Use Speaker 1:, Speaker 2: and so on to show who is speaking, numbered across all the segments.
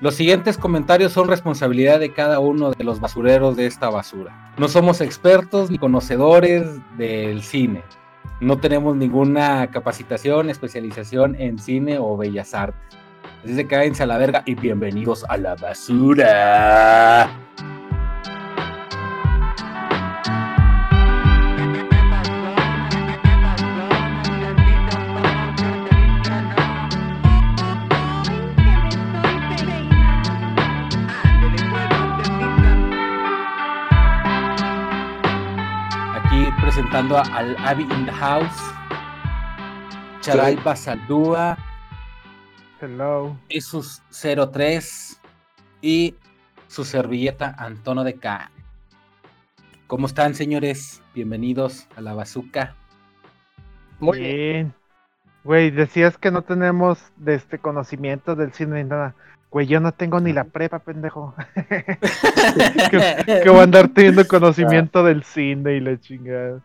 Speaker 1: Los siguientes comentarios son responsabilidad de cada uno de los basureros de esta basura. No somos expertos ni conocedores del cine. No tenemos ninguna capacitación, especialización en cine o bellas artes. Así se cáense a la verga y bienvenidos a la basura. Aquí presentando a- al Abby in the House, Charal
Speaker 2: Claro.
Speaker 1: Basaldúa,
Speaker 3: Hello.
Speaker 1: Sus 03 y su servilleta Antono de K. ¿Cómo están, señores? Bienvenidos a la bazuca.
Speaker 2: Muy bien.
Speaker 3: Güey, decías que no tenemos de este conocimiento del cine ni nada. Güey, yo no tengo ni la prepa, pendejo. que voy a andar teniendo conocimiento del cine y la chingada.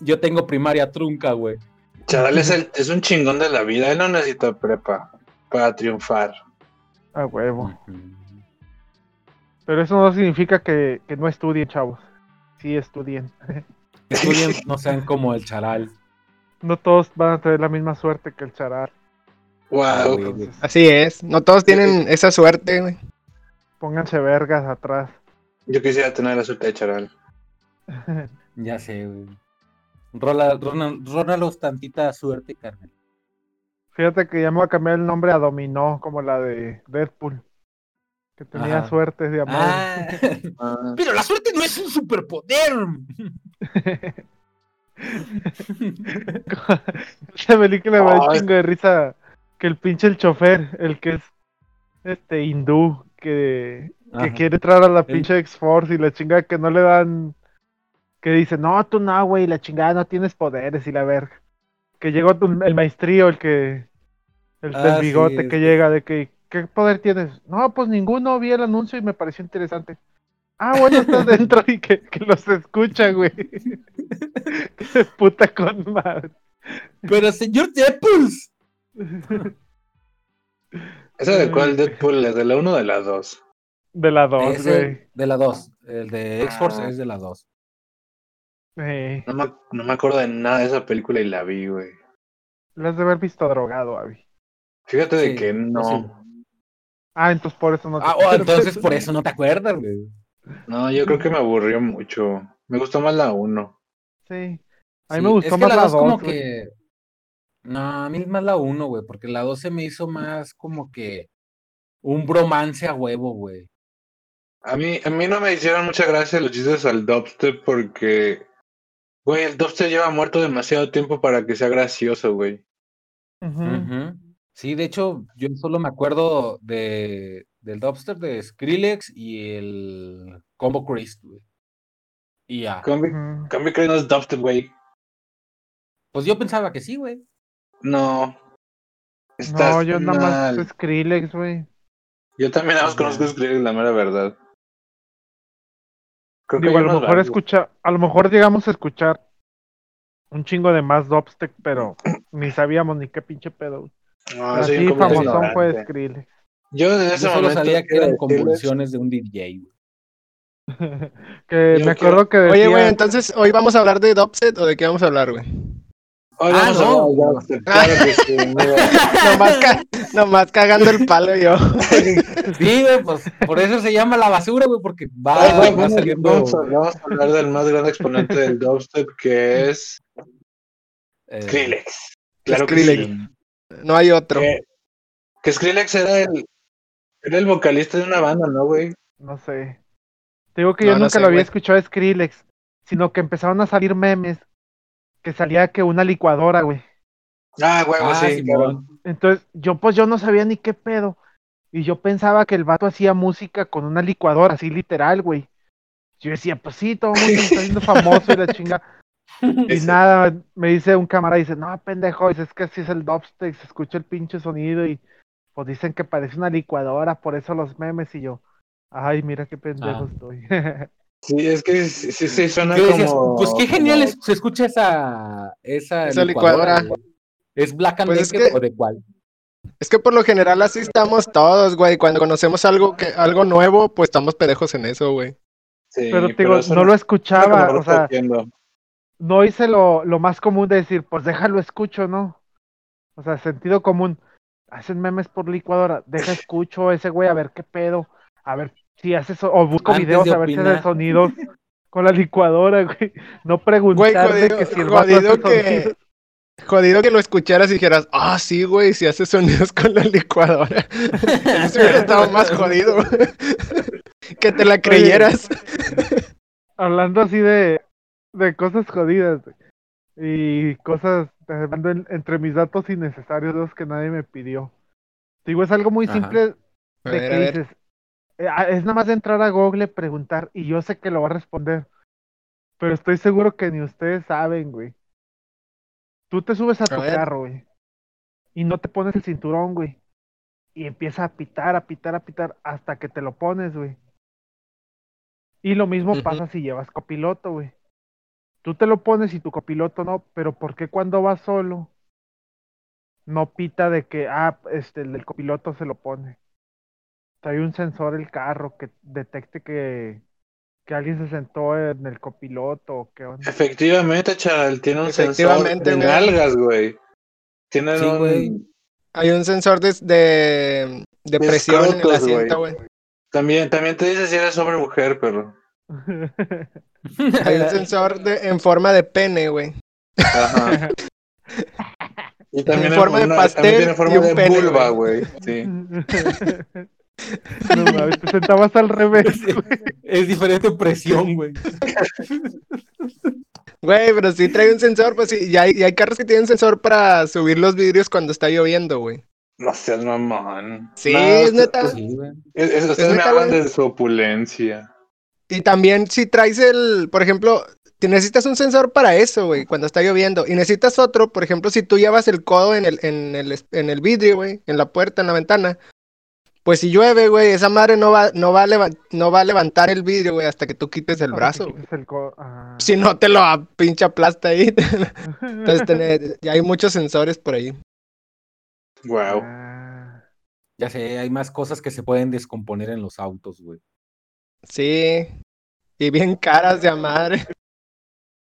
Speaker 1: Yo tengo primaria trunca, güey.
Speaker 2: Charal es, el- es un chingón de la vida. Él no necesita prepa para triunfar.
Speaker 3: A huevo. Pero eso no significa que, que no estudien, chavos. Sí, estudien.
Speaker 1: Estudien, no sean como el charal.
Speaker 3: No todos van a tener la misma suerte que el charar.
Speaker 1: Ah,
Speaker 2: Wow.
Speaker 1: güey.
Speaker 3: Entonces,
Speaker 4: Así es, no todos tienen esa suerte, güey.
Speaker 3: pónganse vergas atrás.
Speaker 2: Yo quisiera tener la suerte de Charal.
Speaker 1: Ya sé, güey. Rola, Ronald, Ronald, tantita suerte, carnal.
Speaker 3: Fíjate que ya me voy a cambiar el nombre a Dominó, como la de Deadpool. Que tenía
Speaker 1: Ajá.
Speaker 3: suertes de amor.
Speaker 1: Ah,
Speaker 2: Ah,
Speaker 1: pero la suerte no es un superpoder.
Speaker 3: Esa película me da un
Speaker 2: Ay.
Speaker 3: chingo de risa que el pinche el chofer, el que es este hindú, que, que
Speaker 1: Ajá.
Speaker 3: quiere entrar a la pinche X-Force y la chingada que no le dan, que dice, no, tú no, güey, la chingada no tienes poderes y la verga. Que llegó tu- el maestrío, el que, el del
Speaker 1: Ah, sí,
Speaker 3: bigote que
Speaker 1: este.
Speaker 3: llega, de que, ¿qué poder tienes? No, pues ninguno, vi el anuncio y me pareció interesante. Ah, bueno, estás dentro y que, que los escucha, güey. Qué puta con madre.
Speaker 1: Pero señor Deppus.
Speaker 2: ¿Esa de cuál Deadpool? ¿La de la 1 o de la 2?
Speaker 3: De la 2,
Speaker 1: Es el
Speaker 3: güey.
Speaker 1: de la 2. El de X-Force
Speaker 2: Ah.
Speaker 1: es de la 2.
Speaker 3: Eh,
Speaker 2: No me, no me acuerdo de nada de esa película y la vi, güey.
Speaker 3: lo has de haber visto drogado, Abby.
Speaker 2: Fíjate de
Speaker 1: Sí,
Speaker 2: que no.
Speaker 3: Ah, entonces por eso no te
Speaker 1: Ah, oh, entonces por eso no te acuerdas, güey.
Speaker 2: No, yo creo que me aburrió mucho. Me gustó más la 1.
Speaker 3: Sí. A mí
Speaker 1: Sí,
Speaker 3: me gustó
Speaker 1: es que
Speaker 3: más
Speaker 1: la
Speaker 3: la
Speaker 1: 2
Speaker 3: 2.
Speaker 1: como que... No, a mí más la 1, güey, porque la 2 se me hizo más como que un bromance a huevo, güey.
Speaker 2: A mí, a mí no me hicieron mucha gracia los chistes al dubstep porque, güey, el dubstep lleva muerto demasiado tiempo para que sea gracioso, güey.
Speaker 1: Ujú. Sí, de hecho, yo solo me acuerdo de, del dubstep de Skrillex y el Combo Christ, güey. Y ya.
Speaker 2: Combi, Combi Crane no es dubstep, güey.
Speaker 1: Pues yo pensaba que sí, güey.
Speaker 2: No. Estás
Speaker 3: No, yo nada más
Speaker 2: mal.
Speaker 3: Skrillex, güey.
Speaker 2: Yo también nada más
Speaker 1: Ya.
Speaker 2: conozco Skrillex, la mera verdad. Creo
Speaker 3: Digo, a
Speaker 2: hay
Speaker 3: lo
Speaker 2: unos
Speaker 3: mejor
Speaker 2: varios.
Speaker 3: escucha, a lo mejor llegamos a escuchar un chingo de más dubstep, pero ni sabíamos ni qué pinche pedo.
Speaker 2: No,
Speaker 4: Ah,
Speaker 3: Pero
Speaker 2: soy
Speaker 3: sí,
Speaker 2: un completo
Speaker 3: famosón pues. fue
Speaker 2: ignorante.
Speaker 3: Skrillex.
Speaker 2: Yo desde
Speaker 1: Yo
Speaker 2: ese
Speaker 1: solo
Speaker 2: momento
Speaker 1: sabía que
Speaker 2: quiero
Speaker 1: eran
Speaker 2: decirles-
Speaker 1: convulsiones de un DJ, güey.
Speaker 3: que
Speaker 2: Yo quiero-
Speaker 3: me acuerdo que decía,
Speaker 4: Oye, güey, entonces hoy vamos a hablar de Dopset o de qué vamos a hablar, güey.
Speaker 2: Hoy
Speaker 1: Ah,
Speaker 2: vamos a
Speaker 1: no.
Speaker 2: hablar de dubstep, claro que sí, mira.
Speaker 4: Nomás, ca- nomás cagando el palo yo.
Speaker 1: Sí, güey, pues por eso se llama la basura, güey, porque
Speaker 3: Ah,
Speaker 1: va,
Speaker 2: Ay, güey,
Speaker 1: va
Speaker 2: bueno,
Speaker 1: saliendo
Speaker 2: Ah, vamos, a, vamos a hablar del más grande exponente del dubstep que es
Speaker 1: eh,
Speaker 2: Skrillex. Claro que
Speaker 4: Skrillex.
Speaker 2: sí.
Speaker 4: No hay otro.
Speaker 2: Que, que Skrillex era el, era el vocalista de una banda, ¿no, güey?
Speaker 3: no sé. Te digo que
Speaker 4: No,
Speaker 3: yo
Speaker 4: no
Speaker 3: nunca
Speaker 4: sé,
Speaker 3: lo había
Speaker 4: güey.
Speaker 3: escuchado a Skrillex, sino que empezaron a salir memes que salía que una licuadora, güey.
Speaker 2: Ah, güey,
Speaker 1: Ah,
Speaker 2: sí, claro.
Speaker 1: Simón.
Speaker 3: Entonces, yo pues yo no sabía ni qué pedo. Y yo pensaba que el vato hacía música con una licuadora, así literal, güey. Yo decía, pues sí, todo el mundo se está viendo famoso y la chinga. Y
Speaker 2: Ese-
Speaker 3: nada, me dice un camarada, dice, no, pendejo, dice, es que así es el dubstep, se escucha el pinche sonido y pues dicen que parece una licuadora, por eso los memes y yo, ay, mira qué pendejo
Speaker 1: Ah.
Speaker 3: estoy.
Speaker 2: Sí, es que sí, sí, sí suena
Speaker 1: Yo decía,
Speaker 2: como...
Speaker 1: pues qué genial
Speaker 2: como-
Speaker 1: es- se escucha esa, esa,
Speaker 4: Esa licuadora.
Speaker 1: güey. ¿Es Black and
Speaker 4: Pues es
Speaker 1: Decker
Speaker 4: que-
Speaker 1: o de cuál?
Speaker 4: Es que por lo general así estamos todos, güey. Cuando conocemos algo que algo nuevo, pues estamos pendejos en eso, güey.
Speaker 2: Sí,
Speaker 3: pero te digo,
Speaker 2: eso
Speaker 3: no lo
Speaker 2: es como
Speaker 3: escuchaba,
Speaker 2: lo
Speaker 3: o sea,
Speaker 2: entiendo.
Speaker 3: no hice lo, lo más común de decir, pues déjalo escucho, ¿no? O sea, sentido común. Hacen memes por licuadora, deja escucho a ese güey a ver qué pedo, a ver si haces o busco
Speaker 1: Antes
Speaker 3: videos
Speaker 1: de
Speaker 3: a ver si hace
Speaker 1: opinar.
Speaker 3: sonidos con la licuadora, güey. No preguntar
Speaker 4: Güey, jodido,
Speaker 3: Pues que si el vato hace
Speaker 4: jodido
Speaker 3: sonidos.
Speaker 4: que. Jodido que lo escucharas y dijeras, ah, sí, güey, si hace sonidos con la licuadora. Eso hubiera estado más jodido. güey. que te la creyeras.
Speaker 3: hablando así de, de cosas jodidas güey, y cosas hablando en- entre mis datos innecesarios los que nadie me pidió. Te Digo, es algo muy
Speaker 1: Ajá.
Speaker 3: simple
Speaker 4: A
Speaker 3: de
Speaker 4: ver,
Speaker 3: que
Speaker 4: a ver.
Speaker 3: dices, eh, ah, es nada más de entrar a Google, preguntar, y yo sé que lo va a responder, pero estoy seguro que ni ustedes saben, güey. Tú te subes a, tu
Speaker 4: ver.
Speaker 3: carro, güey, y no te pones el cinturón, güey, y empieza a pitar, a pitar, a pitar, hasta que te lo pones, güey. Y lo mismo
Speaker 4: Ujú.
Speaker 3: pasa si llevas copiloto, güey. Tú te lo pones y tu copiloto no, pero ¿por qué cuando vas solo no pita de que, ah, este, el del copiloto se lo pone? trae un sensor el carro que detecte que, que alguien se sentó en el copiloto o qué onda.
Speaker 2: Efectivamente, chaval, tiene un sensor
Speaker 4: Efectivamente,
Speaker 2: de
Speaker 4: güey.
Speaker 2: nalgas, güey. Tienen
Speaker 1: Sí,
Speaker 2: un...
Speaker 1: güey.
Speaker 4: Hay un sensor de, de, de
Speaker 2: De
Speaker 4: presión en el
Speaker 2: escrotos,
Speaker 4: asiento, güey.
Speaker 2: También, también te dice si eres hombre o mujer, perro.
Speaker 4: Hay un sensor de, en forma de pene, güey.
Speaker 2: Ajá. Y también
Speaker 4: En forma de
Speaker 2: una-
Speaker 4: pastel
Speaker 2: también tiene forma
Speaker 4: y un
Speaker 2: de
Speaker 4: pene,
Speaker 2: vulva, güey. Sí.
Speaker 3: no mames, te sentabas al revés. güey.
Speaker 1: Es diferente presión, güey.
Speaker 4: Güey, pero sí trae un sensor, pues sí. Y hay, y hay carros que tienen sensor para subir los vidrios cuando está lloviendo, güey.
Speaker 2: No seas mamón.
Speaker 4: Sí,
Speaker 2: No, pues,
Speaker 4: es
Speaker 2: usted-
Speaker 4: neta.
Speaker 1: Sí, güey.
Speaker 2: es- es-
Speaker 4: es
Speaker 2: Ustedes me
Speaker 4: neta,
Speaker 2: hablan
Speaker 4: güey.
Speaker 2: de su opulencia.
Speaker 4: Y también si traes el, por ejemplo, te necesitas un sensor para eso, güey, cuando está lloviendo. Y necesitas otro, por ejemplo, si tú llevas el codo en el, en el, es- en el vidrio, güey, en la puerta, en la ventana. Pues si llueve, güey, esa madre no va, no va, a levan- no va a levantar el vidrio, güey, hasta que tú quites el brazo. güey.
Speaker 3: Es el co- ah.
Speaker 4: Si no, te lo a- pinche aplasta ahí. Entonces, tener- ya hay muchos sensores por ahí.
Speaker 2: Wow.
Speaker 3: Ah.
Speaker 1: Ya sé, hay más cosas que se pueden descomponer en los autos, güey.
Speaker 4: Sí. Y bien caras de a madre.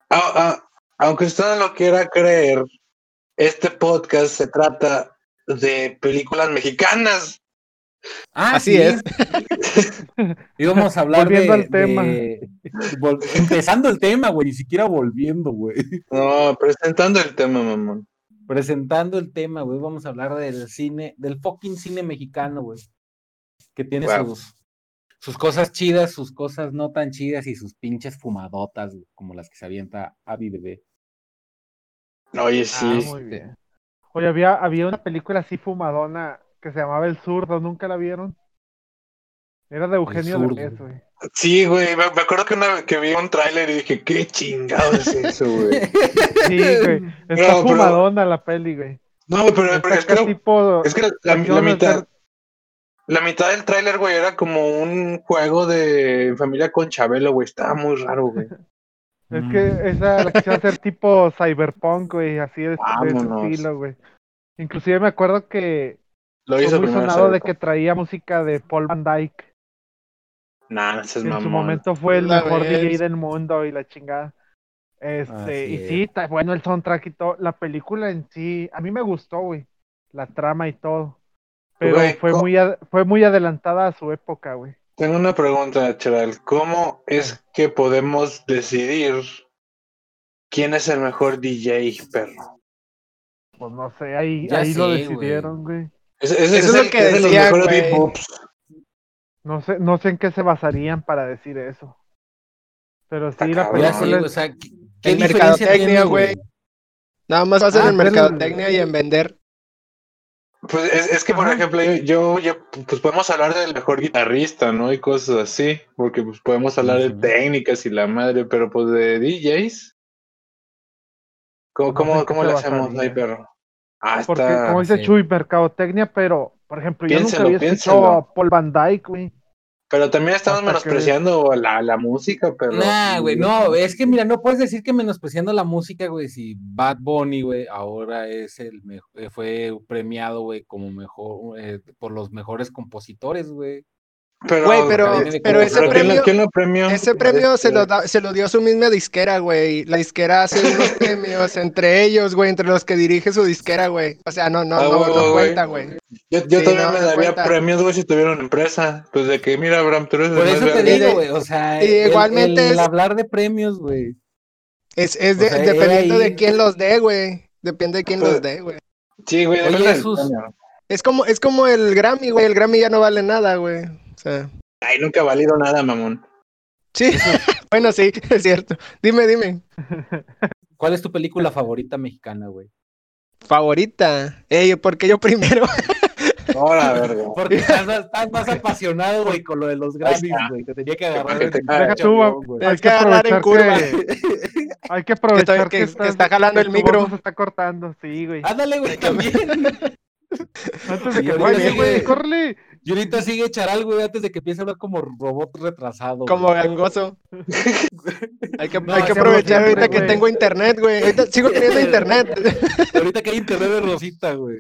Speaker 2: Ah, aunque usted no lo quiera creer, este podcast se trata de películas mexicanas.
Speaker 1: Ah,
Speaker 4: Así
Speaker 1: sí.
Speaker 4: es.
Speaker 1: Íbamos a hablar
Speaker 3: Volviendo
Speaker 1: de-
Speaker 3: al tema.
Speaker 1: de- vol- empezando el tema, güey, ni siquiera volviendo, güey.
Speaker 2: No, presentando el tema, mamón.
Speaker 1: Presentando el tema, güey, vamos a hablar del cine, del fucking cine mexicano, güey. Que tiene
Speaker 2: Wow.
Speaker 1: sus, sus cosas chidas, sus cosas no tan chidas y sus pinches fumadotas, güey, como las que se avienta Avi Bebé.
Speaker 2: Oye,
Speaker 3: Ah,
Speaker 2: sí.
Speaker 3: muy bien. Oye, había, había una película así fumadona que se llamaba El Zurdo, ¿nunca la vieron? Era de Eugenio
Speaker 1: Zurdo.
Speaker 3: Derbez, güey.
Speaker 2: Sí, güey. Me, me acuerdo que una que vi un tráiler y dije, ¿qué chingado es eso, güey?
Speaker 3: Sí, güey. Está
Speaker 2: No, pero-
Speaker 3: fumadona la peli, güey.
Speaker 2: No, güey, pero, pero
Speaker 3: Está
Speaker 2: es que, lo-
Speaker 3: tipo...
Speaker 2: es que la, la
Speaker 3: acción de
Speaker 2: mitad.
Speaker 3: ser-
Speaker 2: La mitad del tráiler, güey, era como un juego de familia con Chabelo, güey. Estaba muy raro, güey.
Speaker 3: Es que esa la quisieron hacer tipo cyberpunk, güey, así de, de
Speaker 2: Vámonos.
Speaker 3: ese estilo, güey. Inclusive me acuerdo que
Speaker 2: Lo
Speaker 3: fue
Speaker 2: hizo
Speaker 3: muy
Speaker 2: primero.
Speaker 3: sonado de
Speaker 2: Chabelo.
Speaker 3: que traía música de Paul Van Dyke.
Speaker 2: Nah, no seas
Speaker 3: que en su
Speaker 2: mamón.
Speaker 3: momento fue el
Speaker 4: La
Speaker 3: mejor
Speaker 4: ves.
Speaker 3: DJ del mundo y la chingada. Este,
Speaker 1: Así
Speaker 3: y
Speaker 1: es.
Speaker 3: sí, está bueno el soundtrack y todo. La película en sí, a mí me gustó, güey. La trama y todo. Pero
Speaker 2: Güey,
Speaker 3: fue
Speaker 2: co-
Speaker 3: muy ad- fue muy adelantada a su época, güey.
Speaker 2: Tengo una pregunta, Cheral. ¿Cómo es que podemos decidir quién es el mejor DJ, perro?
Speaker 3: Pues no sé, ahí,
Speaker 1: Ya
Speaker 3: ahí lo
Speaker 1: sé, güey.
Speaker 3: decidieron, güey.
Speaker 2: Ese, ese- ese
Speaker 4: Eso es
Speaker 2: es
Speaker 4: lo
Speaker 2: el
Speaker 4: que
Speaker 2: es de los
Speaker 4: decía,
Speaker 2: mejores
Speaker 4: güey.
Speaker 2: beatbops.
Speaker 3: No sé, no sé en qué se basarían para decir eso. Pero sí,
Speaker 2: Está
Speaker 3: la
Speaker 2: cabrón.
Speaker 1: Ya
Speaker 2: no,
Speaker 1: sé,
Speaker 3: película
Speaker 1: güey,
Speaker 3: es-
Speaker 1: o sea, ¿qué, qué
Speaker 4: En
Speaker 1: diferencia
Speaker 4: mercadotecnia,
Speaker 1: tiene,
Speaker 4: güey. Nada más hacen
Speaker 3: Ah,
Speaker 4: en
Speaker 3: pero-
Speaker 4: mercadotecnia y en vender.
Speaker 2: Pues es, es que, por
Speaker 3: Ajá.
Speaker 2: ejemplo, yo, yo- pues podemos hablar del mejor guitarrista, ¿no? Y cosas así, porque pues podemos hablar de
Speaker 1: Ujú.
Speaker 2: técnicas y la madre, pero pues de DJs. ¿Cómo,
Speaker 3: No sé en
Speaker 2: cómo,
Speaker 3: qué
Speaker 2: cómo
Speaker 3: se
Speaker 2: le hacemos,
Speaker 3: basaría.
Speaker 2: ahí, perro? Ah,
Speaker 3: Porque,
Speaker 2: está-
Speaker 3: como dice
Speaker 1: sí.
Speaker 3: Chuy, mercadotecnia, pero, por ejemplo, yo nunca
Speaker 2: Piénselo,
Speaker 3: había escuchado
Speaker 2: piénselo.
Speaker 3: a Paul Van Dyke, güey.
Speaker 2: Pero también estamos
Speaker 3: Hasta que-
Speaker 2: menospreciando a la, la música, pero.
Speaker 1: Nah, güey, no, es que mira, no puedes decir que menospreciando la música, güey, si Bad Bunny, güey, ahora es el mejor, fue premiado, güey, como mejor, eh, por los mejores compositores, güey.
Speaker 2: Pero,
Speaker 4: Güey, pero-
Speaker 1: pero ese
Speaker 2: ¿quién lo-
Speaker 4: premio-
Speaker 2: ¿Quién lo premió?
Speaker 4: Ese premio se lo,
Speaker 2: Este,
Speaker 4: da- se lo dio su misma disquera, güey. La disquera hace unos premios entre ellos, güey, entre los que dirige su disquera, güey. O sea, no, no,
Speaker 2: Ah,
Speaker 4: no,
Speaker 2: huevo,
Speaker 4: no
Speaker 2: güey.
Speaker 4: cuenta, güey.
Speaker 2: Yo, yo
Speaker 4: Sí,
Speaker 2: también
Speaker 4: no,
Speaker 2: me
Speaker 4: no
Speaker 2: daría
Speaker 4: cuenta.
Speaker 2: premios, güey, si tuviera una empresa. Pues de que, mira, Abraham, tú eres el
Speaker 1: Por
Speaker 2: más
Speaker 1: eso te
Speaker 2: verga.
Speaker 1: digo, güey, o sea,
Speaker 4: Y
Speaker 1: el-
Speaker 4: igualmente
Speaker 1: el
Speaker 4: es-
Speaker 1: hablar de premios, güey.
Speaker 4: Es, es de-
Speaker 1: O sea, era
Speaker 4: dependiendo
Speaker 1: ahí. Pues
Speaker 4: de quién los dé, güey. Depende de quién
Speaker 2: Pero-
Speaker 4: los dé, güey.
Speaker 2: Sí, güey,
Speaker 1: Oye,
Speaker 2: depende del
Speaker 1: Jesús.
Speaker 2: premio.
Speaker 4: Es como, es como el Grammy, güey. El Grammy ya no vale nada, güey. O sea,
Speaker 2: Ay, nunca ha valido nada, mamón.
Speaker 4: sí. bueno, sí, es cierto. Dime, dime.
Speaker 1: ¿Cuál es tu película favorita mexicana, güey?
Speaker 4: Favorita. Ey, ¿por qué yo primero?
Speaker 2: Ahora, verga.
Speaker 1: Porque estás, más- estás más apasionado, güey, con lo de los Grammys,
Speaker 2: está.
Speaker 1: güey. Te tenía que agarrar.
Speaker 2: Que
Speaker 1: en
Speaker 2: te
Speaker 1: el
Speaker 2: caiga.
Speaker 3: Deja tú,
Speaker 1: avión, güey.
Speaker 4: Tienes que agarrar en
Speaker 3: aprovechar
Speaker 4: curva.
Speaker 3: que- Hay que
Speaker 4: Que
Speaker 3: aprovechar que,
Speaker 4: está- que- que
Speaker 3: estás-
Speaker 4: está jalando
Speaker 3: que
Speaker 4: el
Speaker 3: tu
Speaker 4: micro. Ah,
Speaker 3: voz se está cortando, sí, güey.
Speaker 1: Ándale, güey, también.
Speaker 3: Antes de
Speaker 1: sí,
Speaker 3: que
Speaker 1: güey,
Speaker 3: pase,
Speaker 1: sí,
Speaker 3: güey,
Speaker 1: güey.
Speaker 3: córrele.
Speaker 1: Y ahorita sigue charal, güey, antes de que empiece a hablar como robot retrasado. güey.
Speaker 4: Como gangoso. Hay que,
Speaker 1: No,
Speaker 4: hay que
Speaker 1: hacemos
Speaker 4: aprovechar
Speaker 1: siempre,
Speaker 4: ahorita que
Speaker 1: güey.
Speaker 4: tengo internet, güey. Ahorita sigo teniendo internet.
Speaker 1: Ahorita que hay internet de Rosita, güey.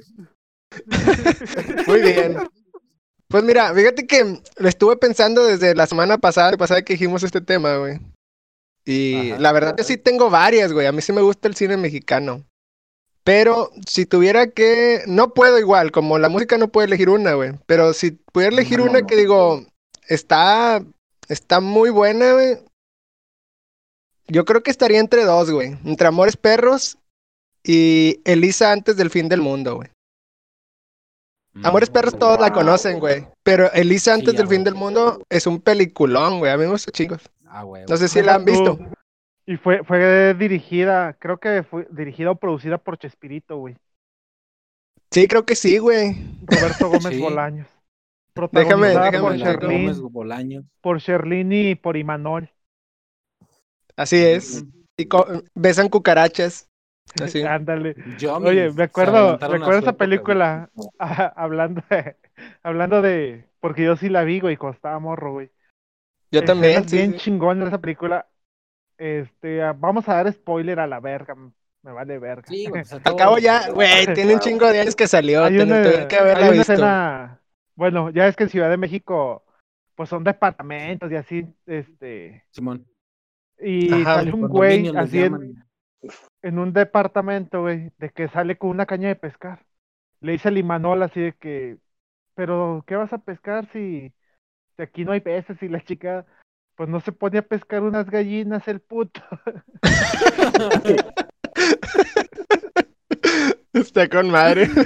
Speaker 4: Muy bien. Pues mira, fíjate que lo estuve pensando desde la semana pasada, la pasada que dijimos este tema, güey. Y
Speaker 1: Ajá.
Speaker 4: la verdad yo sí tengo varias, güey. A mí sí me gusta el cine mexicano. Pero si tuviera que... No puedo igual, como la música no puedo elegir una, güey. Pero si pudiera elegir
Speaker 2: No,
Speaker 4: una
Speaker 2: no.
Speaker 4: que digo, está, está muy buena, güey. Yo creo que estaría entre dos, güey. Entre Amores Perros y Elisa antes del fin del mundo, güey. Amores Perros todos la
Speaker 2: Wow.
Speaker 4: conocen, güey. Pero Elisa antes
Speaker 1: Sí,
Speaker 4: del
Speaker 1: a
Speaker 4: fin
Speaker 1: huevo.
Speaker 4: del mundo es un peliculón, güey. A mí me gusta chingos.
Speaker 1: Ah, güey.
Speaker 4: No sé si la han visto.
Speaker 3: Y fue, fue dirigida, creo que fue dirigida o producida por Chespirito, güey.
Speaker 4: Sí, creo que sí, güey.
Speaker 3: Roberto Gómez
Speaker 1: Sí.
Speaker 3: Bolaños.
Speaker 4: Déjame-
Speaker 3: Protagonizada
Speaker 4: déjame
Speaker 3: por
Speaker 4: la
Speaker 1: Por
Speaker 3: Sherlyn,
Speaker 1: Gómez Bolaños.
Speaker 3: por Sherlyn y por Imanol.
Speaker 4: Así es. Y co- besan cucarachas. Así.
Speaker 3: Ándale.
Speaker 1: Yummy.
Speaker 3: Oye, me
Speaker 1: Se
Speaker 3: acuerdo,
Speaker 1: adelantaron
Speaker 3: me
Speaker 1: a
Speaker 3: acuerdo
Speaker 1: su
Speaker 3: esa
Speaker 1: época,
Speaker 3: película,
Speaker 1: güey.
Speaker 3: ah, hablando de, hablando de, porque yo sí la vi, güey, cuando estaba morro, güey.
Speaker 4: Yo
Speaker 3: Escenas
Speaker 4: también. sí,
Speaker 3: bien
Speaker 4: sí.
Speaker 3: chingón de esa película. Este, ah, vamos a dar spoiler a la verga, m- me vale verga.
Speaker 1: Sí, güey. pues, al
Speaker 4: Al
Speaker 1: cabo-
Speaker 4: cabo ya, güey, tiene un chingo de años que salió.
Speaker 3: Hay
Speaker 4: Ten-
Speaker 3: una,
Speaker 4: tuve que haberla
Speaker 3: hay una
Speaker 4: visto.
Speaker 3: escena, bueno, ya es que en Ciudad de México, pues son departamentos y así, este,
Speaker 1: Simón.
Speaker 3: y
Speaker 4: Ajá,
Speaker 3: sale
Speaker 4: los
Speaker 3: un
Speaker 1: Condominio
Speaker 3: güey
Speaker 1: les
Speaker 3: así en,
Speaker 1: llaman.
Speaker 3: en un departamento, güey, de que sale con una caña de pescar. Le dice el Imanol así de que, pero ¿qué vas a pescar si, si aquí no hay peces? Y la chica, pues no se pone a pescar unas gallinas, el puto.
Speaker 4: Está con madre.
Speaker 1: Un
Speaker 3: Se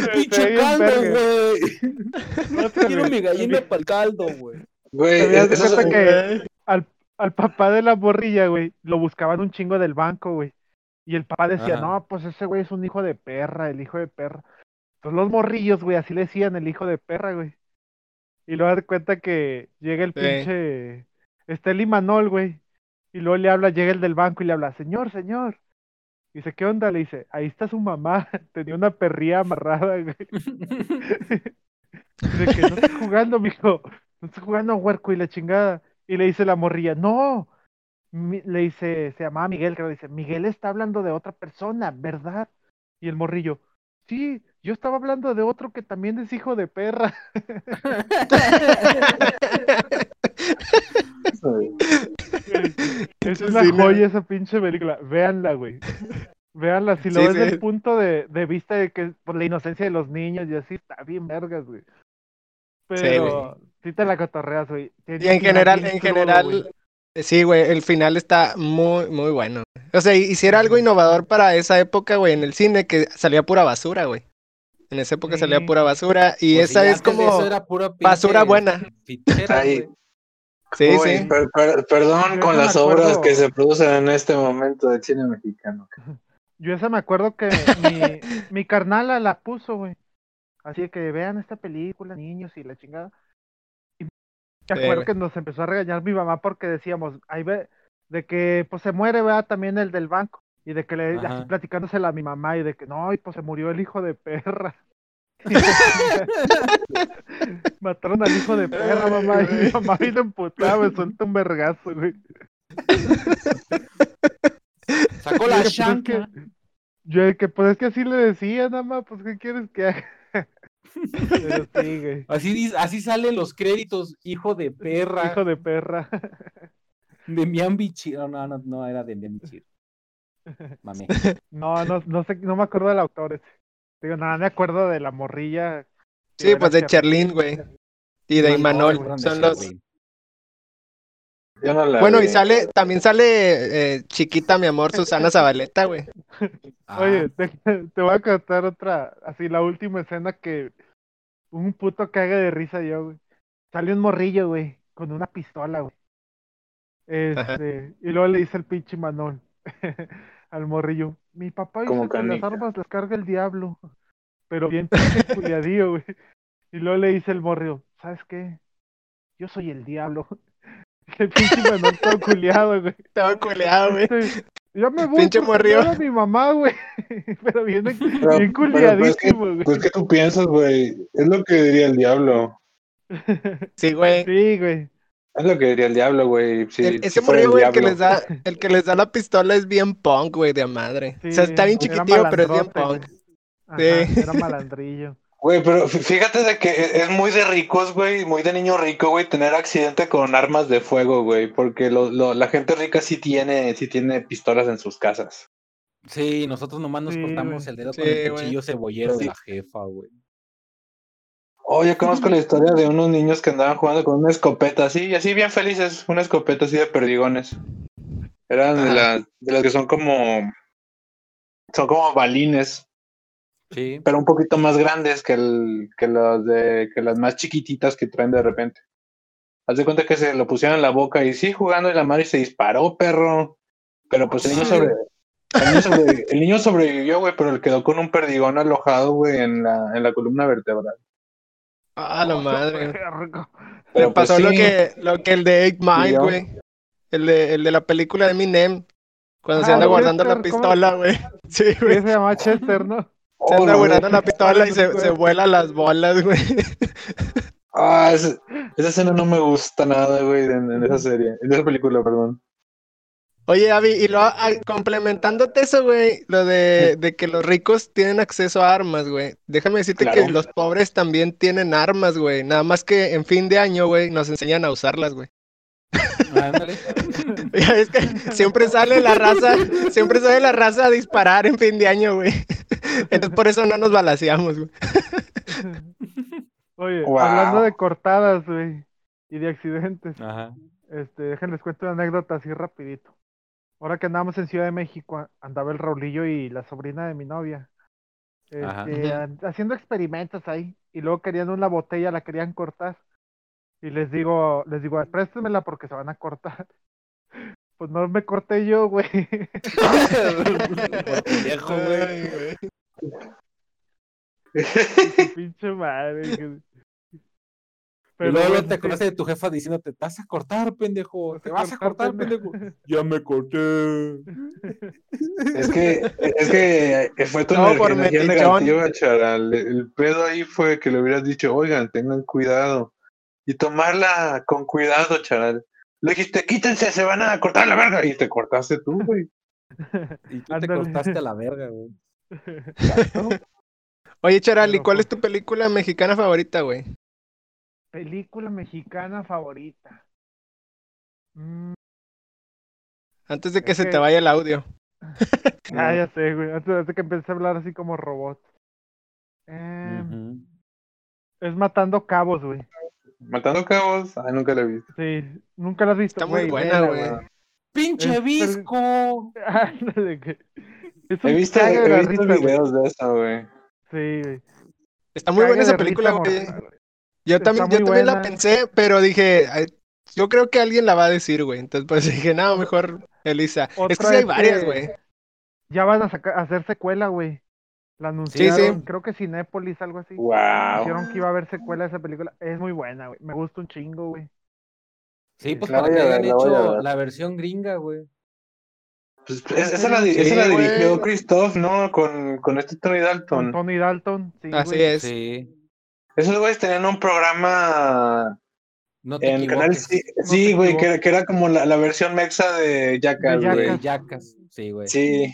Speaker 3: ve
Speaker 1: pinche
Speaker 3: bien
Speaker 1: caldo,
Speaker 3: verga.
Speaker 1: güey.
Speaker 3: No te
Speaker 1: Quiero mi gallina para el caldo, güey.
Speaker 2: Güey,
Speaker 3: Te das
Speaker 2: eso es-
Speaker 3: cuenta que al, al papá de la borrilla, güey, lo buscaban un chingo del banco, güey. Y el papá decía,
Speaker 1: Ajá.
Speaker 3: no, pues ese güey es un hijo de perra, el hijo de perra. Entonces Pues los morrillos, güey, así le decían el hijo de perra, güey. Y luego dar cuenta que llega el
Speaker 4: Sí.
Speaker 3: pinche. Está el Imanol, güey. Y luego le habla, llega el del banco y le habla, señor, señor. Y dice, ¿qué onda? Le dice, ahí está su mamá. Tenía una perría amarrada, güey. De que no estás jugando, mijo. No estás jugando, huerco y la chingada. Y le dice la morrilla, no. Mi- le dice, se llamaba Miguel, creo. Dice, Miguel está hablando de otra persona, ¿verdad? Y el morrillo, sí, yo estaba hablando de otro que también es hijo de perra. es
Speaker 4: Pinche
Speaker 3: una
Speaker 4: cine.
Speaker 3: joya esa pinche película. Véanla, güey. Véanla, si lo
Speaker 4: Sí,
Speaker 3: ves
Speaker 4: sí.
Speaker 3: desde el punto de, de vista de que por la inocencia de los niños y así, está bien vergas, güey. Pero sí te la cotorreas, güey. Tiene
Speaker 4: Y
Speaker 3: un
Speaker 4: en
Speaker 3: final
Speaker 4: general,
Speaker 3: bien
Speaker 4: en
Speaker 3: crudo, güey.
Speaker 4: general, eh, sí, güey, el final está muy, muy bueno. O sea, hiciera algo innovador para esa época, güey, en el cine, que salía pura basura, güey. En esa época
Speaker 3: Sí.
Speaker 4: salía pura basura y
Speaker 1: Pues sí,
Speaker 4: esa es
Speaker 1: antes de
Speaker 4: como...
Speaker 1: eso era pura pinche
Speaker 4: basura buena.
Speaker 1: fichera,
Speaker 2: Ahí.
Speaker 1: güey.
Speaker 4: Sí,
Speaker 2: Uy,
Speaker 4: sí.
Speaker 2: per- per- perdón
Speaker 3: Yo
Speaker 2: con
Speaker 3: no me
Speaker 2: las obras
Speaker 3: acuerdo.
Speaker 2: que se producen en este momento de cine mexicano.
Speaker 3: Yo esa me acuerdo que mi, mi carnala la puso, güey. Así que vean esta película, niños, y la chingada. Y me acuerdo
Speaker 4: güey.
Speaker 3: que nos empezó a regañar mi mamá porque decíamos, ahí ve, de que pues se muere, ¿verdad? También el del banco. Y de que le,
Speaker 1: Ajá.
Speaker 3: así platicándosela a mi mamá, y de que no, y pues se murió el hijo de perra. Mataron al hijo de perra, mamá. Y mi mamá vino emputada, me suelta un vergazo, güey.
Speaker 1: Sacó la
Speaker 3: Yo, pues, es
Speaker 1: shanka.
Speaker 3: que- Yo, de que pues es que así le decía, nada más, pues ¿qué quieres que haga? Pero sí, güey.
Speaker 1: Así, dice- así salen los créditos, hijo de perra.
Speaker 3: Hijo de perra.
Speaker 1: De Mian Bichir. No, no, no, era de Mian Bichir. Mame.
Speaker 3: No, no, no sé, no me acuerdo del autor ese. Digo, nada, me acuerdo de la morrilla. que
Speaker 4: Sí,
Speaker 3: era
Speaker 4: pues de
Speaker 3: Charlene.
Speaker 4: Charlene, güey. Y de Imanol. Son los.
Speaker 2: Yo no la
Speaker 4: Bueno,
Speaker 2: vi.
Speaker 4: y sale, también sale eh, chiquita, mi amor, Susana Zabaleta, güey.
Speaker 2: Ah.
Speaker 3: Oye, te, te voy a contar otra, así la última escena que un puto caga de risa yo, güey. Sale un morrillo, güey, con una pistola, güey. Este, y luego le dice el pinche Manol al morrillo, mi papá dice
Speaker 2: Como
Speaker 3: que las
Speaker 2: canica.
Speaker 3: armas las carga el diablo, pero bien pinche culiadillo, güey. Y luego le dice el morrillo, ¿sabes qué? Yo soy el diablo. El pinche Manol todo culiado, güey.
Speaker 4: Estaba culeado, güey.
Speaker 3: Sí. Yo me voy
Speaker 4: Pinche
Speaker 3: porque
Speaker 4: morrillo.
Speaker 3: no era mi mamá, güey. Pero viene
Speaker 2: Pero- pero,
Speaker 3: bien
Speaker 2: pues, es que-
Speaker 3: culiadísimo, güey.
Speaker 2: Pues, ¿qué tú piensas, güey? Es lo que diría el diablo.
Speaker 4: Sí, güey.
Speaker 3: Sí, güey.
Speaker 2: Es lo que diría el diablo, güey. Si,
Speaker 4: El-
Speaker 2: si
Speaker 4: ese
Speaker 2: fuera el
Speaker 4: morrillo, güey, el que
Speaker 2: diablo.
Speaker 4: les da, el que les da la pistola es bien punk, güey, de a madre.
Speaker 3: Sí,
Speaker 4: o sea, está bien
Speaker 3: era
Speaker 4: chiquitillo, pero es bien
Speaker 3: malandrote,
Speaker 4: punk.
Speaker 3: güey. Ajá,
Speaker 4: Sí.
Speaker 3: Era malandrillo.
Speaker 2: Güey, pero fí- fíjate de que e- es muy de ricos, güey, muy de niño rico, güey, tener accidente con armas de fuego, güey, porque lo- lo- la gente rica sí tiene, sí tiene pistolas en sus casas.
Speaker 1: Sí, nosotros nomás nos
Speaker 3: Sí,
Speaker 1: cortamos
Speaker 3: güey.
Speaker 1: el dedo
Speaker 4: Sí,
Speaker 1: con el
Speaker 4: güey.
Speaker 1: cuchillo cebollero de
Speaker 2: Sí.
Speaker 1: la jefa, güey.
Speaker 2: Oh, yo conozco la historia de unos niños que andaban jugando con una escopeta así, y así bien felices, una escopeta así de perdigones. Eran de,
Speaker 4: Ajá.
Speaker 2: las- de las que son como, son como balines,
Speaker 1: Sí.
Speaker 2: pero un poquito más grandes que, el, que, las de, que las más chiquititas que traen de repente. Haz de cuenta que se lo pusieron en la boca y sí, jugando en la madre y se disparó, perro. Pero pues el niño, sobre, el niño, sobre- el niño sobrevivió, güey, pero él quedó con un perdigón alojado, güey, en la, en la columna vertebral.
Speaker 4: Ah, la madre. güey.
Speaker 3: Vergo.
Speaker 4: Le
Speaker 2: Pero pues,
Speaker 4: pasó lo
Speaker 2: sí.
Speaker 4: que, lo que el de Eight Mile,
Speaker 2: Culiao.
Speaker 4: güey. El de, el de la película de Eminem. Cuando se
Speaker 3: Ah,
Speaker 4: anda
Speaker 3: ¿no?
Speaker 4: guardando la
Speaker 3: Chester, ¿cómo?
Speaker 4: pistola, güey. Sí,
Speaker 3: Sí,
Speaker 4: güey.
Speaker 3: se llama Chester, ¿no?
Speaker 4: Se
Speaker 2: Oh,
Speaker 4: anda
Speaker 2: no,
Speaker 4: guardando la pistola y se,
Speaker 3: güey.
Speaker 4: se vuela las bolas, güey.
Speaker 2: Ah, ese- esa escena no me gusta nada, güey, en, en esa serie, en esa película, perdón.
Speaker 4: Oye, Avi, y lo, ah, complementándote eso, güey, lo de, de que los ricos tienen acceso a armas, güey. Déjame decirte que
Speaker 2: Claro.
Speaker 4: los pobres también tienen armas, güey. Nada más que en fin de año, güey, nos enseñan a usarlas, güey.
Speaker 1: Ándale.
Speaker 4: Ya ves que siempre sale la raza, siempre sale la raza a disparar en fin de año, güey. Entonces por eso no nos balaseamos, güey.
Speaker 3: Oye,
Speaker 2: Wow.
Speaker 3: hablando de cortadas, güey, y de accidentes,
Speaker 1: Ajá.
Speaker 3: este, déjenles cuento una anécdota así rapidito. Ahora que andábamos en Ciudad de México, andaba el Raulillo y la sobrina de mi novia,
Speaker 1: Ajá.
Speaker 3: este, an- haciendo experimentos ahí, y luego querían una botella, la querían cortar, y les digo, les digo, préstemela porque se van a cortar. Pues no me corté yo, güey.
Speaker 1: Por pendejo, güey.
Speaker 4: Ay, güey.
Speaker 3: Pinche madre. que-
Speaker 1: Pero luego
Speaker 3: bueno,
Speaker 1: te
Speaker 3: sí.
Speaker 1: acordaste de tu jefa diciéndote, te vas a cortar, pendejo. Te vas a cortar,
Speaker 3: pendejo".
Speaker 1: pendejo. Ya me corté.
Speaker 2: Es que, es que fue tu
Speaker 4: No, por
Speaker 2: energía
Speaker 4: metichón.
Speaker 2: negativa, charal. El pedo ahí fue que le hubieras dicho, oigan, tengan cuidado. Y tomarla con cuidado, charal. Le dijiste, quítense, se van a cortar la verga. Y te cortaste tú, güey.
Speaker 1: Y tú te
Speaker 3: Ándale.
Speaker 1: cortaste a la verga, güey.
Speaker 4: Oye, Charali,
Speaker 3: Pero,
Speaker 4: ¿cuál es
Speaker 3: pues-
Speaker 4: tu película mexicana favorita, güey?
Speaker 3: Película mexicana favorita. Mm,
Speaker 4: Antes de que
Speaker 3: Es
Speaker 4: se
Speaker 3: que-
Speaker 4: te vaya el audio.
Speaker 3: ah, ya sé, güey. Antes, antes que empecé a hablar así como robot. Eh,
Speaker 1: Ujú.
Speaker 3: Es Matando Cabos, güey.
Speaker 2: Matando cabos. Ay, nunca la vi.
Speaker 3: Sí, nunca la has visto.
Speaker 4: Está muy
Speaker 3: güey,
Speaker 4: buena,
Speaker 3: vela,
Speaker 4: güey.
Speaker 1: ¡Pinche
Speaker 3: Este-
Speaker 1: visco!
Speaker 3: Ándale, que- Es
Speaker 2: He
Speaker 3: un
Speaker 2: visto,
Speaker 3: cague de la
Speaker 2: he visto
Speaker 3: risa, güey.
Speaker 2: videos de esa, güey.
Speaker 3: Sí, güey.
Speaker 4: Está muy buena
Speaker 3: Cague
Speaker 4: esa
Speaker 3: de
Speaker 4: película,
Speaker 3: risa,
Speaker 4: güey.
Speaker 3: morra, güey.
Speaker 4: Yo
Speaker 3: Está
Speaker 4: también,
Speaker 3: muy
Speaker 4: yo también la
Speaker 3: buena.
Speaker 4: pensé, pero dije, "Ay, yo creo que alguien la va a decir, güey. Entonces pues dije, no, mejor Elisa. es que
Speaker 3: Otra
Speaker 4: sí hay
Speaker 3: es
Speaker 4: varias,
Speaker 3: que-
Speaker 4: güey.
Speaker 3: Ya van a, saca- a hacer secuela, güey. La
Speaker 1: sí.
Speaker 3: anunciaron, creo que Cinépolis, algo así.
Speaker 2: Wow.
Speaker 3: Dijeron que iba a haber secuela de esa película. Es muy buena, güey. Me gusta un chingo, güey.
Speaker 1: Sí, pues
Speaker 2: La
Speaker 1: para
Speaker 2: voy
Speaker 1: que
Speaker 2: a ver,
Speaker 1: hayan
Speaker 2: la voy a
Speaker 1: hecho
Speaker 2: ver.
Speaker 1: la versión gringa, güey.
Speaker 2: Pues, es- esa la, di- esa
Speaker 4: Sí,
Speaker 2: la
Speaker 4: güey.
Speaker 2: dirigió Christoph, ¿no? Con, con este Tony
Speaker 3: Con
Speaker 2: Dalton.
Speaker 3: Tony Dalton, sí,
Speaker 4: Así
Speaker 3: güey.
Speaker 4: es.
Speaker 1: Sí.
Speaker 2: Esos güeyes tenían un programa
Speaker 1: No te
Speaker 2: en Canal
Speaker 1: equivoques.
Speaker 2: Sí,
Speaker 3: No
Speaker 2: sí,
Speaker 3: te
Speaker 2: güey, que,
Speaker 3: equivoques.
Speaker 2: que era como la, la versión mexa de Jackass,
Speaker 3: De
Speaker 2: güey.
Speaker 1: Güey, Yacas. Sí, güey.
Speaker 2: Sí.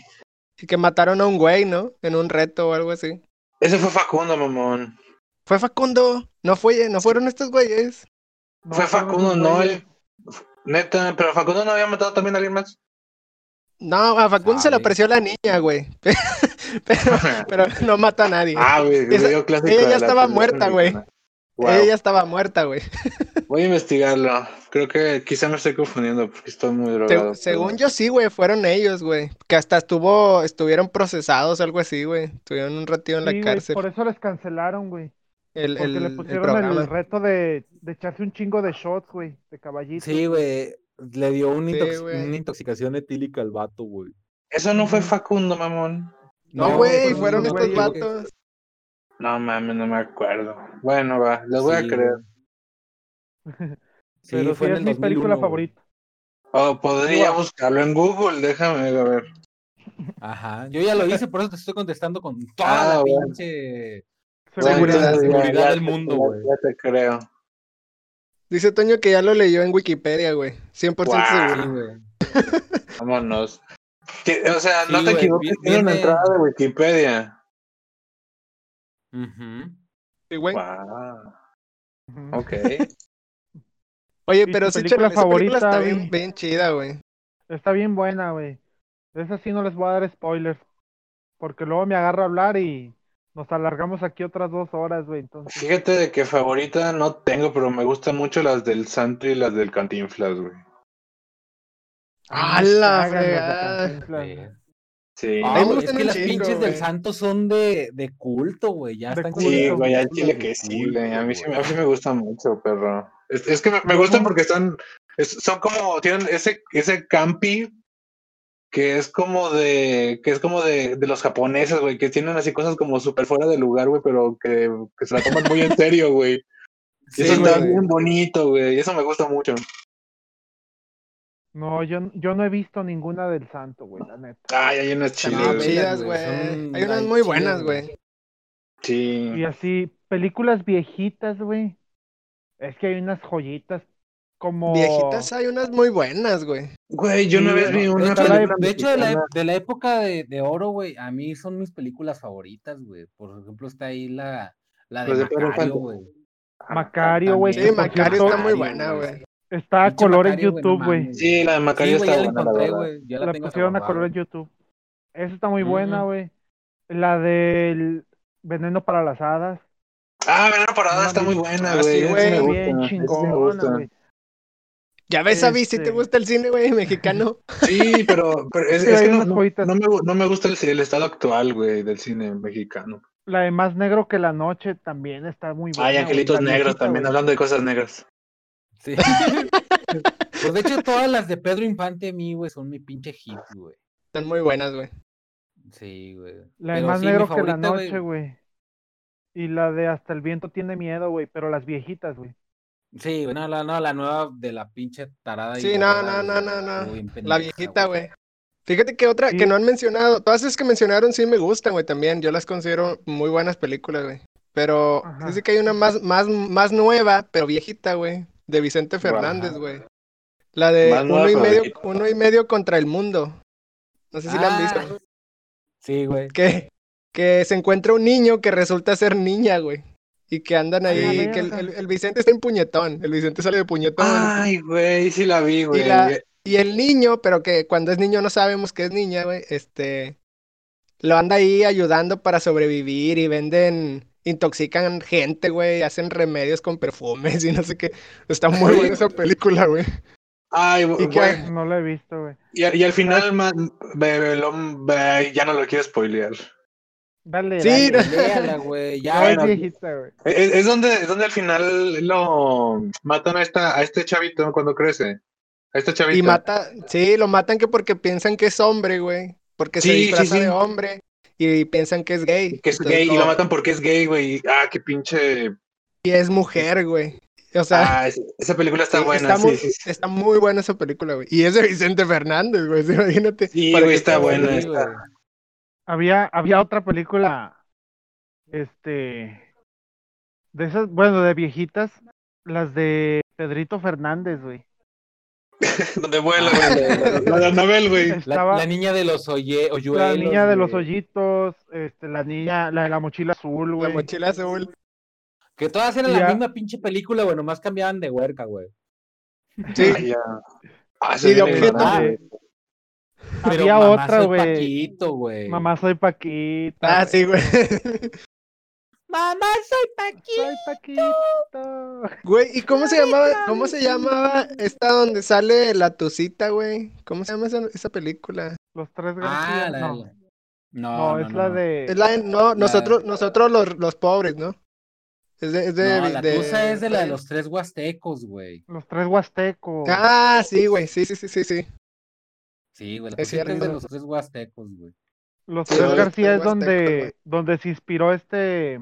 Speaker 4: Y que mataron a un güey, ¿no? En un reto o algo así.
Speaker 2: Ese fue Facundo, mamón.
Speaker 4: Fue Facundo. No fue, no fueron estos güeyes.
Speaker 3: No,
Speaker 2: fue
Speaker 3: fueron
Speaker 2: Facundo,
Speaker 3: esos
Speaker 2: no
Speaker 3: güeyes.
Speaker 2: el. Neta, pero Facundo no había matado también a alguien más.
Speaker 4: No, a Facundo se le
Speaker 1: Sabe.
Speaker 4: apareció la niña, güey. Pero, pero no mata a nadie.
Speaker 2: ah, güey,
Speaker 4: Esa-
Speaker 2: video clásico.
Speaker 4: ella
Speaker 2: de
Speaker 4: ya
Speaker 2: la
Speaker 4: estaba
Speaker 2: televisión
Speaker 4: muerta, güey.
Speaker 2: mexicana. Guau.
Speaker 4: Ella ya estaba muerta, güey.
Speaker 2: Voy a investigarlo. Creo que quizá me estoy confundiendo porque estoy muy
Speaker 4: Se-
Speaker 2: drogado.
Speaker 4: según yo sí, güey, fueron ellos, güey. Que hasta estuvo, estuvieron procesados, algo así, güey. Estuvieron un ratito en la
Speaker 3: Sí, güey,
Speaker 4: cárcel.
Speaker 3: por eso les cancelaron, güey.
Speaker 4: el,
Speaker 3: Porque
Speaker 4: el-
Speaker 3: le
Speaker 4: el
Speaker 3: pusieron el,
Speaker 4: programa.
Speaker 3: reto de, de echarse un chingo de shots, güey, de caballito.
Speaker 1: Sí, güey. Le dio un
Speaker 4: Sí,
Speaker 1: intox-
Speaker 4: güey.
Speaker 1: una intoxicación etílica al vato, güey.
Speaker 2: Eso no fue Facundo, mamón.
Speaker 4: No,
Speaker 1: No,
Speaker 4: güey,
Speaker 1: fueron
Speaker 4: fueron
Speaker 1: unos
Speaker 4: estos
Speaker 1: güeyes.
Speaker 4: vatos.
Speaker 2: No mames, no me acuerdo. Bueno, va, les voy a
Speaker 1: Sí,
Speaker 2: creer.
Speaker 1: güey. Sí,
Speaker 3: Pero sí,
Speaker 1: fue en
Speaker 3: es
Speaker 1: el
Speaker 3: mi
Speaker 1: 2001,
Speaker 3: película
Speaker 1: güey.
Speaker 3: favorita.
Speaker 2: Oh, podría
Speaker 3: Guau.
Speaker 2: buscarlo en Google, déjame a ver.
Speaker 1: Ajá. Yo ya lo hice, por eso te estoy contestando con toda
Speaker 2: Ah,
Speaker 1: la
Speaker 2: bueno.
Speaker 1: pinche.
Speaker 2: Bueno,
Speaker 4: Seguridad,
Speaker 2: ya-
Speaker 1: seguridad
Speaker 2: ya
Speaker 1: del
Speaker 2: te-
Speaker 1: mundo,
Speaker 2: ya-
Speaker 1: güey.
Speaker 2: Ya te creo.
Speaker 4: Dice Toño que ya lo leyó en Wikipedia, güey. 100%
Speaker 2: Guau.
Speaker 4: seguro.
Speaker 1: Sí, güey.
Speaker 2: Vámonos. Que- O sea, no
Speaker 1: Sí,
Speaker 2: te
Speaker 1: güey,
Speaker 2: equivoques,
Speaker 1: vi-
Speaker 2: tiene una
Speaker 1: viene-
Speaker 2: entrada de Wikipedia.
Speaker 1: Ujú.
Speaker 4: Sí, güey.
Speaker 2: Wow.
Speaker 3: Ujú.
Speaker 2: Ok.
Speaker 4: Oye,
Speaker 3: ¿Y tu
Speaker 4: pero sí,
Speaker 3: película
Speaker 4: Charlie, esa película
Speaker 3: favorita,
Speaker 4: está
Speaker 3: Abby?
Speaker 4: bien, bien chida, güey.
Speaker 3: Está bien buena, güey. Esa sí no les voy a dar spoilers. Porque luego me agarro a hablar y nos alargamos aquí otras dos horas, güey. Entonces,
Speaker 2: Fíjate de que favorita no tengo, pero me gustan mucho las del Santo y las del Cantinflas, güey.
Speaker 4: ¡A
Speaker 3: me
Speaker 4: la
Speaker 3: cagan los de
Speaker 4: fregada!
Speaker 3: Cantinflas, güey.
Speaker 1: Ver.
Speaker 2: Sí.
Speaker 4: A mí me
Speaker 1: No, güey, es
Speaker 4: gustan
Speaker 1: que
Speaker 4: un
Speaker 1: las
Speaker 4: chingo,
Speaker 1: pinches del
Speaker 4: güey.
Speaker 1: santo son de, de culto, güey. Ya
Speaker 3: De
Speaker 1: están
Speaker 3: culto.
Speaker 2: Sí,
Speaker 3: Son
Speaker 2: güey, al
Speaker 1: culto,
Speaker 2: chile que sí, güey. A mí sí, a mí sí me gusta mucho, perro. Es, es que me, me
Speaker 3: Yo
Speaker 2: gustan
Speaker 3: no-
Speaker 2: porque están, es- son como, tienen ese, ese campi que es como de, que es como de, de los japoneses, güey, que tienen así cosas como súper fuera de lugar, güey, pero que, que se la toman muy en serio, güey.
Speaker 1: Sí,
Speaker 2: eso está
Speaker 1: güey.
Speaker 2: bien bonito, güey. y Eso me gusta mucho.
Speaker 3: No, yo, yo no he visto ninguna del santo, güey, la neta.
Speaker 2: Ay, hay unas
Speaker 4: Están
Speaker 1: Sí,
Speaker 4: bien
Speaker 1: güey.
Speaker 2: chidas.
Speaker 4: chidas,
Speaker 1: güey,
Speaker 4: güey.
Speaker 1: son-
Speaker 4: Hay unas
Speaker 1: hay
Speaker 4: muy
Speaker 1: chidas,
Speaker 4: buenas,
Speaker 1: güey.
Speaker 4: güey.
Speaker 2: Sí.
Speaker 3: Y así, películas viejitas, güey. Es que hay unas joyitas como...
Speaker 4: Viejitas hay unas muy buenas, güey.
Speaker 2: Güey, yo una
Speaker 3: Sí,
Speaker 2: vez
Speaker 3: no,
Speaker 2: vi una
Speaker 1: Está la-
Speaker 2: película
Speaker 1: de hecho, de la,
Speaker 2: mexicana.
Speaker 1: ep- de la época de, de oro, güey, a mí son mis películas favoritas, güey. Por ejemplo, está ahí la, la de
Speaker 2: Los de Pedro
Speaker 1: Macario,
Speaker 2: Infante.
Speaker 1: güey.
Speaker 3: Macario, güey.
Speaker 4: ah, Sí,
Speaker 1: Sí,
Speaker 3: que por
Speaker 4: Macario
Speaker 3: cierto,
Speaker 4: está muy
Speaker 1: Macario,
Speaker 4: buena, güey.
Speaker 3: Está a
Speaker 1: Pinche
Speaker 3: color en
Speaker 1: Macario,
Speaker 3: YouTube,
Speaker 1: no
Speaker 3: güey.
Speaker 1: mames.
Speaker 2: Sí, la de Macario
Speaker 1: Sí, güey, ya
Speaker 2: está
Speaker 1: la
Speaker 2: buena, la
Speaker 1: encontré,
Speaker 2: verdad.
Speaker 1: güey. Ya la,
Speaker 3: La
Speaker 1: tengo
Speaker 3: pusieron a
Speaker 1: guardada.
Speaker 3: color en YouTube. Esa está muy buena,
Speaker 1: Ujú.
Speaker 3: güey. La del veneno para las hadas.
Speaker 2: Ah, Veneno Parada
Speaker 1: No,
Speaker 2: está muy
Speaker 1: mames.
Speaker 2: buena,
Speaker 4: Ah, sí,
Speaker 2: güey.
Speaker 4: güey.
Speaker 2: esa me gusta,
Speaker 3: Bien
Speaker 2: esa sí me gusta.
Speaker 3: chingona, güey.
Speaker 4: Ya ves, Abby, si te
Speaker 3: Este-
Speaker 4: gusta el cine, güey, mexicano.
Speaker 2: Sí, pero, pero es,
Speaker 3: Pero
Speaker 2: es
Speaker 3: hay
Speaker 2: que no,
Speaker 3: unas
Speaker 2: no-
Speaker 3: joyitas.
Speaker 2: no me, gu- no me gusta el, el estado actual, güey, del cine mexicano.
Speaker 3: La de Más Negro que la Noche también está muy buena.
Speaker 2: Ay,
Speaker 3: güey.
Speaker 2: Angelitos
Speaker 3: La
Speaker 2: Negros
Speaker 3: viejita,
Speaker 2: también,
Speaker 3: güey.
Speaker 2: hablando de cosas negras.
Speaker 1: Sí. pues de hecho, todas las de Pedro Infante a mí, güey, son mi pinche hit, güey.
Speaker 4: Están muy buenas, güey.
Speaker 1: Sí, güey.
Speaker 3: La de
Speaker 1: Pero
Speaker 3: Más
Speaker 1: sí, mi
Speaker 3: Negro que la
Speaker 1: favorita,
Speaker 3: Noche, güey. Y la de Hasta el Viento Tiene Miedo, güey. Pero las viejitas, güey.
Speaker 1: Sí, güey, no, la, no, la nueva de la pinche tarada. y
Speaker 4: Sí, no,
Speaker 1: gorda,
Speaker 4: no, no,
Speaker 1: güey,
Speaker 4: no, no.
Speaker 1: estuvo bien
Speaker 4: La
Speaker 1: pendeja,
Speaker 4: viejita, güey. Fíjate que otra que
Speaker 3: Sí.
Speaker 4: no han mencionado, todas esas que mencionaron sí me gustan, güey, también. Yo las considero muy buenas películas, güey. Pero
Speaker 3: Ajá.
Speaker 4: dice que hay una más, más, más nueva, pero viejita, güey, de Vicente Fernández,
Speaker 2: Ajá.
Speaker 4: güey. La de
Speaker 2: Más nueva,
Speaker 4: uno y
Speaker 2: pero
Speaker 4: medio,
Speaker 2: viejita.
Speaker 4: uno y medio contra el mundo. No sé si la
Speaker 1: Ah.
Speaker 4: han visto.
Speaker 1: Sí, güey.
Speaker 4: Que, que se encuentra un niño que resulta ser niña, güey. Y que andan
Speaker 3: Ah,
Speaker 4: ahí,
Speaker 3: la
Speaker 4: que el,
Speaker 3: verga.
Speaker 4: el- el Vicente está en puñetón. El Vicente sale de puñetón.
Speaker 2: Ay, güey, sí la vi, güey.
Speaker 4: la- Y el niño, pero que cuando es niño no sabemos que es niña, güey, este, lo anda ahí ayudando para sobrevivir y venden, intoxican gente, güey, hacen remedios con perfumes y no sé qué. Está muy
Speaker 2: Oye.
Speaker 4: buena esa película, güey.
Speaker 2: Ay,
Speaker 4: ¿Y
Speaker 2: güey.
Speaker 4: qué hay?
Speaker 3: No la he visto, güey.
Speaker 2: Y, y al final, man, be- be- lo- be- ya no lo quiero spoilear.
Speaker 3: Dale,
Speaker 4: Sí,
Speaker 3: dale.
Speaker 4: no-
Speaker 1: Léala, güey. Ya,
Speaker 3: Ay,
Speaker 2: Bueno.
Speaker 3: viejita, güey.
Speaker 2: E, Es, es donde, es donde al final lo matan a, esta, a este chavito cuando crece. A este chavito.
Speaker 4: Y mata, sí, lo matan que porque piensan que es hombre, güey, porque se
Speaker 2: Sí, sí,
Speaker 4: disfraza
Speaker 2: sí.
Speaker 4: de hombre y piensan que es gay.
Speaker 2: que es
Speaker 4: Entonces,
Speaker 2: gay y
Speaker 4: como-
Speaker 2: lo matan porque es gay, güey. Ah, qué pinche.
Speaker 4: y es mujer, güey. O sea,
Speaker 2: Ah, es- esa película está
Speaker 4: sí,
Speaker 2: buena,
Speaker 4: está,
Speaker 2: sí,
Speaker 4: muy,
Speaker 2: sí, sí.
Speaker 4: está muy buena esa película, güey. Y es de Vicente Fernández, güey. Imagínate.
Speaker 2: Sí,
Speaker 4: Para
Speaker 2: güey,
Speaker 4: que
Speaker 2: está
Speaker 4: te-
Speaker 2: buena.
Speaker 1: Sí,
Speaker 2: está-
Speaker 1: güey.
Speaker 3: Había, había otra película, este, de esas, bueno, de viejitas, las de Pedrito Fernández, güey.
Speaker 2: Donde vuela, güey. La de Anabel, güey.
Speaker 1: La,
Speaker 3: Estaba
Speaker 1: la
Speaker 3: la,
Speaker 1: niña de los oye, hoyuelos.
Speaker 3: niña de los
Speaker 1: güey.
Speaker 3: hoyitos, este, la niña, la de la mochila azul,
Speaker 4: La
Speaker 3: güey.
Speaker 4: mochila azul.
Speaker 1: Que todas eran
Speaker 3: Ya.
Speaker 1: la misma pinche película, güey, nomás cambiaban de huerca, güey.
Speaker 4: Sí.
Speaker 2: Ay, ya. Ah,
Speaker 4: Y
Speaker 2: se
Speaker 4: de
Speaker 2: viene
Speaker 4: objeto.
Speaker 2: mamá.
Speaker 3: Eh,
Speaker 1: Pero
Speaker 3: Había
Speaker 1: mamá
Speaker 3: otra,
Speaker 1: soy
Speaker 3: güey.
Speaker 1: Paquito, güey.
Speaker 3: Mamá soy Paquita.
Speaker 4: Ah, sí, güey.
Speaker 1: Mamá soy Paquito.
Speaker 3: Soy Paquito.
Speaker 4: Güey, ¿y cómo se llamaba? ¿Cómo se llamaba esta donde sale la tucita, güey? ¿Cómo se llama esa, esa película?
Speaker 3: Los tres
Speaker 1: Ah,
Speaker 3: gracias.
Speaker 1: la,
Speaker 3: no,
Speaker 1: la- No,
Speaker 3: no, es la de.
Speaker 4: Es la de- no,
Speaker 1: La-
Speaker 4: nosotros, nosotros los, los pobres, ¿no? Es de, es de,
Speaker 1: No, la
Speaker 4: de-
Speaker 1: tusa es de la de los tres huastecos, güey.
Speaker 3: Los tres huastecos.
Speaker 4: Ah, sí, güey, sí, sí, sí, sí, sí.
Speaker 1: Sí, güey, la
Speaker 4: Es
Speaker 1: tusa es, de
Speaker 4: cierto.
Speaker 1: los tres huastecos, güey.
Speaker 3: Los
Speaker 4: Sí,
Speaker 3: tres
Speaker 4: los
Speaker 3: García
Speaker 4: tres
Speaker 3: es donde,
Speaker 4: huastecos,
Speaker 3: donde se inspiró este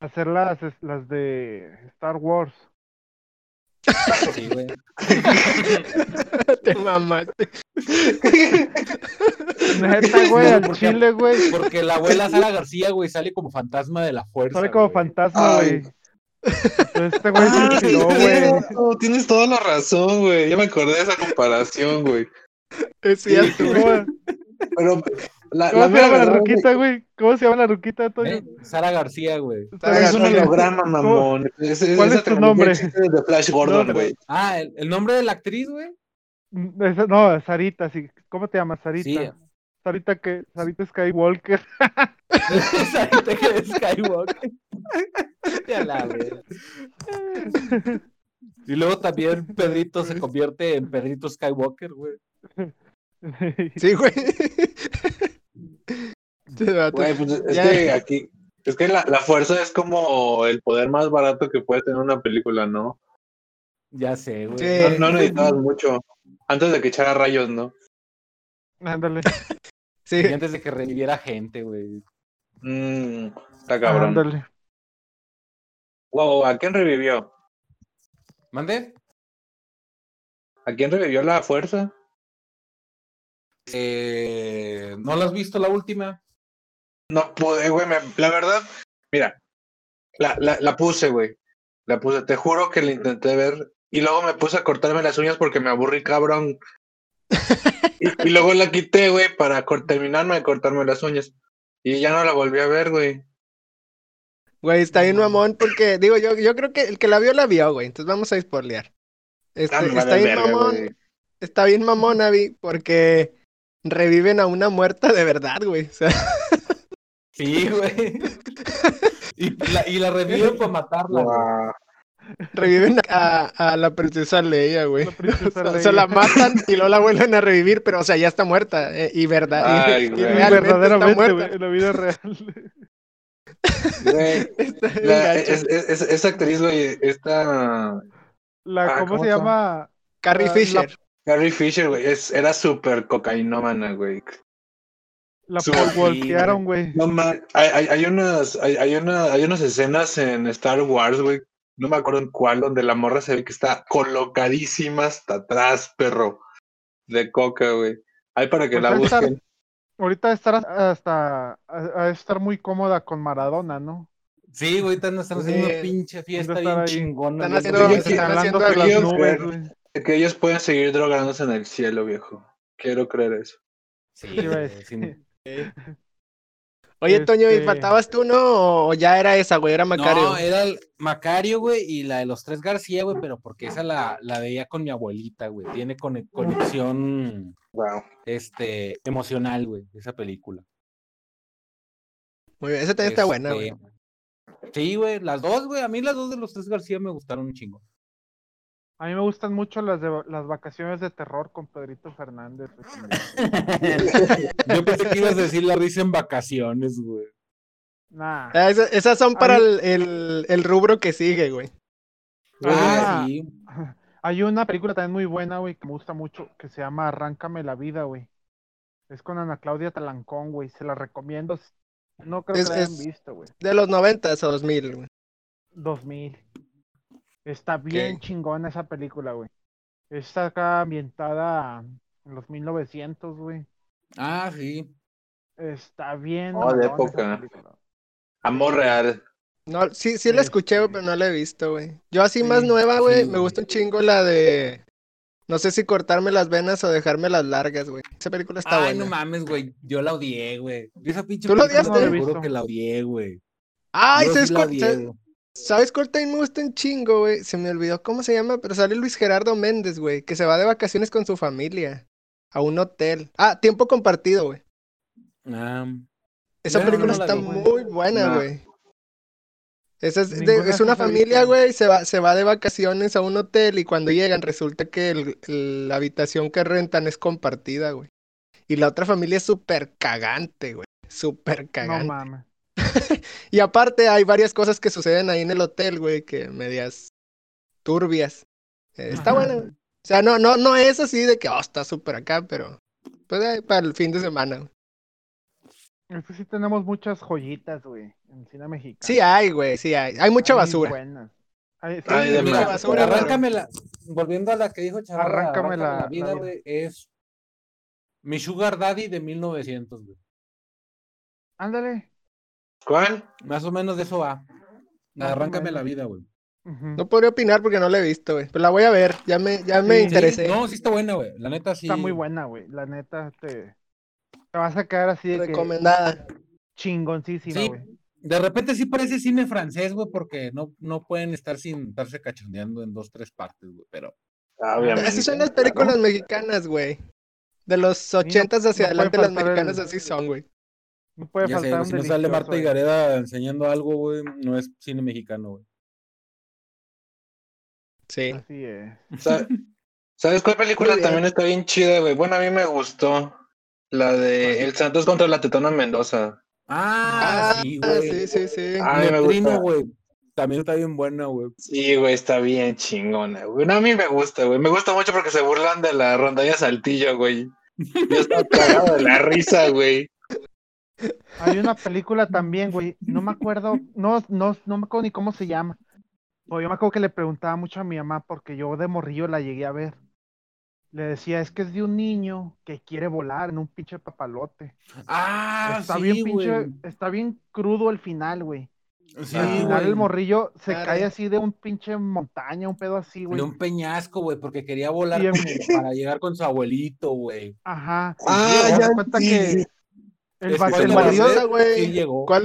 Speaker 3: hacer las, es- las de Star Wars.
Speaker 1: Sí, güey.
Speaker 4: Te mamaste.
Speaker 3: Neta, güey, al
Speaker 1: porque- pues,
Speaker 3: chile, güey.
Speaker 1: Porque la abuela Sara García, güey, sale como fantasma de la fuerza.
Speaker 3: Sabe como
Speaker 1: güey.
Speaker 3: fantasma,
Speaker 2: Ay.
Speaker 3: güey. Entonces, Este güey se
Speaker 2: Ah, sí,
Speaker 3: inspiró, güey.
Speaker 2: cierto, Tienes toda la razón, güey. Ya me acordé de esa comparación, güey.
Speaker 4: Es cierto, güey.
Speaker 3: ¿Cómo
Speaker 2: Pero la,
Speaker 3: cómo
Speaker 2: la
Speaker 3: se
Speaker 2: mera
Speaker 3: llama la
Speaker 2: verdad,
Speaker 3: ruquita, güey? ¿Cómo se llama la ruquita, Antonio?
Speaker 1: ¿Eh? Sara García, güey.
Speaker 2: güey, es un
Speaker 4: Sara García.
Speaker 2: holograma, mamón. Es,
Speaker 3: ¿Cuál
Speaker 2: esa
Speaker 3: es tu
Speaker 2: tecnología
Speaker 3: nombre?
Speaker 2: existe desde Flash Gordon,
Speaker 3: No,
Speaker 2: güey.
Speaker 1: Ah, el, el nombre de la actriz, güey.
Speaker 3: Mm, esa- No, Sarita, sí. ¿Cómo te llamas, Sarita?
Speaker 2: eh.
Speaker 1: Sí.
Speaker 3: Sarita que Sarita Skywalker.
Speaker 1: Sarita que es Skywalker. Ya la verga. Y luego también Pedrito se convierte en Pedrito Skywalker, güey.
Speaker 4: Sí, güey. Este vato.
Speaker 2: Güey, pues es
Speaker 4: Ya.
Speaker 2: que aquí. Es que la, la fuerza es como el poder más barato que puede tener una película, ¿no?
Speaker 1: Ya sé, güey.
Speaker 4: Sí.
Speaker 2: No, no necesitabas mucho. Antes de que echara rayos, ¿no?
Speaker 3: Ándale,
Speaker 4: Sí,
Speaker 1: Y antes de que reviviera gente, güey.
Speaker 2: Mm, está cabrón.
Speaker 3: ándale.
Speaker 2: Wow, ¿a quién revivió?
Speaker 1: ¿Mande?
Speaker 2: ¿A quién revivió la fuerza?
Speaker 1: Eh, ¿No la has visto la última?
Speaker 2: No pude, güey. me- La verdad, mira, la, la, la puse, güey. La puse, te juro que la intenté ver. Y luego me puse a cortarme las uñas porque me aburrí, cabrón. Y, y luego la quité, güey, para cor- terminarme de cortarme las uñas. Y ya no la volví a ver, güey.
Speaker 4: güey, está bien mamón porque, digo, yo, yo creo que el que la vio, la vio, güey. Entonces vamos a spoilear. Este,
Speaker 2: Ah, me
Speaker 4: está
Speaker 2: vale
Speaker 4: bien
Speaker 2: verga,
Speaker 4: mamón.
Speaker 2: güey.
Speaker 4: Está bien mamón, Abby, porque reviven a una muerta de verdad, güey. O sea,
Speaker 1: Sí, güey. Y la, y la reviven para matarla. güey.
Speaker 2: Guau.
Speaker 4: reviven a, a la princesa Leia, güey.
Speaker 3: La princesa
Speaker 4: O
Speaker 3: Leia.
Speaker 4: sea, la matan y luego la vuelven a revivir, pero o sea, ya está muerta. eh, y verdad. y-
Speaker 2: Ay,
Speaker 4: y
Speaker 2: güey.
Speaker 4: realmente está
Speaker 3: verdaderamente,
Speaker 4: muerta.
Speaker 3: güey, en la vida real.
Speaker 2: Güey,
Speaker 4: Está bien
Speaker 2: la- eh,
Speaker 4: gacho.
Speaker 2: es- es- es- esa actriz, güey, esta
Speaker 3: La,
Speaker 2: Ah,
Speaker 3: ¿cómo,
Speaker 2: ¿cómo
Speaker 3: se
Speaker 2: se
Speaker 3: llama?
Speaker 4: Carrie
Speaker 3: la-
Speaker 4: Fisher.
Speaker 2: Carrie Fisher, güey, es- era súper cocainómana, güey.
Speaker 3: La
Speaker 2: Su-
Speaker 3: polvoltearon, güey.
Speaker 2: No ma- hay, hay, hay unas, hay, hay una, hay unas escenas en Star Wars, güey. No me acuerdo en cuál, donde la morra se ve que está colocadísima hasta atrás, perro. De coca, güey. Hay para que
Speaker 3: Pues
Speaker 2: la
Speaker 3: ahí está.
Speaker 2: busquen.
Speaker 3: Ahorita estar hasta a, a estar muy cómoda con Maradona, ¿no?
Speaker 1: Sí, güey, están están haciendo
Speaker 4: Sí.
Speaker 1: una pinche fiesta
Speaker 3: Están
Speaker 1: bien
Speaker 3: ahí.
Speaker 1: chingona. güey.
Speaker 4: Están haciendo-
Speaker 1: Porque-
Speaker 2: están
Speaker 4: haciendo
Speaker 3: por las
Speaker 2: algo,
Speaker 3: nubes,
Speaker 2: güey.
Speaker 3: güey.
Speaker 2: Que ellos pueden seguir drogándose en el cielo, viejo. Quiero creer eso.
Speaker 1: Sí,
Speaker 3: Sí,
Speaker 1: güey,
Speaker 3: güey.
Speaker 1: sin-
Speaker 4: Oye, Toño, ¿y
Speaker 3: Este-
Speaker 4: faltabas tú, no? ¿O ya era esa, güey? Era Macario.
Speaker 1: No, eh, era el Macario, güey, y la de los tres García, güey, pero porque esa la, la veía con mi abuelita, güey. Tiene cone- conexión
Speaker 2: Wow.
Speaker 1: este, emocional, güey, esa película.
Speaker 4: Muy bien, esa también está buena,
Speaker 1: Este,
Speaker 4: güey.
Speaker 1: Sí, güey, las dos, güey. A mí las dos de los tres García me gustaron un chingo.
Speaker 3: A mí me gustan mucho las de las vacaciones de terror con Pedrito Fernández. güey.
Speaker 1: Yo pensé que ibas a decir la risa en vacaciones, güey.
Speaker 3: Nah.
Speaker 2: Eh.
Speaker 4: Ah, esa- esas son
Speaker 3: A
Speaker 4: para
Speaker 3: mí-
Speaker 4: el, el- el rubro que sigue, güey.
Speaker 1: Ah,
Speaker 3: Ah.
Speaker 1: sí.
Speaker 3: Hay una película también muy buena, güey, que me gusta mucho, que se llama Arráncame la vida, güey. Es con Ana Claudia Talancón, güey. Se la recomiendo. No creo
Speaker 4: Es-
Speaker 3: que la hayan
Speaker 4: es-
Speaker 3: visto, güey.
Speaker 4: De los 90 a 2000, güey.
Speaker 3: 2000. Está bien chingona esa película, güey. Está acá ambientada en los 1900, güey.
Speaker 1: Ah, sí.
Speaker 3: Está bien.
Speaker 2: Oh, de
Speaker 3: mamona esa
Speaker 2: época.
Speaker 3: película.
Speaker 2: Amor real.
Speaker 4: No, sí, sí la
Speaker 3: Este-
Speaker 4: escuché, güey, pero no la he visto, güey. Yo así más
Speaker 3: Sí,
Speaker 4: nueva, güey,
Speaker 1: sí,
Speaker 4: me
Speaker 1: güey.
Speaker 4: gusta un chingo la de... No sé si cortarme las venas o dejarme las largas, güey. Esa película está
Speaker 1: Ay,
Speaker 4: buena.
Speaker 1: no mames, güey. Yo la odié, güey. Yo Esa pinche
Speaker 4: ¿Tú la
Speaker 1: película,
Speaker 4: odiaste?
Speaker 1: te
Speaker 3: No la he
Speaker 1: juro
Speaker 3: visto.
Speaker 1: que la odié, güey.
Speaker 4: Ay,
Speaker 1: Yo
Speaker 4: ¿sabes
Speaker 1: sí la
Speaker 4: cuál,
Speaker 1: odié,
Speaker 4: sa-
Speaker 1: güey.
Speaker 4: sabes cuál también me gusta un chingo, güey? Se me olvidó cómo se llama, pero sale Luis Gerardo Méndez, güey, que se va de vacaciones con su familia a un hotel. Ah, tiempo compartido, güey.
Speaker 1: Ah,
Speaker 4: Esa
Speaker 1: No,
Speaker 4: película
Speaker 1: no la
Speaker 4: está
Speaker 1: vi, güey.
Speaker 4: muy buena,
Speaker 2: No.
Speaker 4: güey. Esa es, de-
Speaker 3: Ninguna
Speaker 4: es una
Speaker 3: sí la he
Speaker 4: familia,
Speaker 3: visto.
Speaker 4: güey, se va, se va de vacaciones a un hotel y cuando llegan resulta que el- el- la habitación que rentan es compartida, güey. Y la otra familia es súper cagante, güey. Súper
Speaker 3: No
Speaker 4: cagante.
Speaker 3: mames.
Speaker 4: y aparte hay varias cosas que suceden ahí en el hotel, güey, que medias turbias. Eh, está
Speaker 3: Ajá.
Speaker 4: buena, güey. O sea, no, no, no es así de que, oh, está súper acá, pero pues ahí para el fin de semana, güey.
Speaker 3: Es que sí tenemos muchas joyitas, güey, en cine mexicano.
Speaker 4: Sí hay, güey, sí hay. Hay mucha
Speaker 3: Hay
Speaker 4: basura.
Speaker 3: buenas. Hay- sí,
Speaker 2: Ay, de
Speaker 3: mucha
Speaker 2: más.
Speaker 4: basura, güey.
Speaker 1: arráncamela. Volviendo a la que dijo Chaval,
Speaker 3: Arráncame la- la
Speaker 1: vida,
Speaker 3: vida.
Speaker 1: güey, es Mi Sugar Daddy de 1900, güey.
Speaker 3: Ándale.
Speaker 2: ¿Cuál?
Speaker 1: Más o menos de eso va.
Speaker 3: Ah, Más o
Speaker 1: Arráncame
Speaker 3: menos.
Speaker 1: la vida, güey.
Speaker 3: Ujú.
Speaker 4: No podría opinar porque no la he visto, güey. Pero la voy a ver. Ya me, ya me
Speaker 3: Sí, sí,
Speaker 4: interesé.
Speaker 1: Sí, no, sí está buena, güey. La neta sí.
Speaker 3: Está muy buena, güey. La neta, te, te vas a quedar así de que
Speaker 4: Recomendada.
Speaker 3: chingoncísima,
Speaker 1: Sí.
Speaker 3: güey.
Speaker 1: De repente sí parece cine francés, güey, porque no, no pueden estar sin estarse cachondeando en dos, tres partes, güey. Pero
Speaker 2: Ah, Obviamente.
Speaker 4: Así son las películas mexicanas, güey. De los ochentas
Speaker 3: no
Speaker 4: hacia
Speaker 3: puede
Speaker 4: adelante, las
Speaker 3: faltar
Speaker 4: mexicanas
Speaker 3: el-
Speaker 4: así son, güey.
Speaker 3: No puede
Speaker 1: ya sé,
Speaker 3: faltar
Speaker 1: güey,
Speaker 3: un
Speaker 1: si no sale
Speaker 3: delicioso,
Speaker 1: Marta
Speaker 3: güey.
Speaker 1: Higareda enseñando algo, güey, no es cine mexicano, güey.
Speaker 4: Sí.
Speaker 3: Así es.
Speaker 2: Sa- ¿Sabes cuál película
Speaker 4: Muy bien.
Speaker 2: también está bien chida, güey? Bueno, a mí me gustó. La de El Santos contra la Tetona Mendoza.
Speaker 1: Ah,
Speaker 4: Ah,
Speaker 1: sí,
Speaker 4: Ah,
Speaker 1: güey.
Speaker 4: sí, sí, sí.
Speaker 2: Ah, a mí me
Speaker 1: Neutrino,
Speaker 2: gusta.
Speaker 1: güey. También está bien buena, güey.
Speaker 2: Sí, güey, está bien chingona, güey. No, a mí me gusta, güey. Me gusta mucho porque se burlan de la rondalla Saltillo, güey. Yo estaba cagado de la risa, güey.
Speaker 3: Hay una película también, güey. No me acuerdo, no, no, no me acuerdo ni cómo se llama. Pero yo me acuerdo que le preguntaba mucho a mi mamá porque yo de morrillo la llegué a ver. Le decía, es que es de un niño que quiere volar en un pinche papalote.
Speaker 1: Ah,
Speaker 3: está
Speaker 1: sí,
Speaker 3: bien
Speaker 1: güey.
Speaker 3: pinche, está bien crudo el final, güey.
Speaker 1: Sí,
Speaker 3: Al final
Speaker 1: güey.
Speaker 3: el morrillo se
Speaker 4: Caray.
Speaker 3: cae así de un pinche montaña, un pedo así, güey.
Speaker 1: De un peñasco, güey, porque quería volar
Speaker 3: Y en-
Speaker 1: como para llegar con su abuelito, güey.
Speaker 3: Ajá.
Speaker 2: Ah,
Speaker 3: Y se da
Speaker 2: ya
Speaker 3: cuenta
Speaker 2: sí,
Speaker 3: que
Speaker 2: sí.
Speaker 3: el,
Speaker 1: Es
Speaker 3: va-
Speaker 1: que
Speaker 3: el
Speaker 1: se
Speaker 3: barrio
Speaker 1: parece.
Speaker 4: Barriosa,
Speaker 1: Sí
Speaker 4: güey.
Speaker 1: llegó.
Speaker 4: ¿Cuál?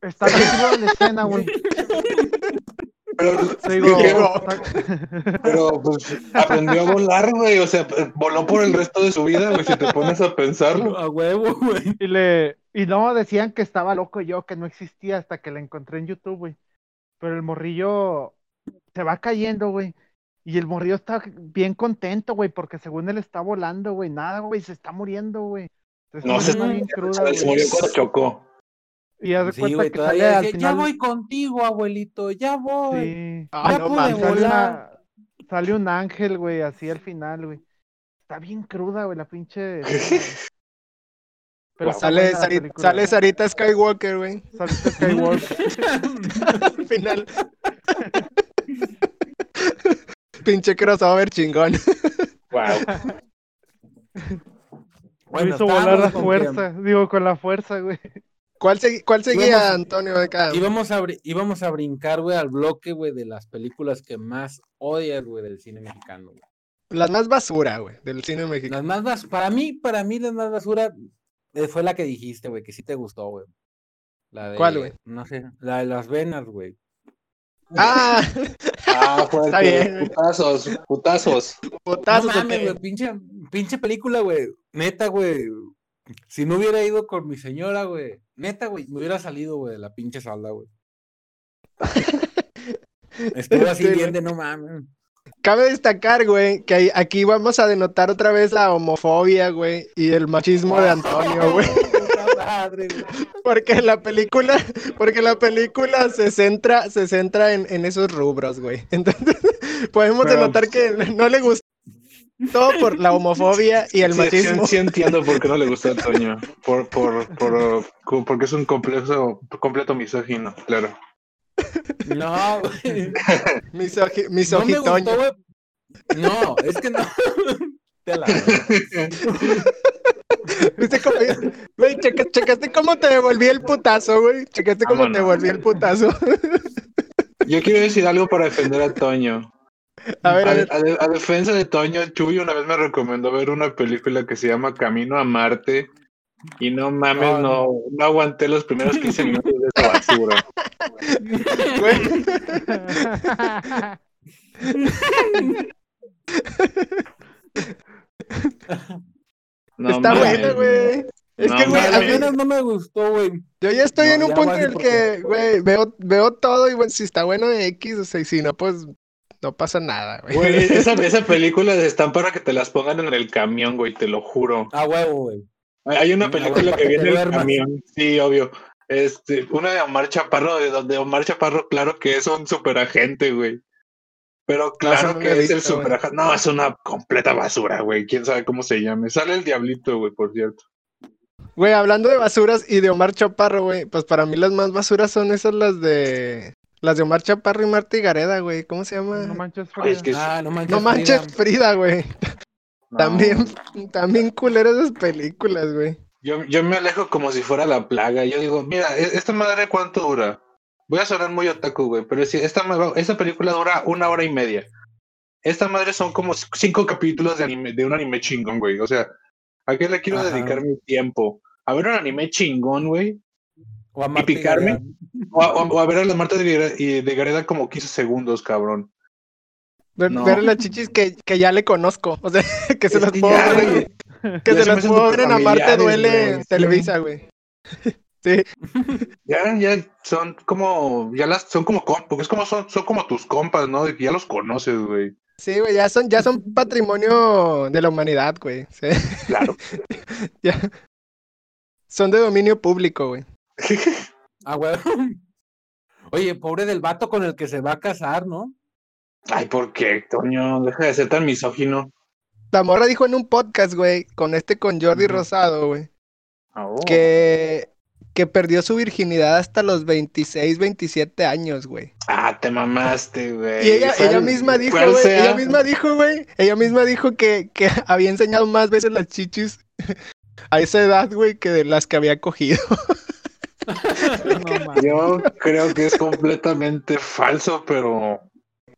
Speaker 3: está bien crudo en la escena, güey.
Speaker 2: Pero,
Speaker 3: Te digo,
Speaker 2: pero,
Speaker 3: está-
Speaker 2: pero, pues, aprendió a volar, güey. O sea, voló por el resto de su vida, güey, si te pones a pensarlo.
Speaker 1: A huevo, güey.
Speaker 3: y le y no decían que estaba loco yo, que no existía hasta que la encontré en YouTube, güey. Pero el morrillo se va cayendo, güey. Y el morrillo está bien contento, güey, porque según él está volando, güey, nada, güey, se está muriendo, güey.
Speaker 2: No, se-
Speaker 3: está bien cruda,
Speaker 2: Se
Speaker 3: güey.
Speaker 2: murió cuando chocó.
Speaker 3: Y haz de
Speaker 1: Sí,
Speaker 3: cuenta
Speaker 1: güey,
Speaker 3: que sale
Speaker 1: todavía
Speaker 3: al
Speaker 1: decía, ya
Speaker 3: final.
Speaker 1: voy contigo, abuelito, ya voy.
Speaker 3: Sí.
Speaker 4: Ah,
Speaker 1: Ya
Speaker 4: no
Speaker 1: pude
Speaker 4: mames.
Speaker 1: volar.
Speaker 3: Sale, una- sale un ángel, güey, así al final, güey. Está bien cruda, güey, la pinche. Pero
Speaker 2: Wow.
Speaker 3: está
Speaker 4: Sale,
Speaker 3: buena la
Speaker 4: Sari-
Speaker 3: película.
Speaker 4: sale Sarita Skywalker, güey.
Speaker 3: Sale Skywalker.
Speaker 4: Al final. Pinche crossover chingón.
Speaker 2: Wow.
Speaker 3: Lo hizo
Speaker 1: estábamos
Speaker 3: volar la
Speaker 1: con
Speaker 3: fuerza. Digo, con la fuerza, güey.
Speaker 4: ¿Cuál, segui- cuál seguía,
Speaker 1: Vamos.
Speaker 4: Antonio? de cada-
Speaker 1: que Íbamos a, bri- íbamos a brincar, güey, al bloque, güey, de las películas que más odias, güey, del cine mexicano, güey.
Speaker 4: Las más basura, güey, del cine mexicano.
Speaker 1: Las más bas- para mí, para mí, la más basura eh, fue la que dijiste, güey, que sí te gustó, güey. La de,
Speaker 4: ¿Cuál, güey?
Speaker 1: No sé, la de las venas, güey.
Speaker 4: Ah,
Speaker 2: Ah, fue el
Speaker 4: Está
Speaker 2: que-
Speaker 4: bien, güey.
Speaker 2: Putazos, putazos.
Speaker 1: No
Speaker 4: botazos. ¿o
Speaker 1: mames,
Speaker 4: qué?
Speaker 1: güey, pinche, pinche película, güey. Neta, güey. Si no hubiera ido con mi señora, güey. Neta, güey, me hubiera salido, güey, de la pinche sala, güey. Estuvo así
Speaker 4: Sí, güey.
Speaker 1: bien de no mames.
Speaker 4: Cabe destacar, güey, que ahí- aquí vamos a denotar otra vez la homofobia, güey, y el machismo de Antonio, güey.
Speaker 1: Puta madre, güey.
Speaker 4: Porque la película, porque la película se centra, se centra en, en esos rubros, güey. Entonces, podemos
Speaker 2: Pero-
Speaker 4: denotar que no le gustó por la homofobia y el
Speaker 2: Sí, sí,
Speaker 4: machismo.
Speaker 2: sí entiendo por qué no le gusta a Antonio. Por, por, por, porque es un complejo, completo misógino, claro.
Speaker 1: No, güey.
Speaker 4: Mis, oji- mis
Speaker 1: No me
Speaker 4: ojitoños.
Speaker 1: gustó, güey. No, es que no. Te la
Speaker 4: ¿Viste cómo- Güey, checa- checaste cómo te devolví el putazo, güey. Checaste cómo
Speaker 2: Vámonos.
Speaker 4: te devolví el putazo.
Speaker 2: Yo quiero decir algo para defender a Toño.
Speaker 4: A ver, a ver.
Speaker 2: a, a- a defensa de Toño, Chuy una vez me recomendó ver una película que se llama Camino a Marte. Y no mames,
Speaker 1: Ah,
Speaker 2: no, no, aguanté los primeros 15 minutos de esa basura.
Speaker 4: güey.
Speaker 2: No
Speaker 4: Está
Speaker 2: mames.
Speaker 4: buena, güey. Es
Speaker 2: No
Speaker 4: que, güey, a
Speaker 2: mames.
Speaker 4: mí no-
Speaker 1: menos no me gustó, güey.
Speaker 4: yo ya estoy
Speaker 1: No,
Speaker 4: en un
Speaker 1: ya
Speaker 4: punto
Speaker 1: voy a
Speaker 4: en el
Speaker 1: decir
Speaker 4: que, güey, veo, veo todo y, bueno, si está bueno X, o sea, y si no, pues no pasa nada, güey.
Speaker 2: Güey, esa, esa película están para que te las pongan en el camión, güey, te lo juro.
Speaker 1: Ah, huevo, güey.
Speaker 2: Hay una película
Speaker 1: para
Speaker 2: que
Speaker 1: que
Speaker 2: viene
Speaker 1: te
Speaker 2: en el
Speaker 1: duermas.
Speaker 2: camión, sí, obvio. Este, una de Omar Chaparro, de donde Omar Chaparro, claro que es un superagente, güey. Pero
Speaker 4: esa
Speaker 2: claro
Speaker 4: no la
Speaker 2: que
Speaker 4: he
Speaker 2: es el
Speaker 4: visto, güey.
Speaker 2: superagente. No, es una completa basura, güey. Quién sabe cómo se llame. Sale el diablito, güey, por cierto.
Speaker 4: Güey, hablando de basuras y de Omar Chaparro, güey, pues para mí las más basuras son esas las de las de Omar Chaparro y Marta Gareda, güey. ¿Cómo se llama?
Speaker 3: No manches,
Speaker 2: Ay, es
Speaker 3: Frida.
Speaker 2: que es-
Speaker 1: Ah, no manches.
Speaker 4: No manches
Speaker 1: Frida.
Speaker 4: Frida, güey.
Speaker 2: no.
Speaker 4: También, también culeras esas películas, güey.
Speaker 2: Yo, yo me alejo como si fuera la plaga. Yo digo, mira, e- esta madre cuánto dura. Voy a sonar muy otaku, güey, pero si esta, ma- esta película dura una hora y media. Esta madre son como c- cinco capítulos de, anime, de un anime chingón, güey. O sea, ¿a qué le quiero
Speaker 1: Ajá.
Speaker 2: dedicar mi tiempo? ¿A ver un anime chingón, güey?
Speaker 1: O a Marta
Speaker 2: picarme?
Speaker 1: Gareda.
Speaker 2: O, a- o- o a ver a la Marta de, Gareda- y de Gareda como 15 segundos, cabrón.
Speaker 4: Ver,
Speaker 2: No.
Speaker 4: ver las chichis que, que ya le conozco. O sea, que se
Speaker 2: Es
Speaker 4: las
Speaker 2: que
Speaker 4: puedo
Speaker 2: ya,
Speaker 4: ver,
Speaker 2: güey.
Speaker 4: que
Speaker 2: Ya
Speaker 4: se
Speaker 2: se me
Speaker 4: las
Speaker 2: hacen
Speaker 4: puedo ver en Amarte
Speaker 2: familiares,
Speaker 4: Duele
Speaker 2: güey, sí.
Speaker 4: Televisa, güey. Sí,
Speaker 2: Ya, ya son como, ya las, son como, com- porque es como son, son como tus compas, ¿no? De que ya los conoces, güey.
Speaker 4: sí, güey, ya son, ya son patrimonio de la humanidad, güey. Sí,
Speaker 2: Claro.
Speaker 4: ya. Son de dominio público, güey.
Speaker 1: Ah, huevo. Oye, pobre del vato con el que se va a casar, ¿no?
Speaker 2: Ay, ¿por qué, Toño? Deja de ser tan misógino.
Speaker 4: La morra dijo en un podcast, güey, con este con Jordi
Speaker 2: Ujú.
Speaker 4: Rosado, güey,
Speaker 2: Oh.
Speaker 4: que, que perdió su virginidad hasta los 26, 27 años, güey.
Speaker 2: Ah, te mamaste, güey.
Speaker 4: Y ella,
Speaker 2: Fue
Speaker 4: ella
Speaker 2: al-
Speaker 4: misma dijo,
Speaker 2: fue al
Speaker 4: güey,
Speaker 2: CEA.
Speaker 4: ella misma dijo, güey, ella misma dijo que, que había enseñado más veces las chichis a esa edad, güey, que de las que había cogido.
Speaker 3: No mames.
Speaker 2: Yo creo que es completamente falso, pero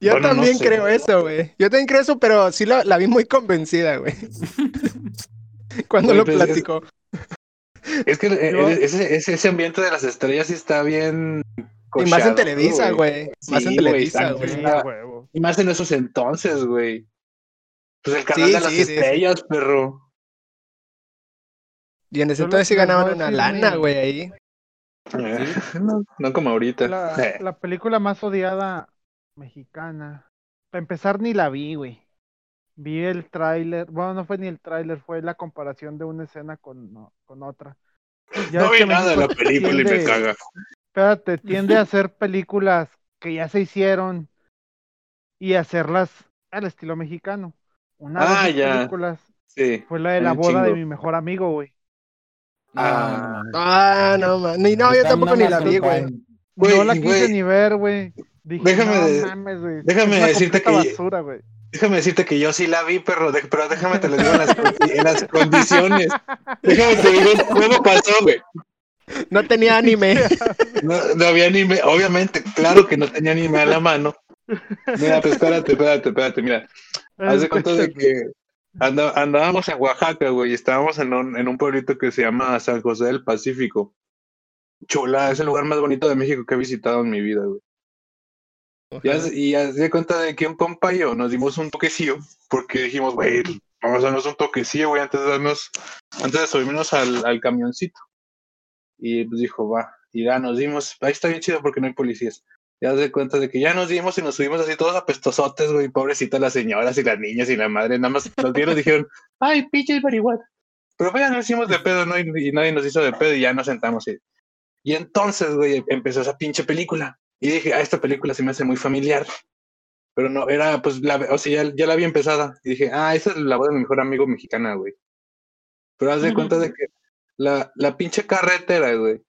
Speaker 4: Yo
Speaker 2: Bueno, no
Speaker 4: también
Speaker 2: sé.
Speaker 4: creo eso, güey. Yo también creo eso, pero sí la, la vi muy convencida, güey. Cuando
Speaker 2: Güey,
Speaker 4: lo
Speaker 2: pues, es-
Speaker 4: platicó.
Speaker 2: es que eh,
Speaker 3: Yo-
Speaker 2: ese, ese, ese ambiente de las estrellas sí está bien.
Speaker 4: y más en
Speaker 2: cochado,
Speaker 4: Televisa, güey. Más
Speaker 2: Sí,
Speaker 4: en
Speaker 2: güey,
Speaker 4: Televisa,
Speaker 2: está-
Speaker 4: güey.
Speaker 3: Sí,
Speaker 2: Ah.
Speaker 3: huevo.
Speaker 2: Y más en esos entonces, güey. Pues el canal
Speaker 4: Sí,
Speaker 2: de las
Speaker 4: sí, sí, sí.
Speaker 2: estrellas, perro.
Speaker 4: Y en ese
Speaker 3: Yo lo
Speaker 4: entonces sí
Speaker 3: que les voy a
Speaker 4: ganaban una
Speaker 3: decir,
Speaker 4: lana,
Speaker 3: güey.
Speaker 4: güey, ahí.
Speaker 2: Eh, No, no como ahorita.
Speaker 3: La,
Speaker 2: Eh,
Speaker 3: la película más odiada mexicana. Para empezar, ni la vi, güey. Vi el tráiler. Bueno, no fue ni el tráiler, fue la comparación de una escena con, no- con otra. Ya
Speaker 2: no
Speaker 3: ves
Speaker 2: vi
Speaker 3: que
Speaker 2: nada de la
Speaker 3: México
Speaker 2: película y me
Speaker 3: tiende-
Speaker 2: caga.
Speaker 3: Espérate, tiende a hacer películas que ya se hicieron y hacerlas al estilo mexicano. Una
Speaker 2: Ah,
Speaker 3: de esas
Speaker 2: ya.
Speaker 3: películas
Speaker 2: Sí.
Speaker 3: fue la de la
Speaker 2: Un
Speaker 3: boda de
Speaker 2: chingo.
Speaker 3: mi mejor amigo, güey.
Speaker 2: Ah. pues
Speaker 4: Ah, no, man. Ni, no, yo
Speaker 1: Está
Speaker 4: tampoco
Speaker 1: una
Speaker 4: ni la vi, güey.
Speaker 1: mazorca.
Speaker 2: Güey,
Speaker 3: no la quise
Speaker 2: güey.
Speaker 3: ni ver, güey. Dije,
Speaker 2: Déjame
Speaker 3: no
Speaker 2: de-
Speaker 3: mames, güey.
Speaker 2: déjame
Speaker 3: es una
Speaker 2: decirte
Speaker 3: completa
Speaker 2: que-
Speaker 3: basura, güey.
Speaker 2: Déjame decirte que yo sí la vi, perro, de- pero déjame te lo digo en las, en las condiciones. Déjame te digo cómo pasó, güey.
Speaker 4: No tenía anime.
Speaker 2: No, no había anime, obviamente, claro que no tenía anime a la mano. Mira, pues espérate, espérate, espérate, mira.
Speaker 3: Ah,
Speaker 2: Haz de cuenta de que anda- andábamos en Oaxaca, güey, y estábamos en un, en un pueblito que se llama San José del Pacífico. Chula, es el lugar más bonito de México que he visitado en mi vida, güey. Y haz, y haz de cuenta de que un compa y yo nos dimos un toquecillo, porque dijimos, güey, vamos a darnos un toquecillo, güey, antes de darnos, antes de subirnos al, al camioncito. Y pues dijo, va, y ya nos dimos, ahí está bien chido porque no hay policías. Ya haz de cuenta de que ya nos dimos y nos subimos así todos apestosotes, güey, pobrecita las señoras y las niñas y la madre, nada más nos vieron y dijeron, ay, pinches marihuana. Pero pues ya nos hicimos de pedo, ¿no? Y, y nadie nos hizo de pedo y ya nos sentamos. Y, y entonces, güey, empezó esa pinche película. Y dije, ah, esta película se me hace muy familiar. Pero no, era, pues, la, o sea, ya, ya la había empezada. Y dije, ah, esa es la voz de mi mejor amigo mexicana, güey. Pero haz de cuenta de que la, la pinche carretera, güey,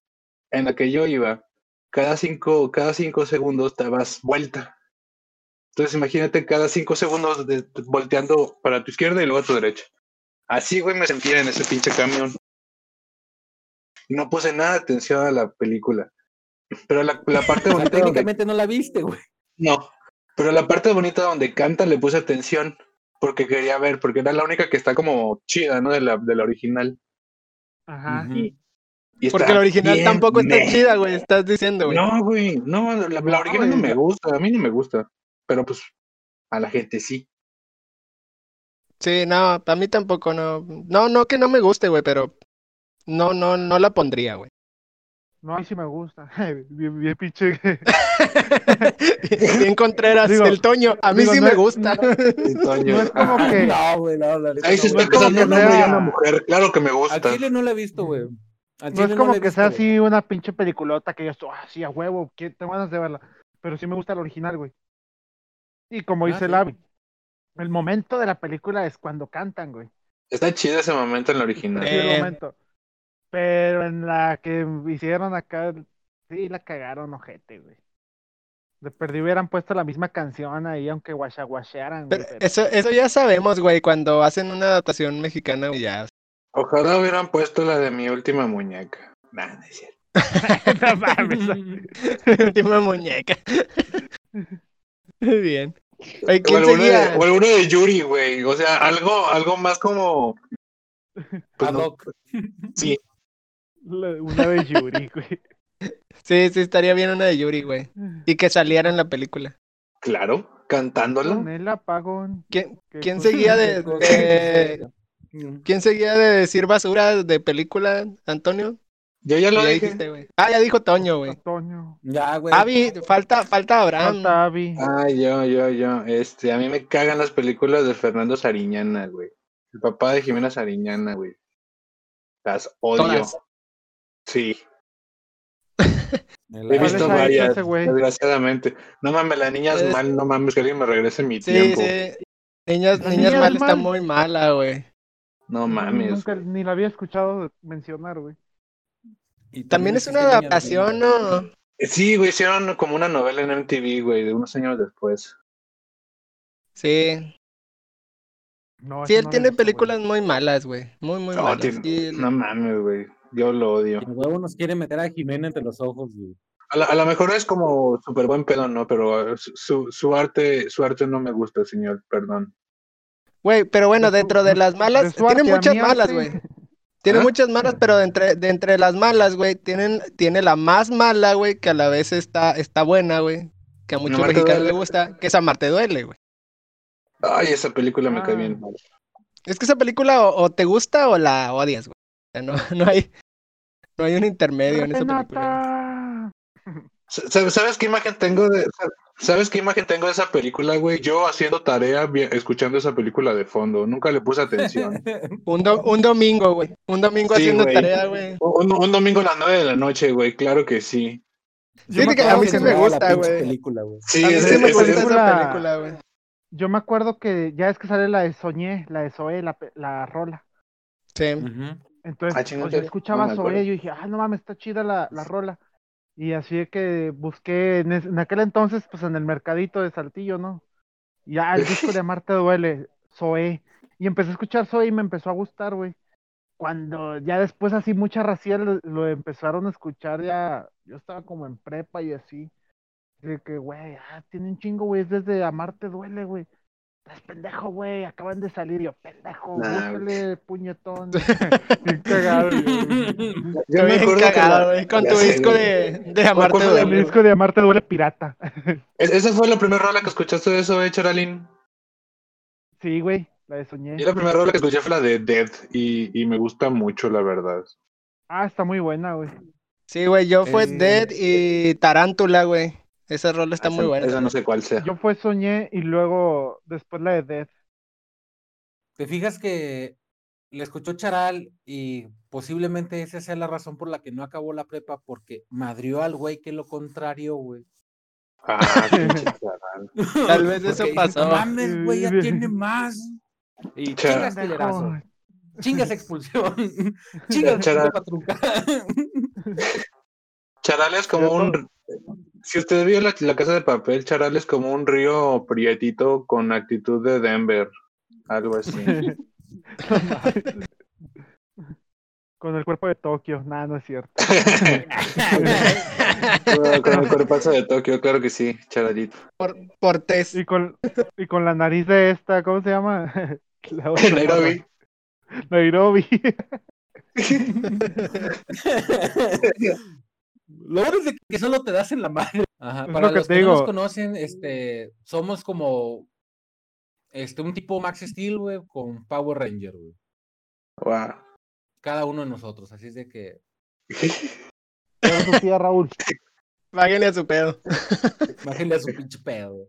Speaker 2: en la que yo iba, cada cinco, cada cinco segundos te vas vuelta. Entonces imagínate cada cinco segundos de- volteando para tu izquierda y luego a tu derecha. Así, güey, me sentía en ese pinche camión. Y no puse nada de atención a la película. Pero la, la parte
Speaker 1: O sea,
Speaker 2: bonita... donde-
Speaker 1: técnicamente no la viste, güey.
Speaker 2: no, pero la parte bonita donde canta le puse atención porque quería ver, porque era la única que está como chida, ¿no? De la, de la original.
Speaker 3: Ajá.
Speaker 1: Ujú.
Speaker 2: Y
Speaker 4: Porque
Speaker 2: está
Speaker 4: la original
Speaker 2: bien
Speaker 4: tampoco está
Speaker 2: meh.
Speaker 4: chida, güey. Estás diciendo, güey.
Speaker 2: No, güey, no, la, la
Speaker 3: No,
Speaker 2: original no
Speaker 3: güey.
Speaker 2: me gusta, a mí ni me gusta, pero pues a la gente sí.
Speaker 4: Sí, no, a mí tampoco, no. No, no que no me guste, güey, pero no, no, no la pondría, güey.
Speaker 3: No, ahí sí me gusta. bien, bien pinche.
Speaker 4: Bien Contreras,
Speaker 3: Digo,
Speaker 4: el Toño, a mí
Speaker 3: digo,
Speaker 4: sí
Speaker 3: no
Speaker 4: me
Speaker 3: es-
Speaker 4: gusta.
Speaker 3: No es como
Speaker 1: Ah,
Speaker 3: que.
Speaker 1: No, güey, no, la neta
Speaker 2: Ahí
Speaker 1: no,
Speaker 2: se
Speaker 1: güey.
Speaker 2: está
Speaker 3: es como
Speaker 2: quedando
Speaker 3: que
Speaker 2: un hombre y
Speaker 3: sea-
Speaker 2: una mujer, claro que me
Speaker 1: Al
Speaker 2: gusta.
Speaker 1: Chile no la he visto, güey. Al
Speaker 3: No
Speaker 1: Chile
Speaker 3: es como
Speaker 1: la he
Speaker 3: que
Speaker 1: visto,
Speaker 3: sea
Speaker 1: güey.
Speaker 3: así una pinche peliculota que yo estoy así a huevo, que tengo ganas de verla. Pero sí me gusta el original, güey. Y como
Speaker 1: Ah,
Speaker 3: dice
Speaker 1: sí.
Speaker 3: el Avi, el momento de la película es cuando cantan, güey.
Speaker 2: Está chido ese momento en la original.
Speaker 3: Ese es
Speaker 4: Eh.
Speaker 3: el momento. Pero en la que hicieron acá, sí la cagaron, ojete, güey. De perdido hubieran puesto la misma canción ahí, aunque guachaguachearan, güey.
Speaker 4: Pero
Speaker 3: pero-
Speaker 4: eso, eso ya sabemos, güey, cuando hacen una adaptación mexicana, güey, ya.
Speaker 2: Ojalá hubieran puesto la de mi última muñeca. Nah, no es cierto.
Speaker 3: No mames.
Speaker 4: Última muñeca. Muy bien. Oye,
Speaker 2: O
Speaker 4: ¿quién
Speaker 2: alguno,
Speaker 4: seguía?
Speaker 2: de, o alguno de Yuri, güey. O sea, algo, algo más como. Pues
Speaker 1: Ad
Speaker 2: no,
Speaker 1: hoc.
Speaker 3: La- Una de Yuri, güey.
Speaker 4: Sí, sí, estaría bien una de Yuri, güey. Y que saliera en la película.
Speaker 2: claro, cantándola.
Speaker 3: Con el apagón.
Speaker 4: ¿Quién,
Speaker 3: que
Speaker 4: quién
Speaker 3: con-
Speaker 4: seguía de, de-
Speaker 1: Mm,
Speaker 4: quién seguía de decir basura de película, Antonio?
Speaker 2: Yo ya lo
Speaker 4: Ya
Speaker 2: dije.
Speaker 4: dijiste, güey. Ah, ya dijo Toño, güey.
Speaker 3: Antonio.
Speaker 1: Ya, güey.
Speaker 4: Avi, falta, falta Abraham.
Speaker 3: Falta Abby.
Speaker 2: Ah, yo, yo, yo. Este, a mí me cagan las películas de Fernando Sariñana, güey. El papá de Jimena Sariñana, güey. Las odio.
Speaker 4: Todas.
Speaker 2: Sí.
Speaker 1: Me la-
Speaker 2: He
Speaker 3: ¿Cuáles
Speaker 2: visto
Speaker 3: ha hecho
Speaker 2: varias,
Speaker 3: ese güey?
Speaker 2: desgraciadamente. No mames, la niña es
Speaker 4: Es-
Speaker 2: mal, no mames, que alguien me regrese mi
Speaker 4: Sí,
Speaker 2: tiempo.
Speaker 4: sí. Niñas,
Speaker 3: La
Speaker 4: niñas
Speaker 3: niña
Speaker 4: mal
Speaker 3: es
Speaker 4: está
Speaker 3: mal.
Speaker 4: muy mala, güey.
Speaker 2: No
Speaker 3: Yo
Speaker 2: mames.
Speaker 3: Nunca ni la había escuchado mencionar, güey.
Speaker 1: Y
Speaker 4: También es una
Speaker 1: existe Niña
Speaker 4: adaptación,
Speaker 1: Dormida.
Speaker 4: ¿no?
Speaker 2: Sí, güey, hicieron como una novela en MTV, güey, de unos años después.
Speaker 4: Sí.
Speaker 3: No,
Speaker 4: Sí,
Speaker 3: ese
Speaker 4: él
Speaker 3: no lo he
Speaker 4: tiene
Speaker 3: visto, güey.
Speaker 4: películas muy malas, güey. Muy, muy
Speaker 2: No,
Speaker 4: malas.
Speaker 2: tiene-
Speaker 4: Y-
Speaker 2: Ah, No mames, güey. Yo lo odio.
Speaker 1: Y el huevo nos quiere meter a Jimena entre los ojos, güey.
Speaker 2: A la- a lo mejor es como súper buen pedo, ¿no? Pero eh, su- su, su arte, su arte no me gusta, señor, perdón.
Speaker 4: Güey, pero bueno,
Speaker 3: De su-
Speaker 4: dentro de las malas,
Speaker 3: de su
Speaker 4: tiene
Speaker 3: arte pues a
Speaker 4: muchas
Speaker 3: mi
Speaker 4: malas,
Speaker 3: arte.
Speaker 4: güey. Tiene
Speaker 2: ¿Ah?
Speaker 4: muchas malas, pero de entre, de entre las malas, güey, tienen, tiene la más mala, güey, que a la vez está, está buena, güey. Que a muchos
Speaker 2: Amarte
Speaker 4: mexicanos les
Speaker 2: duele.
Speaker 4: gusta, que esa Marte duele, güey.
Speaker 2: Ay, esa película me cae
Speaker 3: Ah.
Speaker 2: bien mal.
Speaker 4: Es que esa película o, o te gusta o la odias, güey. O sea, no, no hay, no hay un intermedio en esa película.
Speaker 3: Renata.
Speaker 2: Sa- sa- ¿Sabes qué imagen tengo de sa- ¿Sabes qué imagen tengo de esa película, güey? Yo haciendo tarea vi- escuchando esa película de fondo, nunca le puse atención.
Speaker 4: Un, do- un domingo, güey. Un domingo
Speaker 2: Sí,
Speaker 4: haciendo
Speaker 2: güey.
Speaker 4: tarea, güey.
Speaker 2: un, un domingo a las 9 de la noche, güey, claro que sí.
Speaker 3: Yo me
Speaker 4: que a
Speaker 3: acuerdo
Speaker 4: mí
Speaker 3: que
Speaker 4: sí
Speaker 3: en-
Speaker 4: me
Speaker 1: No,
Speaker 4: gusta,
Speaker 1: la pinche
Speaker 4: güey.
Speaker 1: película, güey.
Speaker 2: Sí,
Speaker 4: a mí
Speaker 2: es,
Speaker 4: sí me
Speaker 2: es- es-
Speaker 4: gusta esa
Speaker 3: película-
Speaker 4: película, güey.
Speaker 3: Yo me acuerdo que ya es que sale la de Soñé, la de Zoé, la, pe- la rola.
Speaker 4: Sí.
Speaker 3: Entonces,
Speaker 2: Ah, chinga,
Speaker 3: pues, yo
Speaker 2: ¿qué? No
Speaker 3: escuchaba
Speaker 2: me acuerdo.
Speaker 3: Zoé y yo dije, ah, no mames, está chida la, la rola. Y así es que busqué en, es- en aquel entonces, pues en el mercadito de Saltillo, ¿no? Y ya el disco de Amarte Duele, Zoé. Y empecé a escuchar Zoé y me empezó a gustar, güey. Cuando ya después así mucha racía lo, lo empezaron a escuchar, ya yo estaba como en prepa y así. De que, güey, ah, tiene un chingo, güey, es desde Amarte Duele, güey. Estás pendejo, güey, acaban de salir. Yo, pendejo,
Speaker 2: Nah, güey.
Speaker 3: búscale puñetón. Bien cagado, güey.
Speaker 2: yo me
Speaker 4: Bien
Speaker 2: acuerdo que
Speaker 4: cagado,
Speaker 2: la-
Speaker 4: güey, Con
Speaker 2: ya
Speaker 4: tu
Speaker 2: sé,
Speaker 4: disco
Speaker 2: güey.
Speaker 4: de, de Amarte
Speaker 2: acuerdo de
Speaker 4: duele.
Speaker 3: El
Speaker 2: mí.
Speaker 4: güey.
Speaker 3: disco de Amarte duele pirata.
Speaker 2: Es- esa fue la primera rola que escuchaste de eso, eh, Charalín.
Speaker 3: Sí, güey, la de Soñé.
Speaker 2: Yo la primera rola que escuché fue la de Dead y, y me gusta mucho, la verdad.
Speaker 3: Ah, está muy buena, güey.
Speaker 4: Sí, güey, yo fue
Speaker 1: Eh,
Speaker 4: Dead y Tarántula, güey. Ese rol está muy
Speaker 2: Esa-
Speaker 4: bueno.
Speaker 2: Esa no sé cuál sea.
Speaker 3: Yo fue Soñé y luego después la de Death.
Speaker 1: ¿Te fijas que le escuchó Charal y posiblemente esa sea la razón por la que no acabó la prepa? Porque madrió al güey que lo contrario, güey.
Speaker 2: Ah, pinche Charal.
Speaker 4: Tal vez
Speaker 1: Porque
Speaker 4: eso
Speaker 1: dices,
Speaker 4: pasó.
Speaker 1: "No mames, güey, ya
Speaker 3: Sí.
Speaker 1: tiene más. Y
Speaker 2: Cha-
Speaker 1: chingas telerazo,
Speaker 3: Pendejo.
Speaker 1: chingas expulsión, chingas
Speaker 2: Charal.
Speaker 1: patruca.
Speaker 2: Charal es como
Speaker 3: Yo
Speaker 2: un, Si usted vio la, la casa de papel, Charal es como un río prietito con actitud de Denver. Algo así.
Speaker 3: Con el cuerpo de Tokio, nada, no es cierto.
Speaker 2: Bueno, con el cuerpazo de Tokio, claro que sí, Charalito.
Speaker 4: Por, por test.
Speaker 3: Y con, y con la nariz de esta, ¿cómo se llama? La otra,
Speaker 2: Nairobi.
Speaker 3: Nairobi.
Speaker 1: Lo bueno es de que solo te das en la madre. Ajá,
Speaker 3: Es
Speaker 1: Para
Speaker 3: lo que
Speaker 1: los
Speaker 3: te
Speaker 1: que no nos
Speaker 3: digo.
Speaker 1: conocen, este, somos como este, un tipo Max Steel, güey, con Power Ranger, güey.
Speaker 2: Wow.
Speaker 1: Cada uno de nosotros, así es de que
Speaker 3: Pero eso sí, a Raúl.
Speaker 4: Váyanle a su pedo.
Speaker 1: bájenle a su pinche pedo. güey.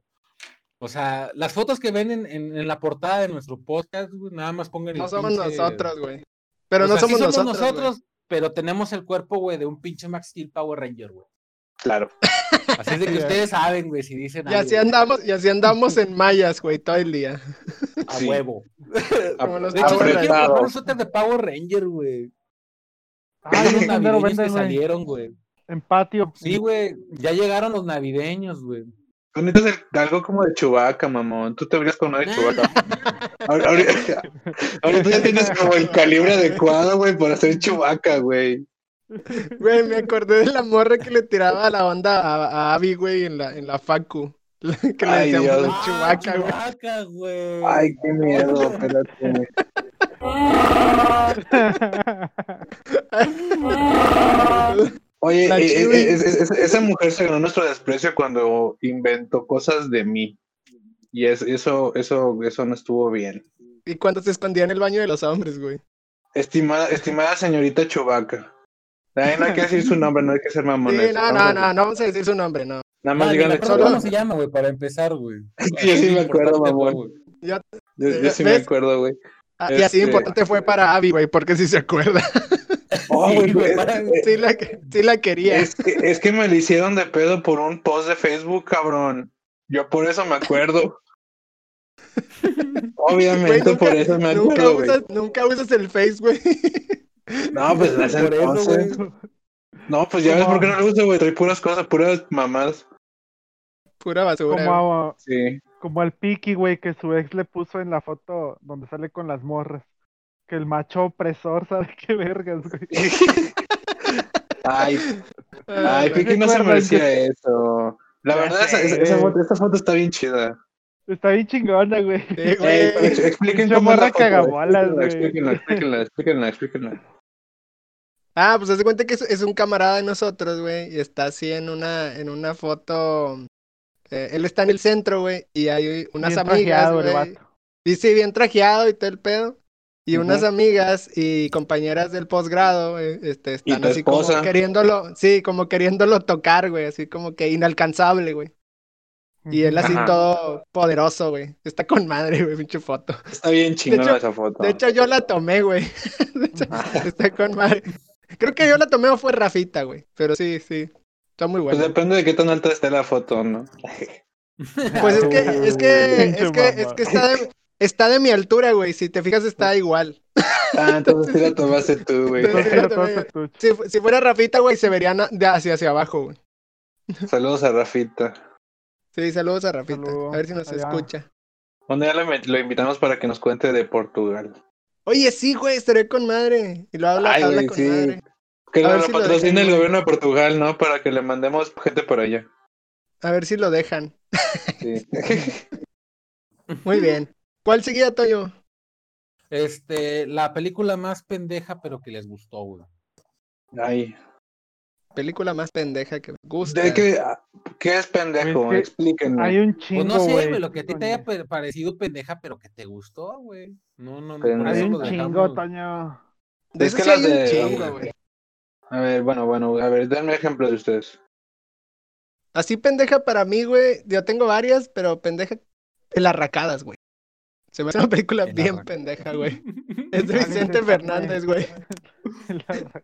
Speaker 1: O sea, las fotos que ven en, en- en la portada de nuestro podcast, güey, nada más pongan el
Speaker 4: No somos
Speaker 1: pinche-
Speaker 4: nosotros, güey. Pero
Speaker 1: O
Speaker 4: no
Speaker 1: sea, sí
Speaker 4: somos, nosotros. güey.
Speaker 1: pero tenemos el cuerpo, güey, de un pinche Max Steel Power Ranger, güey.
Speaker 2: Claro.
Speaker 1: Así es de que ustedes saben, güey, si dicen
Speaker 4: Y así andamos, y así andamos en mayas, güey, todo el día.
Speaker 1: a
Speaker 2: Sí.
Speaker 1: huevo.
Speaker 4: Como los
Speaker 1: De hecho,
Speaker 4: Power
Speaker 1: me quiero
Speaker 2: Rangers.
Speaker 1: comprar un suéter de Power Ranger, güey.
Speaker 3: Ah,
Speaker 1: Los
Speaker 3: los navideños
Speaker 1: navideños que
Speaker 3: venden, güey,
Speaker 1: salieron, güey.
Speaker 3: En patio.
Speaker 1: Sí, güey, ya llegaron los navideños, güey.
Speaker 2: Tú necesitas el- algo como de Chubaca, mamón. Tú te habrías con una de Chubaca. Ahora- Ahorita ahorita ya tienes como el calibre adecuado, güey, para hacer Chubaca, güey.
Speaker 4: Güey, me acordé de la morra que le tiraba la onda a, a Abby, güey, en la, en la facu. La Que le
Speaker 2: Ay,
Speaker 4: decíamos
Speaker 2: Dios.
Speaker 4: la chubaca, güey.
Speaker 1: Chubaca, Ah, güey.
Speaker 2: Ay, qué miedo, espérate. Oye,
Speaker 4: La
Speaker 2: eh, eh,
Speaker 4: Chuy.
Speaker 2: es- es- es- esa mujer se ganó nuestro desprecio cuando inventó cosas de mí. Y es, eso, eso, eso no estuvo bien.
Speaker 4: Y cuando se escondía en el baño de los hombres, güey.
Speaker 2: Estimada, estimada señorita Chubaca. Ay, no hay que decir su nombre, no hay que ser
Speaker 4: Sí,
Speaker 2: mamones.
Speaker 4: no, no, no, no vamos a decir su nombre, no.
Speaker 1: Ah,
Speaker 2: Nada más
Speaker 1: ni me
Speaker 2: díganle
Speaker 1: acuerdo
Speaker 4: solo-
Speaker 2: Chubaca.
Speaker 1: ¿Cómo se llama, güey? Para empezar, güey.
Speaker 2: Yo sí me acuerdo,
Speaker 1: Importante fue,
Speaker 2: mamón.
Speaker 1: güey.
Speaker 2: Yo, yo sí me
Speaker 4: ¿Ves?
Speaker 2: acuerdo, güey.
Speaker 4: Ah, Y así
Speaker 2: Este-
Speaker 4: de importante fue para Abby, güey, porque si se acuerda.
Speaker 2: Oh,
Speaker 1: Sí,
Speaker 2: güey,
Speaker 1: güey,
Speaker 2: es-
Speaker 1: para-
Speaker 2: es-
Speaker 4: Sí la, que- sí la quería.
Speaker 2: es, que, es que me lo hicieron de pedo por un post de Facebook, cabrón. Yo por eso me acuerdo. Obviamente,
Speaker 4: Güey, nunca-
Speaker 2: por eso me
Speaker 4: Nunca
Speaker 2: acuerdo, güey.
Speaker 4: usas, nunca usas el Face, güey.
Speaker 2: No, pues no es
Speaker 1: Por eso,
Speaker 2: entonces.
Speaker 1: güey.
Speaker 2: No, pues ya ves por qué no lo uso, güey. Trae puras cosas, puras mamás.
Speaker 4: Pura basura. güey.
Speaker 3: Como, a-
Speaker 2: Sí.
Speaker 3: como al Piki, güey, que su ex le puso en la foto donde sale con las morras. Que el macho opresor sabe qué vergas, güey.
Speaker 2: Ay,
Speaker 4: Ah,
Speaker 2: ay, Piki no se
Speaker 3: recuerdan
Speaker 2: merecía eso. La
Speaker 3: Ya
Speaker 2: verdad, esa,
Speaker 3: sé,
Speaker 2: esa- esa
Speaker 3: güey.
Speaker 2: foto, esta foto está bien chida.
Speaker 3: Está bien chingona, güey.
Speaker 4: sí,
Speaker 2: Ey,
Speaker 4: güey.
Speaker 2: pero ex- expliquen
Speaker 3: Pinche
Speaker 2: cómo es la
Speaker 3: morra
Speaker 2: foto, güey.
Speaker 3: cagabolas, güey.
Speaker 2: Explíquenla, explíquenla, explíquenla, explíquenla.
Speaker 4: Ah, pues haz de cuenta que es, es un camarada de nosotros, güey, y está así en una, en una foto. eh, él está en el centro, güey, y hay unas
Speaker 3: Bien
Speaker 4: amigas,
Speaker 3: trajeado el
Speaker 4: güey.
Speaker 3: vato.
Speaker 4: Y sí, bien trajeado y todo el pedo. Y
Speaker 2: Ujú.
Speaker 4: unas amigas y compañeras del posgrado, güey, este, están
Speaker 2: tu
Speaker 4: así como
Speaker 2: esposa.
Speaker 4: queriéndolo, sí, como queriéndolo tocar, güey, así como que inalcanzable, güey. Y él así
Speaker 2: Ajá.
Speaker 4: todo poderoso, güey. Está con madre, güey, pinche foto.
Speaker 2: Está bien chingona
Speaker 4: hecho-
Speaker 2: esa foto.
Speaker 4: De hecho, yo la tomé, güey. De hecho,
Speaker 2: Ah.
Speaker 4: está con madre. Creo que yo la tomé o fue Rafita, güey. Pero sí, sí. Está muy
Speaker 2: Pues
Speaker 4: buena.
Speaker 2: depende de qué tan alta esté la foto, ¿no?
Speaker 4: Pues
Speaker 2: Ah,
Speaker 4: es que, es que, es
Speaker 3: Pinche
Speaker 4: que,
Speaker 3: mamá.
Speaker 4: es que está de, está de mi altura, güey. Si te fijas, está igual.
Speaker 2: Ah, entonces sí la tomaste tú, güey.
Speaker 3: Entonces,
Speaker 4: Pero
Speaker 3: era
Speaker 4: te
Speaker 3: todo este
Speaker 4: ve-
Speaker 3: cartucho.
Speaker 4: Si, fu- si fuera Rafita, güey, se verían de hacia, hacia abajo, güey.
Speaker 2: Saludos a Rafita.
Speaker 4: Sí, saludos a Rafita.
Speaker 3: Saludo.
Speaker 4: A ver si nos
Speaker 3: Allá.
Speaker 4: escucha.
Speaker 2: Un día lo, met- lo invitamos para que nos cuente de Portugal.
Speaker 4: Oye, sí, güey, estaré con madre. Y lo habla,
Speaker 2: Ay,
Speaker 4: habla
Speaker 2: güey,
Speaker 4: con
Speaker 2: sí.
Speaker 4: madre.
Speaker 2: Que
Speaker 4: A ver
Speaker 2: lo
Speaker 4: si lo
Speaker 2: patrocine
Speaker 4: dejan,
Speaker 2: el
Speaker 4: güey.
Speaker 2: gobierno de Portugal, ¿no? Para que le mandemos gente para allá.
Speaker 4: A ver si lo dejan.
Speaker 2: Sí.
Speaker 4: Muy bien. ¿Cuál seguía, Toyo?
Speaker 1: Este, la película más pendeja, pero que les gustó, güey.
Speaker 2: Ay.
Speaker 4: Película más pendeja que me gusta.
Speaker 2: ¿De qué, qué es pendejo?
Speaker 3: Pues es que
Speaker 2: Explíquenme.
Speaker 3: Hay un
Speaker 1: Pues
Speaker 3: chingo,
Speaker 1: no sé, güey,
Speaker 3: güey.
Speaker 1: lo que a ti te haya pe- parecido pendeja, pero que te gustó, güey. No, no, no.
Speaker 2: Pero
Speaker 1: por
Speaker 2: no.
Speaker 3: Hay
Speaker 1: eso
Speaker 3: un
Speaker 1: lo
Speaker 3: chingo,
Speaker 1: dejamos.
Speaker 3: Toño.
Speaker 4: De
Speaker 2: Es
Speaker 4: eso
Speaker 2: que
Speaker 4: sí
Speaker 2: las
Speaker 4: hay un
Speaker 2: de-
Speaker 4: chingo, güey.
Speaker 2: A ver, bueno, bueno, a ver, denme ejemplo de ustedes.
Speaker 4: Así pendeja para mí, güey. Yo tengo varias, pero pendeja. El Arracadas, güey. Se me hace una película
Speaker 1: El
Speaker 4: bien
Speaker 1: Arracadas.
Speaker 4: pendeja, güey. Es de Vicente Fernández, güey.
Speaker 3: La-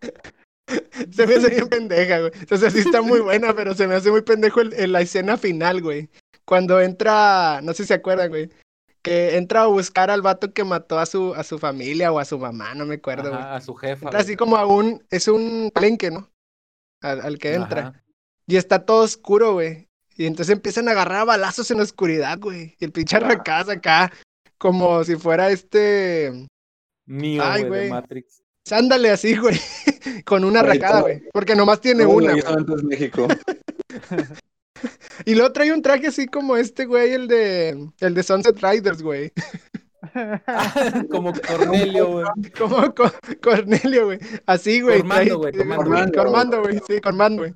Speaker 4: Se me hace bien pendeja, güey. O sea, sí está muy buena, pero se me hace muy pendejo el- el- la escena final, güey. Cuando entra, no sé si se acuerdan, güey. Que entra a buscar al vato que mató a su, a su familia o a su mamá, no me acuerdo, güey.
Speaker 1: Ajá, a su jefa.
Speaker 4: Entra así como a un, es un palenque, ¿no? Al, al que entra. Y está todo oscuro, güey. Y entonces empiezan a agarrar balazos en la oscuridad, güey. Y el pinche arrancás acá, como si fuera este.
Speaker 1: Mío,
Speaker 4: Ay,
Speaker 1: güey, de
Speaker 4: güey.
Speaker 1: Matrix.
Speaker 4: Sándale así, güey. Con una
Speaker 2: Güey,
Speaker 4: arrancada,
Speaker 2: todo-
Speaker 4: güey. Porque nomás tiene
Speaker 2: Uy,
Speaker 4: una.
Speaker 2: yo
Speaker 4: güey.
Speaker 2: solamente es México.
Speaker 4: Y luego trae un traje así como este, güey, el de. El de Sunset Riders, güey.
Speaker 1: Como Cornelio, güey.
Speaker 4: Como Co- Cornelio, güey. Así, güey. trae-
Speaker 1: Cormando, güey, Cormando.
Speaker 4: Cormando, Cormando, güey. Sí, Cormando, güey.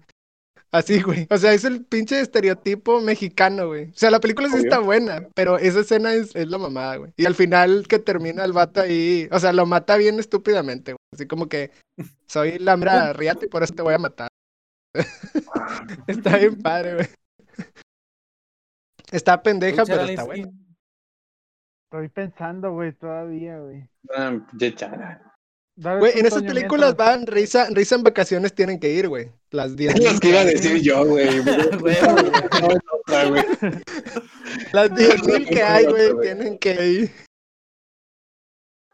Speaker 4: Así, güey. O sea, es el pinche estereotipo mexicano, güey. O sea, la película sí
Speaker 2: Obvio.
Speaker 4: está buena, pero esa escena es, es la mamada, güey. Y al final que termina el vato ahí, o sea, lo mata bien estúpidamente, güey. Así como que soy la mera riata y por eso te voy a matar. está bien padre, güey. Está pendeja, pero está buena.
Speaker 3: Estoy pensando, güey, todavía, güey.
Speaker 2: Ah, ya, ya.
Speaker 3: Dale
Speaker 4: Güey,
Speaker 3: tú,
Speaker 4: en esas
Speaker 3: Toño,
Speaker 4: películas
Speaker 3: mientras.
Speaker 4: van, risa, risa en vacaciones tienen que ir, güey. Las 10
Speaker 2: Es lo que iba a decir yo, güey. Ah, güey.
Speaker 4: Las 10.000 que hay, güey,
Speaker 2: Güey.
Speaker 4: tienen que ir.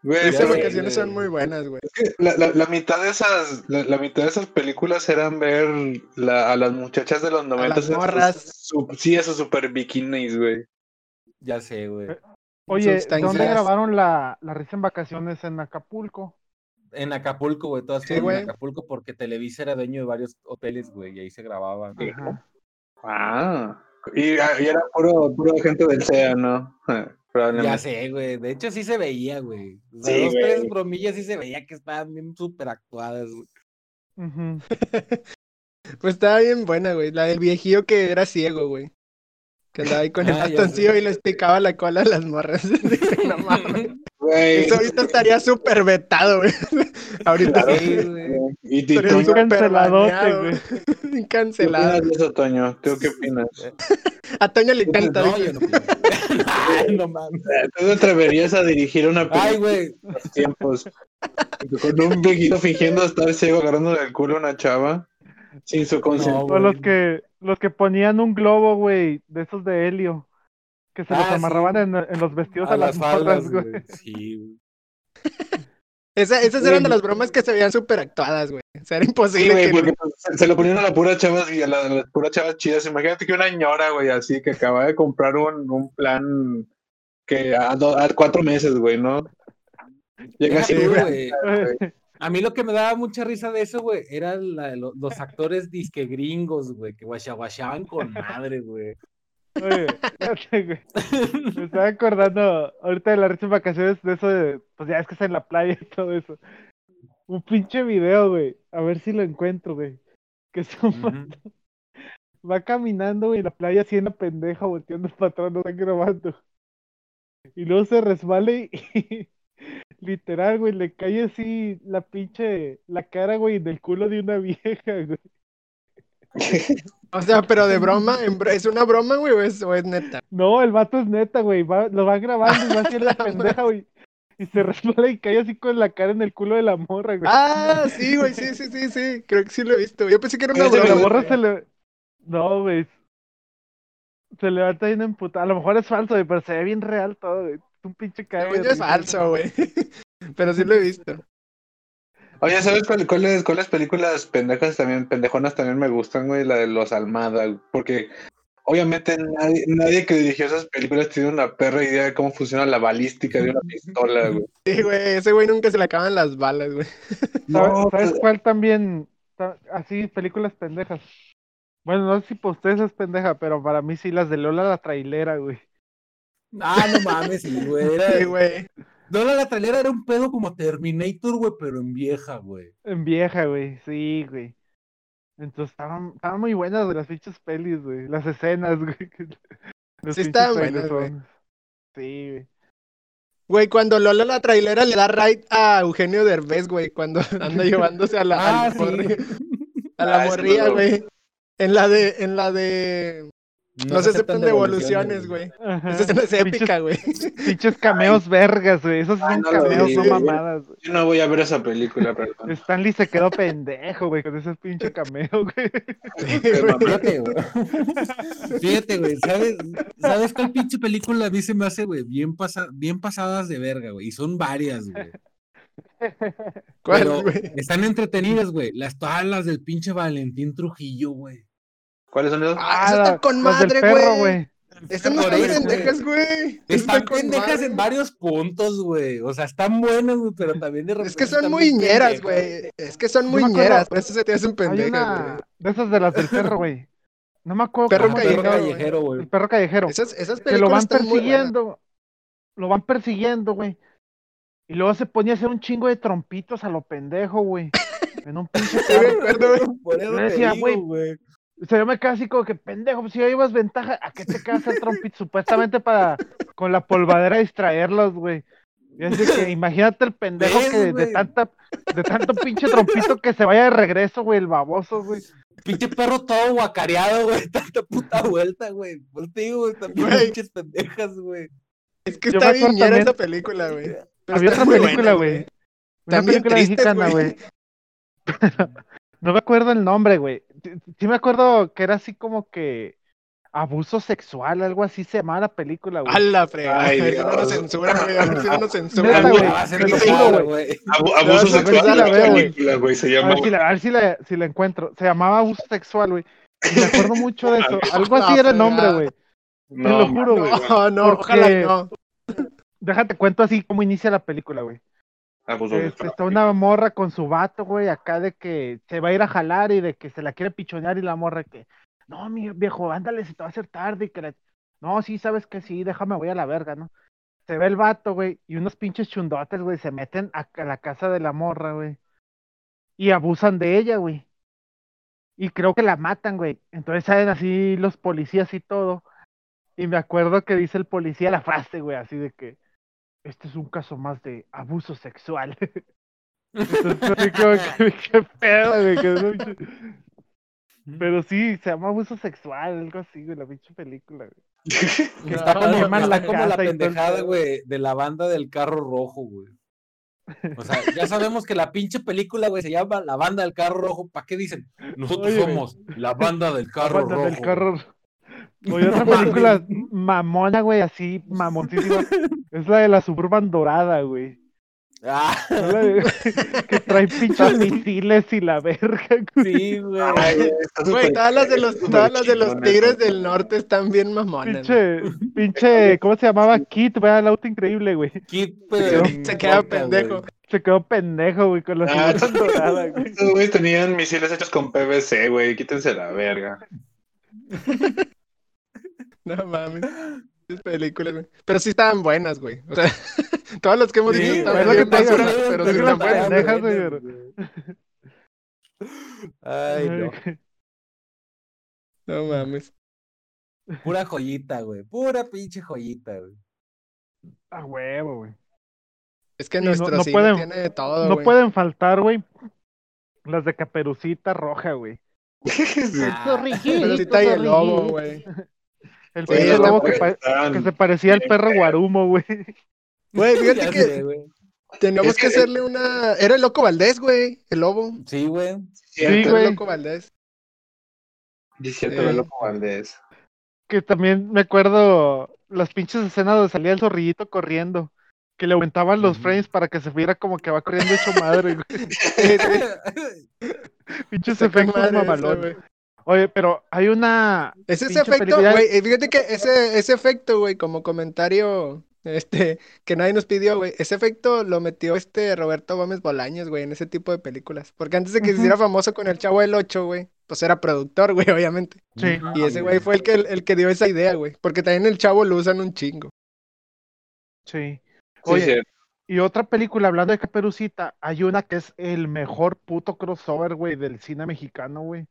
Speaker 2: Güey,
Speaker 4: Esas
Speaker 1: sé,
Speaker 2: pero-
Speaker 4: vacaciones
Speaker 1: güey.
Speaker 4: son muy buenas, güey.
Speaker 2: La, la- la mitad de esas, la, la mitad de esas películas eran ver la- a las muchachas de los 90
Speaker 4: las morras.
Speaker 2: pues, sí, esos super bikinis, güey.
Speaker 1: Ya sé, güey.
Speaker 3: Oye,
Speaker 4: Substancias.
Speaker 3: ¿dónde grabaron la, la risa en vacaciones? En Acapulco.
Speaker 1: En Acapulco, güey, todas
Speaker 4: Sí,
Speaker 1: fueron
Speaker 4: güey.
Speaker 1: en Acapulco porque Televisa era dueño de varios hoteles, güey, y ahí se grababan.
Speaker 3: Ajá.
Speaker 2: Ah. Y, ah, y era puro, puro gente del CEA, ¿no?
Speaker 1: Ya
Speaker 2: Eh, Probablemente.
Speaker 1: sé, güey. De hecho, sí se veía, güey. O sea,
Speaker 2: Sí,
Speaker 1: dos,
Speaker 2: güey.
Speaker 1: tres bromillas sí se veía que estaban bien súper actuadas, güey.
Speaker 3: Ujú.
Speaker 4: Pues estaba bien buena, güey. La del viejillo que era ciego, güey. Que andaba ahí con el
Speaker 1: Ah, ya
Speaker 4: bastoncillo
Speaker 1: sé.
Speaker 4: y les picaba la cola a las morras. Dije, no mames.
Speaker 2: Güey,
Speaker 4: Eso ahorita estaría súper vetado, güey. Ahorita
Speaker 2: Claro.
Speaker 4: sí.
Speaker 2: güey. Y y
Speaker 4: Pero
Speaker 2: Toño,
Speaker 3: Bien
Speaker 4: es súper
Speaker 3: canceladote,
Speaker 4: baneado.
Speaker 3: güey.
Speaker 4: Bien
Speaker 2: ¿qué
Speaker 4: Cancelado.
Speaker 2: opinas de eso, Toño? ¿Tú qué opinas?
Speaker 4: A Toño le encanta.
Speaker 1: No,
Speaker 4: dice.
Speaker 1: yo no opino. Ay, no mames.
Speaker 2: ¿Tú te atreverías a dirigir una
Speaker 1: Ay,
Speaker 2: película
Speaker 1: güey.
Speaker 2: en los tiempos con un viejito fingiendo estar ciego agarrándole el culo a una chava sin su
Speaker 1: No,
Speaker 2: consentimiento?
Speaker 3: O
Speaker 1: güey.
Speaker 3: los que, los que ponían un globo, güey, de esos de helio. Que se los
Speaker 1: Ah, sí.
Speaker 3: amarraban en, en los vestidos a,
Speaker 1: A las faldas,
Speaker 3: güey.
Speaker 1: güey. Sí, güey.
Speaker 4: Esa- esas eran de las bromas que se veían súper actuadas, güey. O sea, era imposible
Speaker 2: güey,
Speaker 4: que
Speaker 2: porque pues, se, se lo ponían a la pura chavas y a la- a las puras chavas chidas. Imagínate que una ñora, güey, así que acaba de comprar un, un plan que a, do- a cuatro meses, güey, ¿no? Llega así,
Speaker 1: Deja tú,
Speaker 2: güey.
Speaker 1: güey. A mí lo que me daba mucha risa de eso, güey, eran los, actores disque gringos, güey, que guachaguachaban con madre, güey.
Speaker 3: Oye, espérate, güey. Me estaba acordando ahorita de la risa en vacaciones, de eso de, pues ya es que es en la playa y todo eso. Un pinche video, güey. A ver si lo encuentro, güey. Que es un
Speaker 1: Ujú.
Speaker 3: va- va caminando, güey, en la playa así en la pendeja, volteando para atrás, no están grabando. Y luego se resbala y, literal, güey, le cae así la pinche, la cara, güey, del culo de una vieja, güey.
Speaker 4: O sea, pero de broma, en bro- ¿es una broma, güey, o es, o es neta?
Speaker 3: No, el vato es neta, güey. va- lo van grabando y va haciendo la pendeja, güey. Y se resbala y cae así con la cara en el culo de la morra, güey.
Speaker 4: Ah, sí, güey, sí, sí, sí, sí, creo que sí lo he visto. Yo pensé que era una
Speaker 2: Pero ese
Speaker 3: la
Speaker 4: broma.
Speaker 3: morra
Speaker 4: güey.
Speaker 3: se le. No, güey. Se levanta bien emputada. A lo mejor es falso, güey, pero se ve bien real todo, güey. Es Un pinche cae.
Speaker 4: Según yo es falso, güey. Pero sí lo he visto.
Speaker 2: Oye, ¿sabes cuál- cuáles cuáles películas pendejas también, pendejonas también me gustan, güey? La de los Almada, güey, porque obviamente nadie, nadie que dirigió esas películas tiene una perra idea de cómo funciona la balística de una pistola, güey.
Speaker 4: Sí, güey, ese güey nunca se le acaban las balas, güey.
Speaker 3: ¿Sabes,
Speaker 2: No,
Speaker 3: sabes
Speaker 2: pero-
Speaker 3: cuál también? Ta- Así, películas pendejas. Bueno, no sé si para ustedes es pendeja, pero para mí sí, las de Lola la trailera, güey.
Speaker 1: Ah, no mames, sí, güey.
Speaker 4: Sí,
Speaker 1: Era...
Speaker 4: güey.
Speaker 1: Lola la trailera era un pedo como Terminator, güey, pero en vieja, güey.
Speaker 3: En vieja, güey, sí, güey. Entonces estaban, estaban muy buenas güey, las pinches pelis, güey. Las escenas, güey. que- los
Speaker 4: Sí
Speaker 3: pinches
Speaker 4: estaban buenas,
Speaker 3: trailersones. Sí, güey.
Speaker 4: Güey, cuando Lola la trailera le da raid a Eugenio Derbez, güey, cuando anda llevándose a la, a
Speaker 1: Ah,
Speaker 4: la morri-
Speaker 1: sí.
Speaker 4: a la
Speaker 2: Ah, ese
Speaker 4: morrilla,
Speaker 2: no lo vi.
Speaker 4: güey. En la de, en la de. No, se aceptan devoluciones, güey.
Speaker 3: Ajá.
Speaker 4: Esa escena es
Speaker 3: Pinches,
Speaker 4: épica, güey.
Speaker 3: pinches cameos vergas, güey. Esos
Speaker 2: Ay,
Speaker 3: son
Speaker 2: no lo
Speaker 3: cameos,
Speaker 4: vi,
Speaker 3: no
Speaker 4: Ah, güey.
Speaker 3: mamadas, güey.
Speaker 2: Yo no voy a ver esa película, perdón.
Speaker 3: Stanley se quedó pendejo, güey, con ese pinche cameo, güey.
Speaker 4: Sí,
Speaker 2: Qué
Speaker 4: güey.
Speaker 2: mamá.
Speaker 1: Fíjate, güey. Fíjate, güey. ¿Sabes, ¿Sabes cuál pinche película a mí se me hace, güey? Bien, pasa- bien pasadas de verga, güey. Y son varias, güey.
Speaker 4: ¿Cuál,
Speaker 1: Pero
Speaker 4: güey?
Speaker 1: están entretenidas, güey. Las todas las del pinche Valentín Trujillo, güey.
Speaker 2: ¿Cuáles son esos?
Speaker 4: Ah, eso está
Speaker 3: la-
Speaker 4: con
Speaker 3: las del
Speaker 4: madre,
Speaker 3: perro,
Speaker 4: güey.
Speaker 3: güey.
Speaker 4: Esas no
Speaker 1: Por
Speaker 4: están
Speaker 1: eso, güey.
Speaker 4: pendejas, güey. Esas
Speaker 1: Están
Speaker 4: con
Speaker 1: pendejas
Speaker 4: madre.
Speaker 1: en varios puntos, güey. O sea, están buenas, güey, pero también de repente.
Speaker 4: Es que son
Speaker 1: están
Speaker 4: muy
Speaker 1: bien
Speaker 4: ñeras,
Speaker 1: pendejas.
Speaker 4: güey. Es que son
Speaker 3: Yo
Speaker 4: muy
Speaker 3: me acuerdo-
Speaker 4: ñeras, por eso se te hacen
Speaker 3: Hay
Speaker 4: pendejas,
Speaker 3: una
Speaker 4: güey.
Speaker 3: de esas de las del perro, güey. No me acuerdo
Speaker 4: Perro
Speaker 1: Como
Speaker 3: cómo se
Speaker 1: Perro
Speaker 4: callejero,
Speaker 3: llama,
Speaker 4: güey.
Speaker 1: callejero, güey.
Speaker 3: El perro callejero.
Speaker 4: Esas, esas
Speaker 3: que lo
Speaker 4: películas
Speaker 3: van
Speaker 4: están muy buenas.
Speaker 3: persiguiendo. Lo van persiguiendo, güey. Y luego se ponía a hacer un chingo de trompitos a lo pendejo, güey. En un pinche
Speaker 4: Sí, me
Speaker 3: carro.
Speaker 4: acuerdo, güey.
Speaker 1: Por eso
Speaker 3: Yo
Speaker 1: te
Speaker 3: decía,
Speaker 1: digo,
Speaker 3: güey.
Speaker 1: güey.
Speaker 3: O sea, yo me quedé así como que pendejo, pues, si ya llevas ventaja, ¿a qué te quedas hacer trompitos? Supuestamente para con la polvadera distraerlos, güey. Y así que imagínate el pendejo
Speaker 1: ¿Ves,
Speaker 3: que de, de
Speaker 1: güey?
Speaker 3: tanta, de tanto pinche trompito que se vaya de regreso, güey, el baboso, güey.
Speaker 1: Pinche perro todo guacareado, güey. Tanta puta vuelta, güey. Pues te digo, güey, también
Speaker 4: Güey.
Speaker 1: pinches pendejas, güey.
Speaker 4: Es que
Speaker 3: Yo me
Speaker 4: está
Speaker 3: acuerdo
Speaker 4: bien ñera
Speaker 3: también-
Speaker 4: esa película, güey. Pero
Speaker 3: Había
Speaker 4: está
Speaker 3: otra
Speaker 4: muy buena,
Speaker 3: película, güey. Una
Speaker 4: También
Speaker 3: película
Speaker 4: tristes,
Speaker 3: mexicana,
Speaker 4: güey.
Speaker 3: güey. No me acuerdo el nombre, güey. Sí- Sí me acuerdo que era así como que abuso sexual, algo así se llamaba la película, güey.
Speaker 4: A Ah, la fregada.
Speaker 2: Ay,
Speaker 4: a ver si no
Speaker 2: Dios.
Speaker 4: nos censuran, güey. A ver si no nos
Speaker 3: Neta,
Speaker 4: censuran,
Speaker 3: güey.
Speaker 4: güey.
Speaker 1: Va a ser
Speaker 3: te lo
Speaker 1: enojado,
Speaker 3: juro,
Speaker 1: güey.
Speaker 2: Abu-
Speaker 4: vas a
Speaker 2: Abuso
Speaker 4: pensar,
Speaker 2: sexual
Speaker 4: a
Speaker 2: en
Speaker 4: ver,
Speaker 2: la
Speaker 4: güey.
Speaker 2: película, güey. Se
Speaker 3: A
Speaker 2: llama.
Speaker 3: ver si la, a ver si la, si la encuentro. Se llamaba abuso sexual, güey. Y me acuerdo mucho de eso. Algo así
Speaker 4: La
Speaker 3: era el nombre,
Speaker 4: fregada.
Speaker 3: güey.
Speaker 2: No,
Speaker 3: lo juro,
Speaker 2: mames,
Speaker 3: güey.
Speaker 4: No, no,
Speaker 3: Porque-
Speaker 4: ojalá y no.
Speaker 3: Déjate cuento así cómo inicia la película, güey.
Speaker 2: Abuso
Speaker 3: Este,
Speaker 2: sexual.
Speaker 3: está una morra con su vato, güey, acá de que se va a ir a jalar y de que se la quiere pichonear y la morra que, no, mi viejo, ándale, se te va a hacer tarde y que la... No, sí, sabes que sí, déjame, voy a la verga, ¿no? Se ve el vato, güey, y unos pinches chundotes, güey, se meten a, a la casa de la morra, güey. Y abusan de ella, güey. Y creo que la matan, güey. Entonces salen así los policías y todo. Y me acuerdo que dice el policía la frase, güey, así de que este es un caso más de abuso sexual. Entonces, así como que, qué pedo, güey, que no manches. Pero sí, se llama abuso sexual, algo así, güey, la pinche película, güey.
Speaker 1: Que está
Speaker 3: No,
Speaker 1: como,
Speaker 3: no, no,
Speaker 1: está
Speaker 3: la
Speaker 1: como la
Speaker 3: casa y todo el
Speaker 1: pendejada,
Speaker 3: pedo.
Speaker 1: güey, de la banda del carro rojo, güey. O sea, ya sabemos que la pinche película, güey, se llama La Banda del Carro Rojo. ¿Para qué dicen? Nosotros
Speaker 3: Oye, güey.
Speaker 1: somos la Banda del
Speaker 3: La
Speaker 1: Carro
Speaker 3: banda
Speaker 1: Rojo.
Speaker 3: del carro. Oye, otra
Speaker 1: No mames.
Speaker 3: película mamona, güey, así, mamontísima. Es la de la suburban dorada, güey.
Speaker 1: Ah,
Speaker 3: Es la de- que trae pinches misiles y la verga, güey.
Speaker 1: sí, güey.
Speaker 2: Ay, está
Speaker 4: Güey,
Speaker 2: súper
Speaker 4: todas las de los,
Speaker 2: súper
Speaker 4: todas las de los
Speaker 2: chingona,
Speaker 4: tigres
Speaker 2: güey.
Speaker 4: del norte están bien mamonas. güey.
Speaker 3: Pinche, pinche, ¿cómo se llamaba? Kit, vea, el auto increíble, güey.
Speaker 1: Kid,
Speaker 4: Se
Speaker 1: pero
Speaker 4: queda- Se queda pendejo.
Speaker 3: Se quedó pendejo, güey, con la
Speaker 2: Ah,
Speaker 3: suburban dorada, güey.
Speaker 2: Estos güeyes tenían misiles hechos con PVC, güey. Quítense la verga.
Speaker 4: No mames. Esas películas, güey. Pero sí estaban buenas, güey. O sea, todas las que hemos
Speaker 1: Sí,
Speaker 4: dicho
Speaker 1: güey,
Speaker 4: estaban
Speaker 3: es lo que
Speaker 4: bien
Speaker 3: te digo,
Speaker 4: basuras,
Speaker 1: güey,
Speaker 4: pero
Speaker 1: es
Speaker 4: sí
Speaker 1: lo
Speaker 4: están
Speaker 1: que te
Speaker 4: buenas. güey.
Speaker 1: digo.
Speaker 3: pendejas, señor.
Speaker 1: Ay, no.
Speaker 4: No mames.
Speaker 1: Pura joyita, güey. Pura pinche joyita, güey.
Speaker 3: A huevo, güey.
Speaker 4: Es que
Speaker 3: Y no-
Speaker 4: nuestro
Speaker 3: no
Speaker 4: cine
Speaker 3: pueden-
Speaker 4: tiene de todo,
Speaker 3: No
Speaker 4: güey.
Speaker 3: pueden faltar, güey. Las de caperucita roja, güey.
Speaker 1: Ah,
Speaker 4: Caperucita y el lobo, güey.
Speaker 3: El
Speaker 4: Sí,
Speaker 3: pinche
Speaker 4: el
Speaker 3: lobo
Speaker 4: lobo
Speaker 3: que, pa- que se parecía al
Speaker 2: bien
Speaker 3: perro guarumo, güey.
Speaker 4: Güey, fíjate
Speaker 1: ya
Speaker 4: que
Speaker 1: sé, güey.
Speaker 4: teníamos
Speaker 2: Es
Speaker 4: que
Speaker 2: que-
Speaker 4: hacerle una... Era el Loco Valdés, güey. El lobo.
Speaker 1: Sí, güey.
Speaker 3: Sí,
Speaker 4: Era
Speaker 3: güey.
Speaker 4: el Loco Valdés.
Speaker 2: Diciendo
Speaker 4: Eh.
Speaker 2: loco Valdés.
Speaker 3: Que también me acuerdo las pinches escenas donde salía el zorrillito corriendo. Que le aumentaban los
Speaker 1: Ujú.
Speaker 3: frames para que se viera como que va corriendo hecho madre, güey. Pinches
Speaker 4: Está con
Speaker 3: efectos
Speaker 4: madre esa,
Speaker 3: mamalones.
Speaker 4: güey.
Speaker 3: Oye, pero hay una.
Speaker 4: Es ese
Speaker 3: pinche
Speaker 4: efecto,
Speaker 3: película-
Speaker 4: güey. eh, Fíjate que ese, ese efecto, güey, como comentario este, que nadie nos pidió, güey. Ese efecto lo metió este Roberto Gómez Bolaños, güey, en ese tipo de películas. Porque antes de que se
Speaker 3: Ujú.
Speaker 4: hiciera famoso con el Chavo del Ocho, güey, pues era productor, güey, obviamente.
Speaker 3: Sí.
Speaker 1: Ah,
Speaker 4: Y ese güey fue el que, el que dio esa idea, güey. Porque también el Chavo lo usan un chingo.
Speaker 3: Sí.
Speaker 2: Sí,
Speaker 3: Oye,
Speaker 2: sí.
Speaker 3: Y otra película, hablando de Caperucita, hay una que es el mejor puto crossover, güey, del cine mexicano, güey.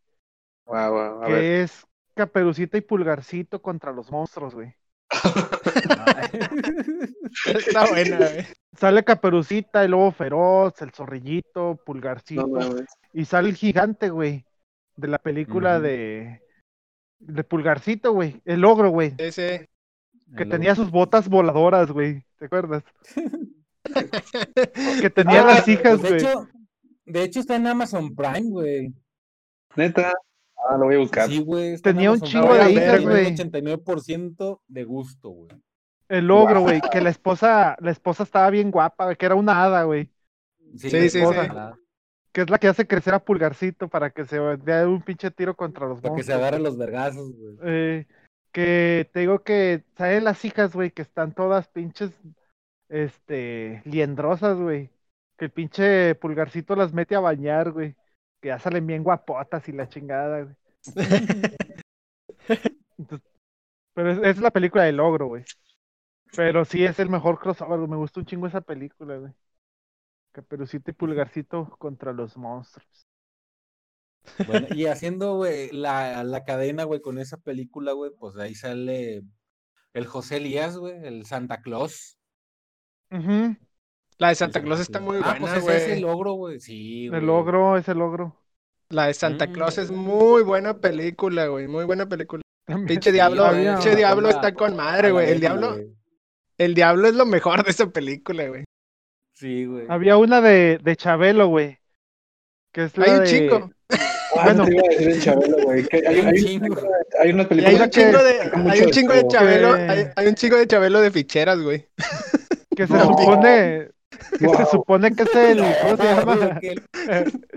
Speaker 2: Guau, guau, a
Speaker 3: Que
Speaker 2: ver.
Speaker 3: es Caperucita y Pulgarcito contra los monstruos, güey.
Speaker 4: Está buena, güey.
Speaker 3: Sale Caperucita, el lobo feroz, el zorrillito, Pulgarcito.
Speaker 2: No mames.
Speaker 3: y sale el gigante, güey, de la película
Speaker 1: Ujú.
Speaker 3: de, de Pulgarcito, güey. El ogro, güey.
Speaker 4: Ese.
Speaker 3: Que tenía sus botas voladoras, güey. ¿Te acuerdas? Que tenía
Speaker 1: Ah,
Speaker 3: las hijas,
Speaker 1: Pues, de,
Speaker 3: güey.
Speaker 1: hecho, de hecho, está en Amazon Prime, güey.
Speaker 2: Neta. Ah, lo voy a buscar.
Speaker 1: Sí, güey. está en
Speaker 3: Tenía un
Speaker 1: Amazon
Speaker 3: chingo
Speaker 1: Prime,
Speaker 4: de
Speaker 1: tiene
Speaker 4: hijas,
Speaker 1: un
Speaker 3: güey.
Speaker 1: 89% de gusto, güey.
Speaker 3: El ogro, güey. Que la esposa, la esposa estaba bien guapa, güey, que era una hada, güey.
Speaker 4: Sí,
Speaker 1: la
Speaker 4: sí,
Speaker 1: esposa.
Speaker 4: sí.
Speaker 3: que es la que hace crecer a Pulgarcito para que se vea un pinche tiro contra los
Speaker 1: Para que se
Speaker 3: monstruos.
Speaker 1: agarren los vergazos, güey.
Speaker 3: Eh, que te digo que salen las hijas, güey, que están todas pinches, este, liendrosas, güey. Que el pinche pulgarcito las mete a bañar, güey. Que ya salen bien guapotas y la chingada, güey. Entonces, pero es, es la película del logro, güey. Pero sí es el mejor crossover, güey, me gusta un chingo esa película, güey. Caperucito y pulgarcito contra los monstruos.
Speaker 1: Bueno, y haciendo, güey, la, la cadena, güey, con esa película, güey, pues de ahí sale el José Elías, güey, el Santa Claus.
Speaker 3: Ujú,
Speaker 4: La de Santa Claus está muy
Speaker 1: ah,
Speaker 4: buena,
Speaker 1: pues ese es el
Speaker 4: güey.
Speaker 1: logro, güey. Sí, güey.
Speaker 3: El logro es el logro.
Speaker 4: La de Santa
Speaker 1: Mm.
Speaker 4: Claus es muy buena película, güey. Muy buena película. Pinche
Speaker 1: Sí,
Speaker 4: diablo,
Speaker 1: güey,
Speaker 4: pinche
Speaker 1: no,
Speaker 4: diablo
Speaker 1: no,
Speaker 4: está con
Speaker 1: A la
Speaker 4: madre, güey. El
Speaker 1: verga,
Speaker 4: diablo,
Speaker 1: güey.
Speaker 4: el diablo es lo mejor de esa película, güey.
Speaker 1: Sí, güey.
Speaker 3: Había una de, de Chabelo, güey. Que es la
Speaker 4: Hay un
Speaker 3: de-
Speaker 4: chico.
Speaker 2: Ah,
Speaker 3: Bueno.
Speaker 2: te iba a decir el Chabelo, güey. que Hay, hay, hay,
Speaker 1: Chingo.
Speaker 2: hay unas
Speaker 4: Y hay
Speaker 2: películas
Speaker 4: un
Speaker 2: que
Speaker 4: chingo de,
Speaker 2: sacan mucho
Speaker 4: hay un chingo de
Speaker 2: jugo.
Speaker 4: Chabelo,
Speaker 3: Eh.
Speaker 4: hay, hay un chingo de Chabelo de ficheras, güey.
Speaker 3: Que se
Speaker 2: No.
Speaker 3: supone. Que se
Speaker 2: Wow.
Speaker 3: supone que es el. ¿Cómo se llama?
Speaker 1: Que-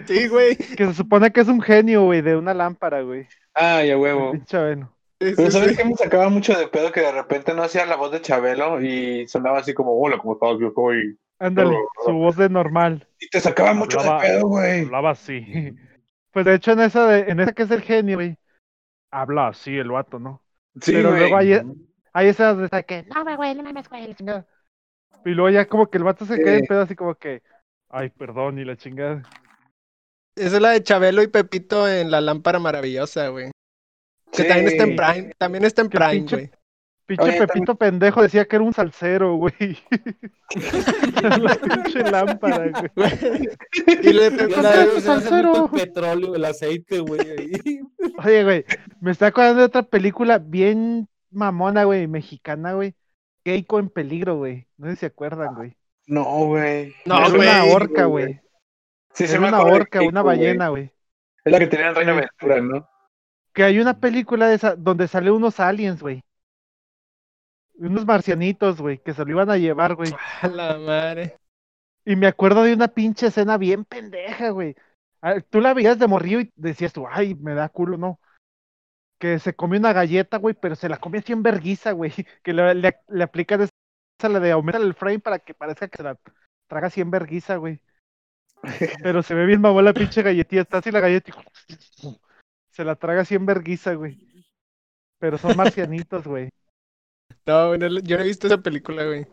Speaker 4: Sí, güey.
Speaker 3: Que se supone que es un genio, güey, de una lámpara, güey.
Speaker 2: Ay, a huevo.
Speaker 3: El Chabelo.
Speaker 4: Sí,
Speaker 2: Pero
Speaker 4: sí,
Speaker 2: ¿sabes
Speaker 4: sí.
Speaker 2: qué me sacaba mucho de pedo? Que de repente no hacía la voz de Chabelo y sonaba así como, hola, ¿cómo estás, viejo? Y,
Speaker 3: Ándale, su voz de normal.
Speaker 2: y te sacaba mucho de
Speaker 3: Hablaba-
Speaker 2: pedo, güey.
Speaker 3: Hablaba así. Pues de hecho, en esa, de, en esa que es el genio, güey. Habla así el vato, ¿no?
Speaker 2: Sí,
Speaker 3: pero
Speaker 2: güey.
Speaker 3: luego hay, hay esas de esa que.
Speaker 5: No, güey, no mames, güey. la chingada.
Speaker 3: Y luego ya como que el vato se
Speaker 2: Sí.
Speaker 3: cae en pedo, así como que. Ay, perdón, y la chingada.
Speaker 4: Esa es la de Chabelo y Pepito en la lámpara maravillosa, güey. Que
Speaker 2: Sí.
Speaker 4: también está en Prime, también está en
Speaker 3: Qué
Speaker 4: Prime,
Speaker 3: pinche-
Speaker 4: güey.
Speaker 3: Pinche
Speaker 2: Oye, también-
Speaker 3: Pepito pendejo decía que era un salsero, güey. la pinche lámpara, güey.
Speaker 4: Y le
Speaker 1: que
Speaker 3: Yo
Speaker 1: la
Speaker 3: soy
Speaker 1: de-
Speaker 3: un
Speaker 1: se hace mucho
Speaker 3: salsero.
Speaker 1: El petróleo, el aceite, güey. ahí.
Speaker 3: Oye, güey, me está acordando de otra película bien mamona, güey, mexicana, güey. Keiko en peligro, güey. No sé si se acuerdan, güey.
Speaker 2: No, Ah, güey.
Speaker 4: No,
Speaker 3: Era una
Speaker 4: güey,
Speaker 3: orca, güey.
Speaker 2: Sí, sí
Speaker 3: Era
Speaker 2: me
Speaker 3: una
Speaker 2: acuerdo de
Speaker 3: orca,
Speaker 2: Kiko,
Speaker 3: una
Speaker 2: güey.
Speaker 3: ballena, güey.
Speaker 2: Es la que tenía en Reino Aventura, ¿no?
Speaker 3: Que hay una película de esa donde salen unos aliens, güey. Unos marcianitos, güey, que se lo iban a llevar, güey.
Speaker 4: A la madre.
Speaker 3: Y me acuerdo de una pinche escena bien pendeja, güey. Ah, Tú la veías de morrillo y decías tú, ay, me da culo, ¿no? Que se come una galleta, güey, pero se la come así en verguiza, güey. Que le, le, le aplican esa, la de aumentar el frame para que parezca que se la traga así en verguiza, güey. Pero se ve bien mamón la pinche galletilla. Está así la galleta y se la traga así en verguiza, güey. Pero son marcianitos, güey.
Speaker 4: No, güey, no le- yo no he visto esa película, güey.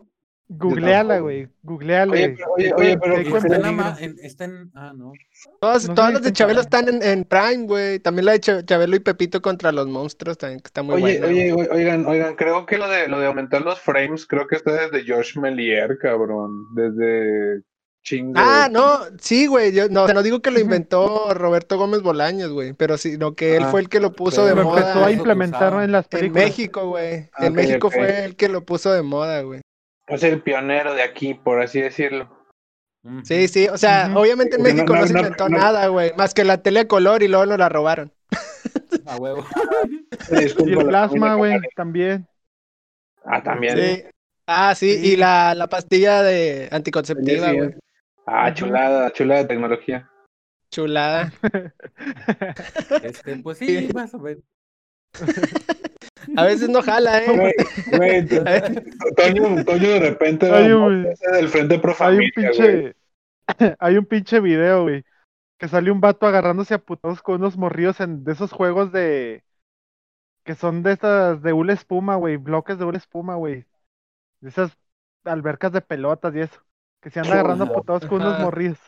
Speaker 3: Googleala,
Speaker 2: tampoco.
Speaker 3: güey. Googleala,
Speaker 2: Oye,
Speaker 3: güey.
Speaker 2: pero- oye, oye, pero-
Speaker 3: Keiko en
Speaker 1: Está en
Speaker 3: peligro.
Speaker 1: ama- en- está en- Ah, no.
Speaker 4: Todas,
Speaker 3: No
Speaker 4: todas
Speaker 3: sé,
Speaker 4: las
Speaker 3: está
Speaker 4: de
Speaker 3: en
Speaker 4: Chabelo están en, en Prime, güey. También la de Cha- Chabelo y Pepito contra los monstruos, también que está muy
Speaker 2: Oye,
Speaker 4: buena. güey.
Speaker 2: oye, oye, oigan, oigan, creo que lo de, lo de aumentar los frames, creo que está desde Josh Melier, cabrón. Desde chingo.
Speaker 4: Ah, no, sí, güey. Yo no, o sea, no digo que lo
Speaker 3: Ujú.
Speaker 4: inventó Roberto Gómez Bolaños, güey, pero sino que él
Speaker 2: Ah,
Speaker 4: fue el que lo puso de
Speaker 2: pero-
Speaker 3: Lo
Speaker 2: Lo
Speaker 4: moda
Speaker 3: empezó a
Speaker 1: ahí.
Speaker 4: en
Speaker 3: implementar en las películas.
Speaker 4: México, güey.
Speaker 2: Ah,
Speaker 4: en
Speaker 2: ok,
Speaker 4: México
Speaker 2: ok.
Speaker 4: fue el que lo puso de moda, güey.
Speaker 2: Es el pionero de aquí, por así decirlo.
Speaker 1: Ujú.
Speaker 4: Sí, sí, o sea,
Speaker 3: Ujú.
Speaker 4: obviamente en
Speaker 2: Porque no-
Speaker 4: México no,
Speaker 2: no-
Speaker 4: se
Speaker 2: no-
Speaker 4: inventó
Speaker 2: no-
Speaker 4: nada, güey, más que la tele a color y luego nos la robaron.
Speaker 1: mm, A huevo.
Speaker 3: Y
Speaker 2: Disculpa,
Speaker 3: el
Speaker 2: la-
Speaker 3: plasma, güey, también.
Speaker 2: Ah, también.
Speaker 4: Sí. Ah, sí,
Speaker 3: Sí.
Speaker 4: y la, la pastilla de
Speaker 2: Tenía
Speaker 4: anticonceptiva,
Speaker 2: cien.
Speaker 4: güey.
Speaker 2: Ah,
Speaker 3: Ujú.
Speaker 2: chulada, chulada de tecnología.
Speaker 4: Chulada.
Speaker 1: Este, pues sí, más o menos.
Speaker 4: A veces no jala, eh.
Speaker 2: Güey, güey, to- Toño, Toño de repente
Speaker 3: Hay
Speaker 2: ¿no?
Speaker 3: un-
Speaker 2: Ese del frente pro
Speaker 3: Hay un
Speaker 2: familia, güey.
Speaker 3: pinche. Hay un pinche video, güey. Que sale un vato agarrándose a putos con unos morrillos en, de esos juegos de. Que son de estas. De hula espuma, güey. Bloques de hula espuma, güey. De esas albercas de pelotas y eso. Que se anda agarrando a
Speaker 1: Ajá.
Speaker 3: putos con unos
Speaker 4: Ajá.
Speaker 3: morrillos.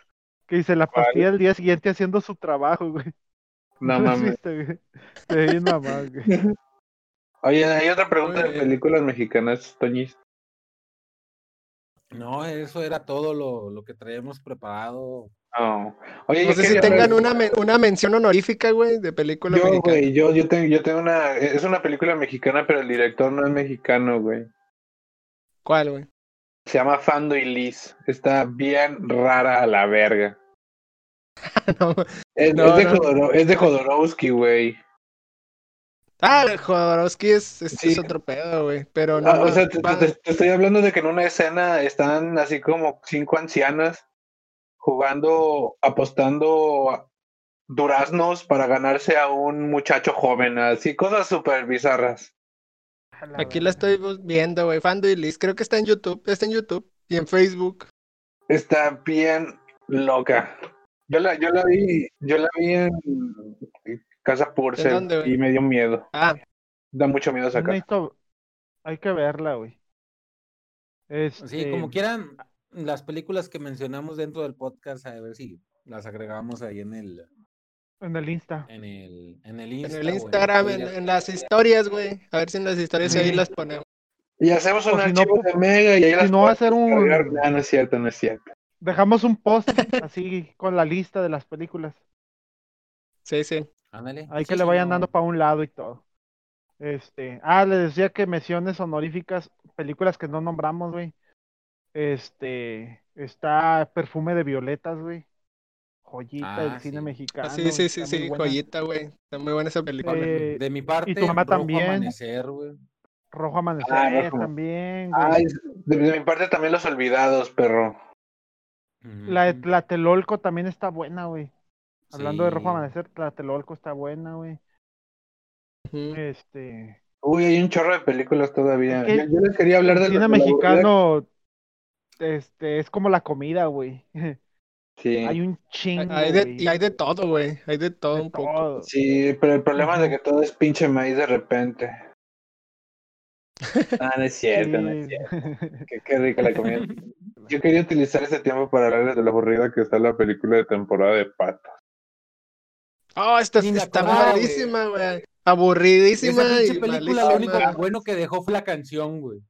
Speaker 3: Que dice la
Speaker 2: Vale.
Speaker 3: pastilla el día siguiente haciendo su trabajo, güey.
Speaker 2: No
Speaker 3: ¿Lo has
Speaker 2: mames.
Speaker 3: visto, güey? Se ve bien mamado, güey.
Speaker 2: Oye, hay otra pregunta
Speaker 4: Muy
Speaker 2: de
Speaker 4: bien.
Speaker 2: películas mexicanas, Toñis.
Speaker 1: No, eso era todo lo, lo que traíamos preparado.
Speaker 2: No. Oye,
Speaker 4: No
Speaker 2: yo
Speaker 4: sé si
Speaker 2: quería-
Speaker 4: tengan una, men- una mención honorífica, güey, de película
Speaker 2: Yo,
Speaker 4: mexicana.
Speaker 2: güey, yo, yo tengo, yo tengo una. Es una película mexicana, pero el director no es mexicano, güey.
Speaker 4: ¿Cuál, güey?
Speaker 2: Se llama Fando y Liz. Está bien rara a la verga.
Speaker 4: No.
Speaker 2: Es, es
Speaker 4: No,
Speaker 2: de,
Speaker 4: no.
Speaker 2: Jodoro- es de Jodorowsky, güey.
Speaker 4: Ah, Jodorowsky es, es,
Speaker 2: Sí.
Speaker 4: es otro pedo, güey. Pero no.
Speaker 2: Ah, o sea, te,
Speaker 4: va-
Speaker 2: te- te estoy hablando de que en una escena están así como cinco ancianas jugando, apostando a- duraznos para ganarse a un muchacho joven, así cosas súper bizarras.
Speaker 3: A la
Speaker 4: Aquí
Speaker 3: verga.
Speaker 4: la estoy bus- viendo, güey. Fanduilis, creo que está en YouTube. Está en YouTube y en Facebook.
Speaker 2: Está bien loca. Yo la, yo la vi, yo la vi en Casa Purcell
Speaker 4: ¿En dónde, güey?
Speaker 2: y me dio miedo.
Speaker 4: Ah,
Speaker 2: Da mucho miedo
Speaker 3: Yo
Speaker 2: sacar.
Speaker 3: necesito- Hay que verla, güey.
Speaker 1: Sí,
Speaker 3: Este,
Speaker 1: como quieran, las películas que mencionamos dentro del podcast, a ver si las agregamos ahí en el,
Speaker 3: En el Insta.
Speaker 1: en el, en el
Speaker 4: en
Speaker 1: Insta.
Speaker 4: el Instagram, en, en las historias, güey. A ver si en las historias
Speaker 3: Sí.
Speaker 4: ahí las ponemos.
Speaker 2: Y hacemos
Speaker 3: O
Speaker 2: un
Speaker 3: si no,
Speaker 2: archivo de Mega y ahí
Speaker 3: Si
Speaker 2: las
Speaker 3: no, va a ser
Speaker 2: podemos cargar.
Speaker 3: un.
Speaker 2: No, no es cierto, no es cierto.
Speaker 3: Dejamos un post así con la lista de las películas.
Speaker 4: Sí, sí.
Speaker 1: Ándale.
Speaker 3: Ahí
Speaker 1: Sí,
Speaker 3: que le
Speaker 1: sí,
Speaker 3: vayan
Speaker 1: no.
Speaker 3: dando para un lado y todo. Este, ah, les decía que menciones honoríficas, películas que no nombramos, güey. Este, está Perfume de Violetas, güey. Joyita
Speaker 1: Ah,
Speaker 3: del cine
Speaker 1: sí.
Speaker 3: mexicano.
Speaker 4: Ah, sí, sí, sí,
Speaker 3: está muy
Speaker 4: sí.
Speaker 3: buena.
Speaker 4: Joyita, güey. Está muy buena esa película.
Speaker 3: Eh,
Speaker 1: De mi parte,
Speaker 3: mamá
Speaker 1: Rojo
Speaker 3: también.
Speaker 1: Amanecer, güey.
Speaker 3: Rojo Amanecer
Speaker 2: Ah, Rojo.
Speaker 3: también, güey.
Speaker 2: Ay, de, de mi parte también los olvidados, perro.
Speaker 3: La de
Speaker 1: Ujú.
Speaker 3: Tlatelolco también está buena, güey. Hablando de Rojo
Speaker 1: Sí.
Speaker 3: Amanecer, Tlatelolco está buena, güey.
Speaker 4: Ujú.
Speaker 3: Este,
Speaker 2: Uy, hay un chorro de películas todavía.
Speaker 3: Es que
Speaker 2: Yo, yo les quería hablar
Speaker 3: el
Speaker 2: del
Speaker 3: cine
Speaker 2: la- la-
Speaker 3: mexicano este, es como la comida, güey.
Speaker 2: Sí.
Speaker 3: Hay un chingo,
Speaker 4: Hay de,
Speaker 3: güey,
Speaker 4: y hay de todo, güey. Hay de todo
Speaker 3: de
Speaker 4: un poco.
Speaker 3: todo.
Speaker 2: Sí, pero el problema es de
Speaker 3: Ujú.
Speaker 2: que todo es pinche maíz de repente. Ah, no es cierto, no es
Speaker 3: Sí.
Speaker 2: cierto. Qué, qué rica la comida. Yo quería utilizar ese tiempo para hablarles de lo aburrida que está la película de temporada de Pato.
Speaker 4: Oh, esta
Speaker 1: Ni la
Speaker 4: está
Speaker 1: acordaba,
Speaker 4: malísima, güey.
Speaker 1: Esa
Speaker 4: Aburridísima
Speaker 1: pinche
Speaker 4: y
Speaker 1: película, lo único
Speaker 4: malísima.
Speaker 1: bueno que dejó fue la canción, güey.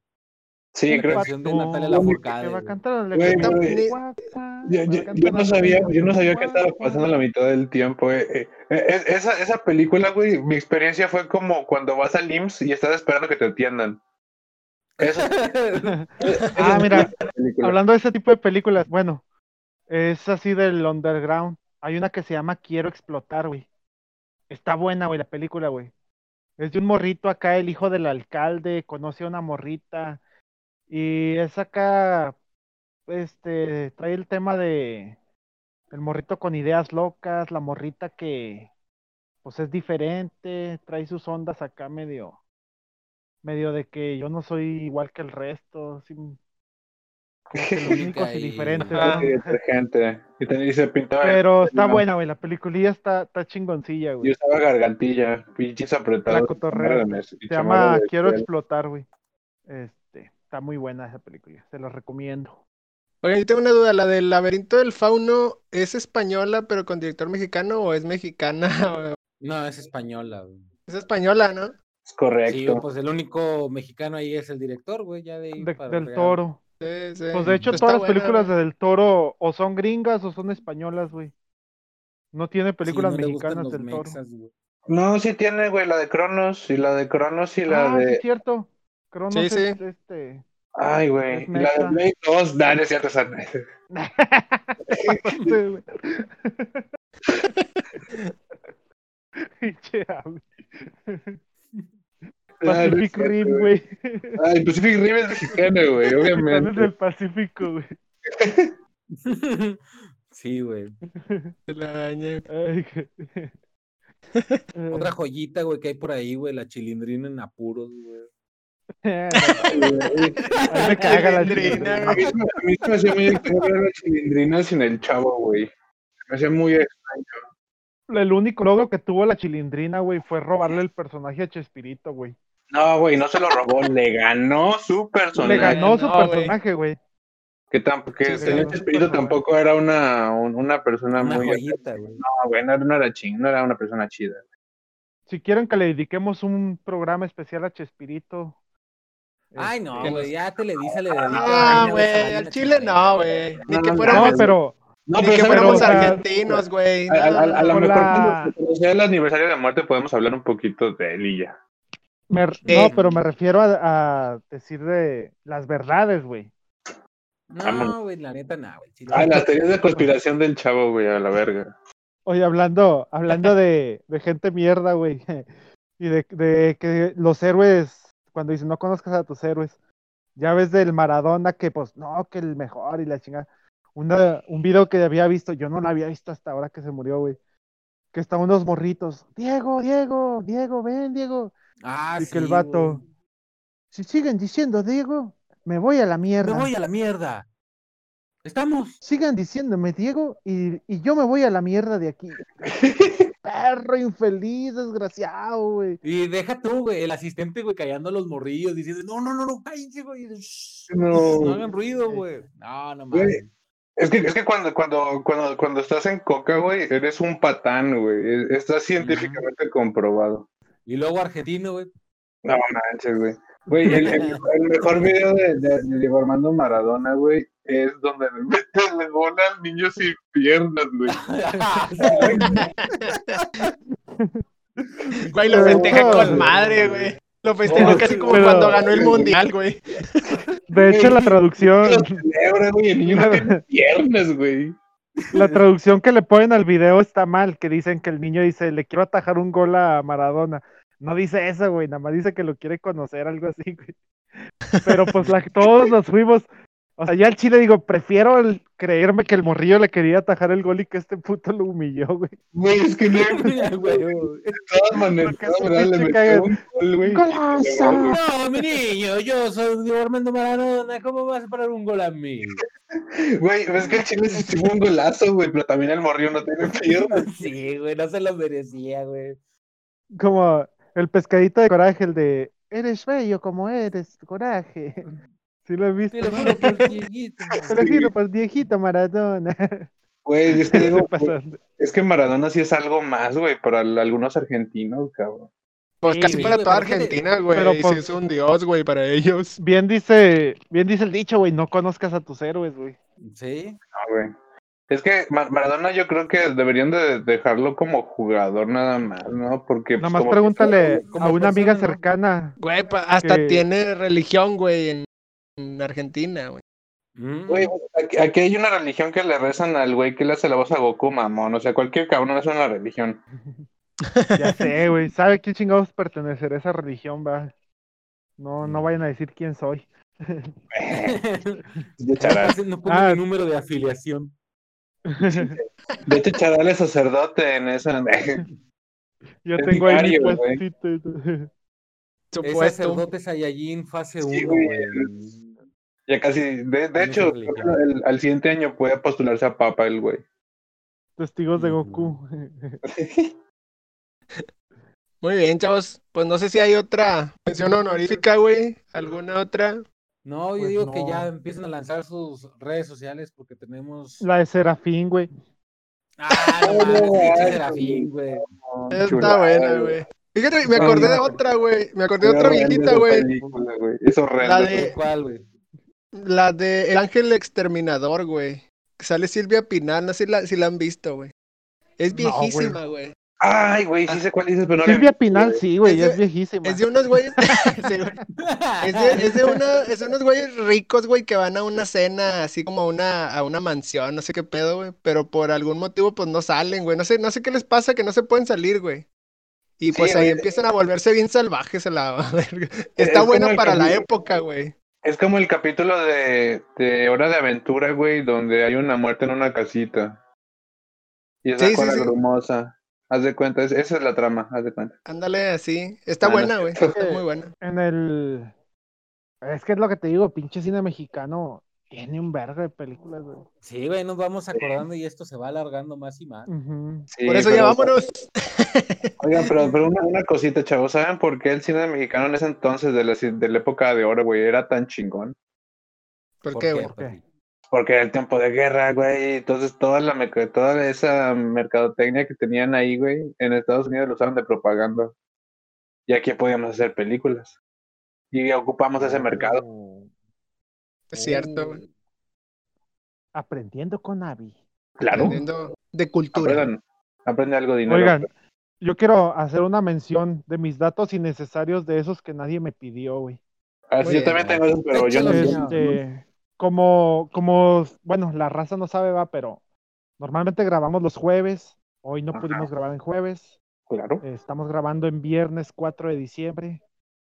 Speaker 2: Sí,
Speaker 1: La
Speaker 2: creo que
Speaker 1: canción de Natalia
Speaker 3: No,
Speaker 1: Lafourcade,
Speaker 3: que va a
Speaker 1: güey.
Speaker 3: cantar la
Speaker 2: Güey,
Speaker 3: canción,
Speaker 2: güey.
Speaker 3: guapa,
Speaker 2: yo,
Speaker 3: va a
Speaker 2: yo-
Speaker 3: cantar
Speaker 2: yo no
Speaker 3: la
Speaker 2: sabía, yo no
Speaker 3: canción,
Speaker 2: sabía que estaba pasando la mitad del tiempo. eh, eh. Eh, es- esa, esa película, güey, mi experiencia fue como cuando vas al IMSS y estás esperando que te atiendan. Eso,
Speaker 3: guapa. Ah, mira,
Speaker 2: película.
Speaker 3: hablando de ese tipo de películas, bueno, es así del underground. Hay una que se llama Quiero explotar, güey. Está buena, güey, la película, güey. Es de un morrito acá, el hijo del alcalde, conoce a una morrita y es acá, este, trae el tema de el morrito con ideas locas, la morrita que, pues es diferente, trae sus ondas acá medio, medio de que yo no soy igual que el resto, sí, como que los
Speaker 1: Única
Speaker 3: únicos y
Speaker 1: y-
Speaker 3: diferentes,
Speaker 2: Ah,
Speaker 3: ¿no?
Speaker 2: sí, detergente. Y también se pintaba. el-
Speaker 3: Pero está
Speaker 2: no.
Speaker 3: buena, güey, la peliculilla está, está chingoncilla,
Speaker 2: Y
Speaker 3: güey.
Speaker 2: usaba gargantilla, pinches apretados.
Speaker 3: La cotorrea.
Speaker 2: de mes- y
Speaker 3: Se
Speaker 2: chamarra
Speaker 3: llama
Speaker 2: de
Speaker 3: Quiero
Speaker 2: piel.
Speaker 3: explotar, güey. Este, está muy buena esa película, se la recomiendo.
Speaker 4: Oye, yo tengo una duda. ¿La del laberinto del fauno es española, pero con director mexicano o es mexicana?
Speaker 1: No, es española, güey.
Speaker 4: es española, ¿no?
Speaker 2: Es
Speaker 1: Sí,
Speaker 2: correcto.
Speaker 1: pues el único mexicano ahí es el director, güey, ya de ahí
Speaker 3: De-
Speaker 1: para
Speaker 3: del
Speaker 1: fregar.
Speaker 3: Toro.
Speaker 4: Sí, sí.
Speaker 3: Pues de hecho
Speaker 4: Pero eh, está
Speaker 3: todas las
Speaker 4: buena,
Speaker 3: películas
Speaker 4: güey.
Speaker 3: de del Toro o son gringas o son españolas, güey. No tiene
Speaker 1: Sí,
Speaker 3: películas
Speaker 1: no le gustan
Speaker 3: mexicanas
Speaker 1: los
Speaker 3: del Toro.
Speaker 1: mexas, güey.
Speaker 2: No, sí tiene, güey, la de Cronos y la de Cronos y la
Speaker 3: ah, sí
Speaker 2: de.
Speaker 3: es cierto. Cronos
Speaker 4: Sí,
Speaker 3: es
Speaker 4: sí.
Speaker 3: este.
Speaker 2: Ay, güey.
Speaker 3: Es
Speaker 2: y La de
Speaker 3: mexa.
Speaker 2: Blade 2. Nah, no es cierto, esa no es.
Speaker 3: Sí, güey. Pinche Abby.
Speaker 2: Nah, no es Ah,
Speaker 3: Pacific
Speaker 2: cierto,
Speaker 3: Rim,
Speaker 2: güey.
Speaker 3: güey.
Speaker 2: Ay, Pacific Rim es mexicano, güey,
Speaker 3: Titanes
Speaker 2: obviamente.
Speaker 3: del Pacífico, güey.
Speaker 1: sí, güey.
Speaker 4: Te la bañé.
Speaker 3: Ay, qué-
Speaker 1: Otra joyita, güey, que hay por ahí, güey, la chilindrina en apuros, güey.
Speaker 3: A mí me caga la
Speaker 4: Chilindrina,
Speaker 2: A
Speaker 3: chilindrina.
Speaker 2: mí a mí se me hacía muy extraño ver las chilindrinas sin el chavo, güey. Se me hacía muy extraño.
Speaker 3: El único logro que tuvo la chilindrina, güey, fue robarle el personaje a Chespirito, güey.
Speaker 2: No, güey, no se lo robó, le ganó su personaje.
Speaker 3: Le ganó su
Speaker 4: no, güey.
Speaker 3: personaje, güey.
Speaker 2: Que, tamp- que
Speaker 4: Sí,
Speaker 2: el
Speaker 4: sí,
Speaker 2: señor
Speaker 3: sí.
Speaker 2: Chespirito tampoco era una, un- una persona
Speaker 1: Una
Speaker 2: Ah, muy.
Speaker 1: joyita, güey.
Speaker 2: No, güey, no, no era ching, no era una persona chida.
Speaker 3: Si quieren que le dediquemos un programa especial a Chespirito.
Speaker 1: Ay, no,
Speaker 3: este,
Speaker 4: que
Speaker 1: güey, ya Televisa le dedica.
Speaker 4: Ah,
Speaker 1: una vez
Speaker 4: güey,
Speaker 1: al año
Speaker 4: al
Speaker 1: una
Speaker 4: chile
Speaker 1: chingadera,
Speaker 4: no, güey. Ni
Speaker 2: No,
Speaker 4: que
Speaker 2: no,
Speaker 4: fuéramos,
Speaker 3: No, pero
Speaker 2: No,
Speaker 4: ni
Speaker 2: pero
Speaker 4: que
Speaker 2: ¿saben
Speaker 4: fuéramos
Speaker 2: cómo?
Speaker 3: pero-
Speaker 4: argentinos, güey.
Speaker 2: A, a- a- a lo
Speaker 3: Con
Speaker 2: mejor
Speaker 3: la-
Speaker 2: cuando- cuando sea el aniversario de la muerte podemos hablar un poquito de él y ya.
Speaker 3: me,
Speaker 4: Eh.
Speaker 3: no, pero me refiero a, a decir de las verdades, güey.
Speaker 1: No, güey, la neta, no, güey. chile.
Speaker 2: Ah,
Speaker 4: pues,
Speaker 2: las teorías de conspiración del chavo, güey, a la verga.
Speaker 3: Oye, hablando, hablando de, de gente mierda, güey. Y de, de que los héroes, cuando dicen no conozcas a tus héroes, ya ves del Maradona que pues no, que el mejor y la chingada. una, un video que había visto, yo no lo había visto hasta ahora que se murió, güey. Que estaban unos morritos. Diego, Diego, Diego, ven, Diego.
Speaker 1: Ah,
Speaker 3: y
Speaker 1: sí,
Speaker 3: que el vato.
Speaker 1: güey.
Speaker 3: Si siguen diciendo Diego, me voy a la mierda.
Speaker 1: Me voy a la mierda. Estamos.
Speaker 3: Sigan diciéndome Diego y, y yo me voy a la mierda de aquí. Perro infeliz, desgraciado, güey.
Speaker 1: Y deja tú, güey, el asistente, güey, callando a los morrillos, diciendo, no, no, no, no, cállense, güey. shh,
Speaker 2: No.
Speaker 1: No hagan ruido, güey. No, no mames.
Speaker 2: Es que, es que cuando, cuando, cuando, cuando estás en coca, güey, eres un patán, güey. Es- Está científicamente comprobado.
Speaker 1: Y luego argentino, güey.
Speaker 2: No manches, güey. Güey, el, el- el mejor video de, de, de Diego Armando Maradona, güey, es donde le mete la bola al niño sin piernas, güey.
Speaker 4: Güey, lo
Speaker 3: Pero-
Speaker 4: festeja con madre, güey. Lo festeja
Speaker 2: Pero-
Speaker 4: casi como
Speaker 3: pero-
Speaker 4: cuando ganó el mundial, güey.
Speaker 3: De hecho, la traducción,
Speaker 2: Lo celebra, güey, el niño no tiene piernas, güey.
Speaker 3: la traducción que le ponen al video está mal, que dicen que el niño dice, le quiero atajar un gol a Maradona. No dice eso, güey, nada más dice que lo quiere conocer, algo así, güey. Pero pues la, todos nos fuimos. O sea, ya al Chile digo, prefiero el- creerme que el morrillo le quería atajar el gol y que este puto lo humilló, güey.
Speaker 2: Güey, es que no,
Speaker 1: Güey.
Speaker 2: de todas maneras,
Speaker 3: Porque es un
Speaker 2: ¿verdad? le
Speaker 3: pinche
Speaker 2: metió
Speaker 3: cagado.
Speaker 2: un gol, güey.
Speaker 3: ¡Golazo!
Speaker 1: No, mi niño, yo soy Diego Armando Maradona, ¿cómo vas a parar un gol a mí?
Speaker 2: Güey, ves que el chile se estuvo un golazo, güey, pero también el morrillo no tiene piernas.
Speaker 1: Sí, güey, no se lo merecía, güey.
Speaker 3: Como el pescadito de coraje, el de eres bello como eres, coraje. Si lo he visto.
Speaker 1: Te lo juro por chiquito.
Speaker 3: Te lo juro por pues, viejito Maradona.
Speaker 2: Güey, es que
Speaker 3: Se
Speaker 2: digo,
Speaker 3: pasan.
Speaker 2: es que Maradona sí es algo más, güey, para al- algunos argentinos, cabrón.
Speaker 4: Pues
Speaker 1: Sí,
Speaker 4: casi
Speaker 1: güey,
Speaker 4: para
Speaker 1: pero
Speaker 4: toda
Speaker 1: fíjate,
Speaker 4: Argentina, güey.
Speaker 3: pero
Speaker 4: Sí,
Speaker 3: pues-
Speaker 4: es un dios, güey, para ellos.
Speaker 3: Bien dice, bien dice el dicho, güey, no conozcas a tus héroes, güey.
Speaker 1: Sí.
Speaker 2: No, güey. Es que Ma- Maradona yo creo que deberían de dejarlo como jugador nada más, ¿no? Porque pues,
Speaker 3: Nada más
Speaker 2: como-
Speaker 3: pregúntale
Speaker 1: como
Speaker 3: a una
Speaker 1: persona,
Speaker 3: amiga
Speaker 1: ¿no?
Speaker 3: cercana.
Speaker 4: Güey, pa- hasta
Speaker 3: Que-
Speaker 4: tiene religión, güey, en, en Argentina, güey.
Speaker 1: Mm.
Speaker 2: Güey, aquí, aquí hay una religión que le rezan al güey que le hace la voz a Goku, mamón. O sea, cualquier cabrón es una religión.
Speaker 3: Ya sé, güey. ¿Sabe quién chingados pertenecer a esa religión, va? No,
Speaker 2: Mm.
Speaker 3: no vayan a decir quién soy.
Speaker 2: De charal.
Speaker 1: No pongo
Speaker 3: Ah.
Speaker 1: mi número de afiliación.
Speaker 2: De hecho, charal es sacerdote en esa.
Speaker 3: Yo
Speaker 2: Es
Speaker 3: tengo ahí mi
Speaker 2: vicario, güey.
Speaker 3: puestito.
Speaker 1: Es
Speaker 4: Supuesto.
Speaker 1: sacerdote Saiyajin fase 1,
Speaker 2: Sí, güey.
Speaker 1: güey.
Speaker 2: Ya casi. De, de
Speaker 1: esa
Speaker 2: hecho,
Speaker 1: religión.
Speaker 2: el- al siguiente año puede postularse a papa el güey.
Speaker 3: Testigos de
Speaker 1: Ujú.
Speaker 3: Goku.
Speaker 4: Muy bien, chavos. Pues no sé si hay otra mención honorífica, güey. ¿Alguna otra?
Speaker 1: No, yo
Speaker 3: Pues
Speaker 1: digo que
Speaker 3: no.
Speaker 1: ya empiezan a lanzar sus redes sociales porque tenemos.
Speaker 3: La de Serafín, güey.
Speaker 1: Ah, no mames,
Speaker 2: No,
Speaker 1: pinche
Speaker 2: ay,
Speaker 1: Serafín, güey.
Speaker 4: Está
Speaker 2: Chulada,
Speaker 4: buena, güey. Fíjate, me
Speaker 2: Está
Speaker 4: acordé de
Speaker 2: buena.
Speaker 4: otra, güey. Me acordé de
Speaker 2: Qué
Speaker 4: otra
Speaker 2: horrenda
Speaker 4: viejita,
Speaker 2: esa
Speaker 4: güey.
Speaker 2: película, güey. Es horrenda.
Speaker 4: La de-
Speaker 1: ¿Cuál, güey?
Speaker 4: La de El Ángel Exterminador, güey. Que sale Silvia Pinal, no sé si la, si la han visto, güey. Es
Speaker 3: No, güey.
Speaker 4: viejísima, güey.
Speaker 2: Ay, güey, sí sé cuál dices, pero no la he
Speaker 3: Silvia
Speaker 2: visto,
Speaker 3: Pinal,
Speaker 2: güey.
Speaker 3: sí, güey,
Speaker 4: Es
Speaker 3: ya
Speaker 4: de-
Speaker 3: es viejísima.
Speaker 4: Es de unos güeyes. sí, güey. es, de, es de una- es de unos güeyes ricos, güey, que van a una cena, así como a una, a una mansión, no sé qué pedo, güey. Pero por algún motivo, pues no salen, güey. No sé, no sé qué les pasa, que no se pueden salir, güey. Y
Speaker 2: Sí,
Speaker 4: pues ahí
Speaker 2: güey.
Speaker 4: empiezan a volverse bien salvajes a la verga. Está
Speaker 2: como
Speaker 4: buena
Speaker 2: el
Speaker 4: para la
Speaker 2: capítulo-
Speaker 4: época, güey.
Speaker 2: Es como el capítulo de, de Hora de Aventura, güey, donde hay una muerte en una casita. Y es
Speaker 4: Sí,
Speaker 2: la
Speaker 4: sí,
Speaker 2: cola
Speaker 4: sí.
Speaker 2: grumosa. Haz de cuenta, es- esa es la trama, haz de cuenta.
Speaker 4: Ándale, así. Está
Speaker 2: Ah, no
Speaker 4: buena, güey. Está
Speaker 3: cierto.
Speaker 4: muy buena.
Speaker 3: En el. Es que es lo que te digo, pinche cine mexicano tiene un vergo de películas, güey.
Speaker 1: Sí, güey, nos vamos acordando y esto se va alargando más y más.
Speaker 3: Ujú.
Speaker 2: Sí,
Speaker 4: por eso
Speaker 2: pero-
Speaker 4: ya vámonos.
Speaker 2: Oigan, pero, pero una, una cosita, chavos, ¿saben por qué el cine mexicano en ese entonces, de la, de la época de oro, güey, era tan chingón?
Speaker 4: ¿Por qué, güey?
Speaker 3: ¿Por
Speaker 1: Papi?
Speaker 2: Porque era el tiempo de guerra, güey. Entonces, toda, la, merc- toda esa mercadotecnia que tenían ahí, güey, en Estados Unidos lo usaban de propaganda. Y aquí podíamos hacer películas. Y ocupamos ese mercado.
Speaker 4: Es cierto, güey.
Speaker 3: Aprendiendo con Avi.
Speaker 2: Claro.
Speaker 4: Aprendiendo de cultura.
Speaker 2: Ah, Aprendan, aprende algo de dinero.
Speaker 3: Oigan, yo quiero hacer una mención de mis datos innecesarios de esos que nadie me pidió, güey.
Speaker 2: Ah, sí,
Speaker 4: Oye,
Speaker 2: yo también tengo eso, pero yo no
Speaker 4: échalo,
Speaker 2: sé.
Speaker 4: ya.
Speaker 3: Este, como, como, bueno, la raza no sabe, va, pero normalmente grabamos los jueves. Hoy no
Speaker 2: Ajá.
Speaker 3: pudimos grabar en jueves.
Speaker 2: Claro.
Speaker 3: eh, Estamos grabando en viernes 4 de diciembre.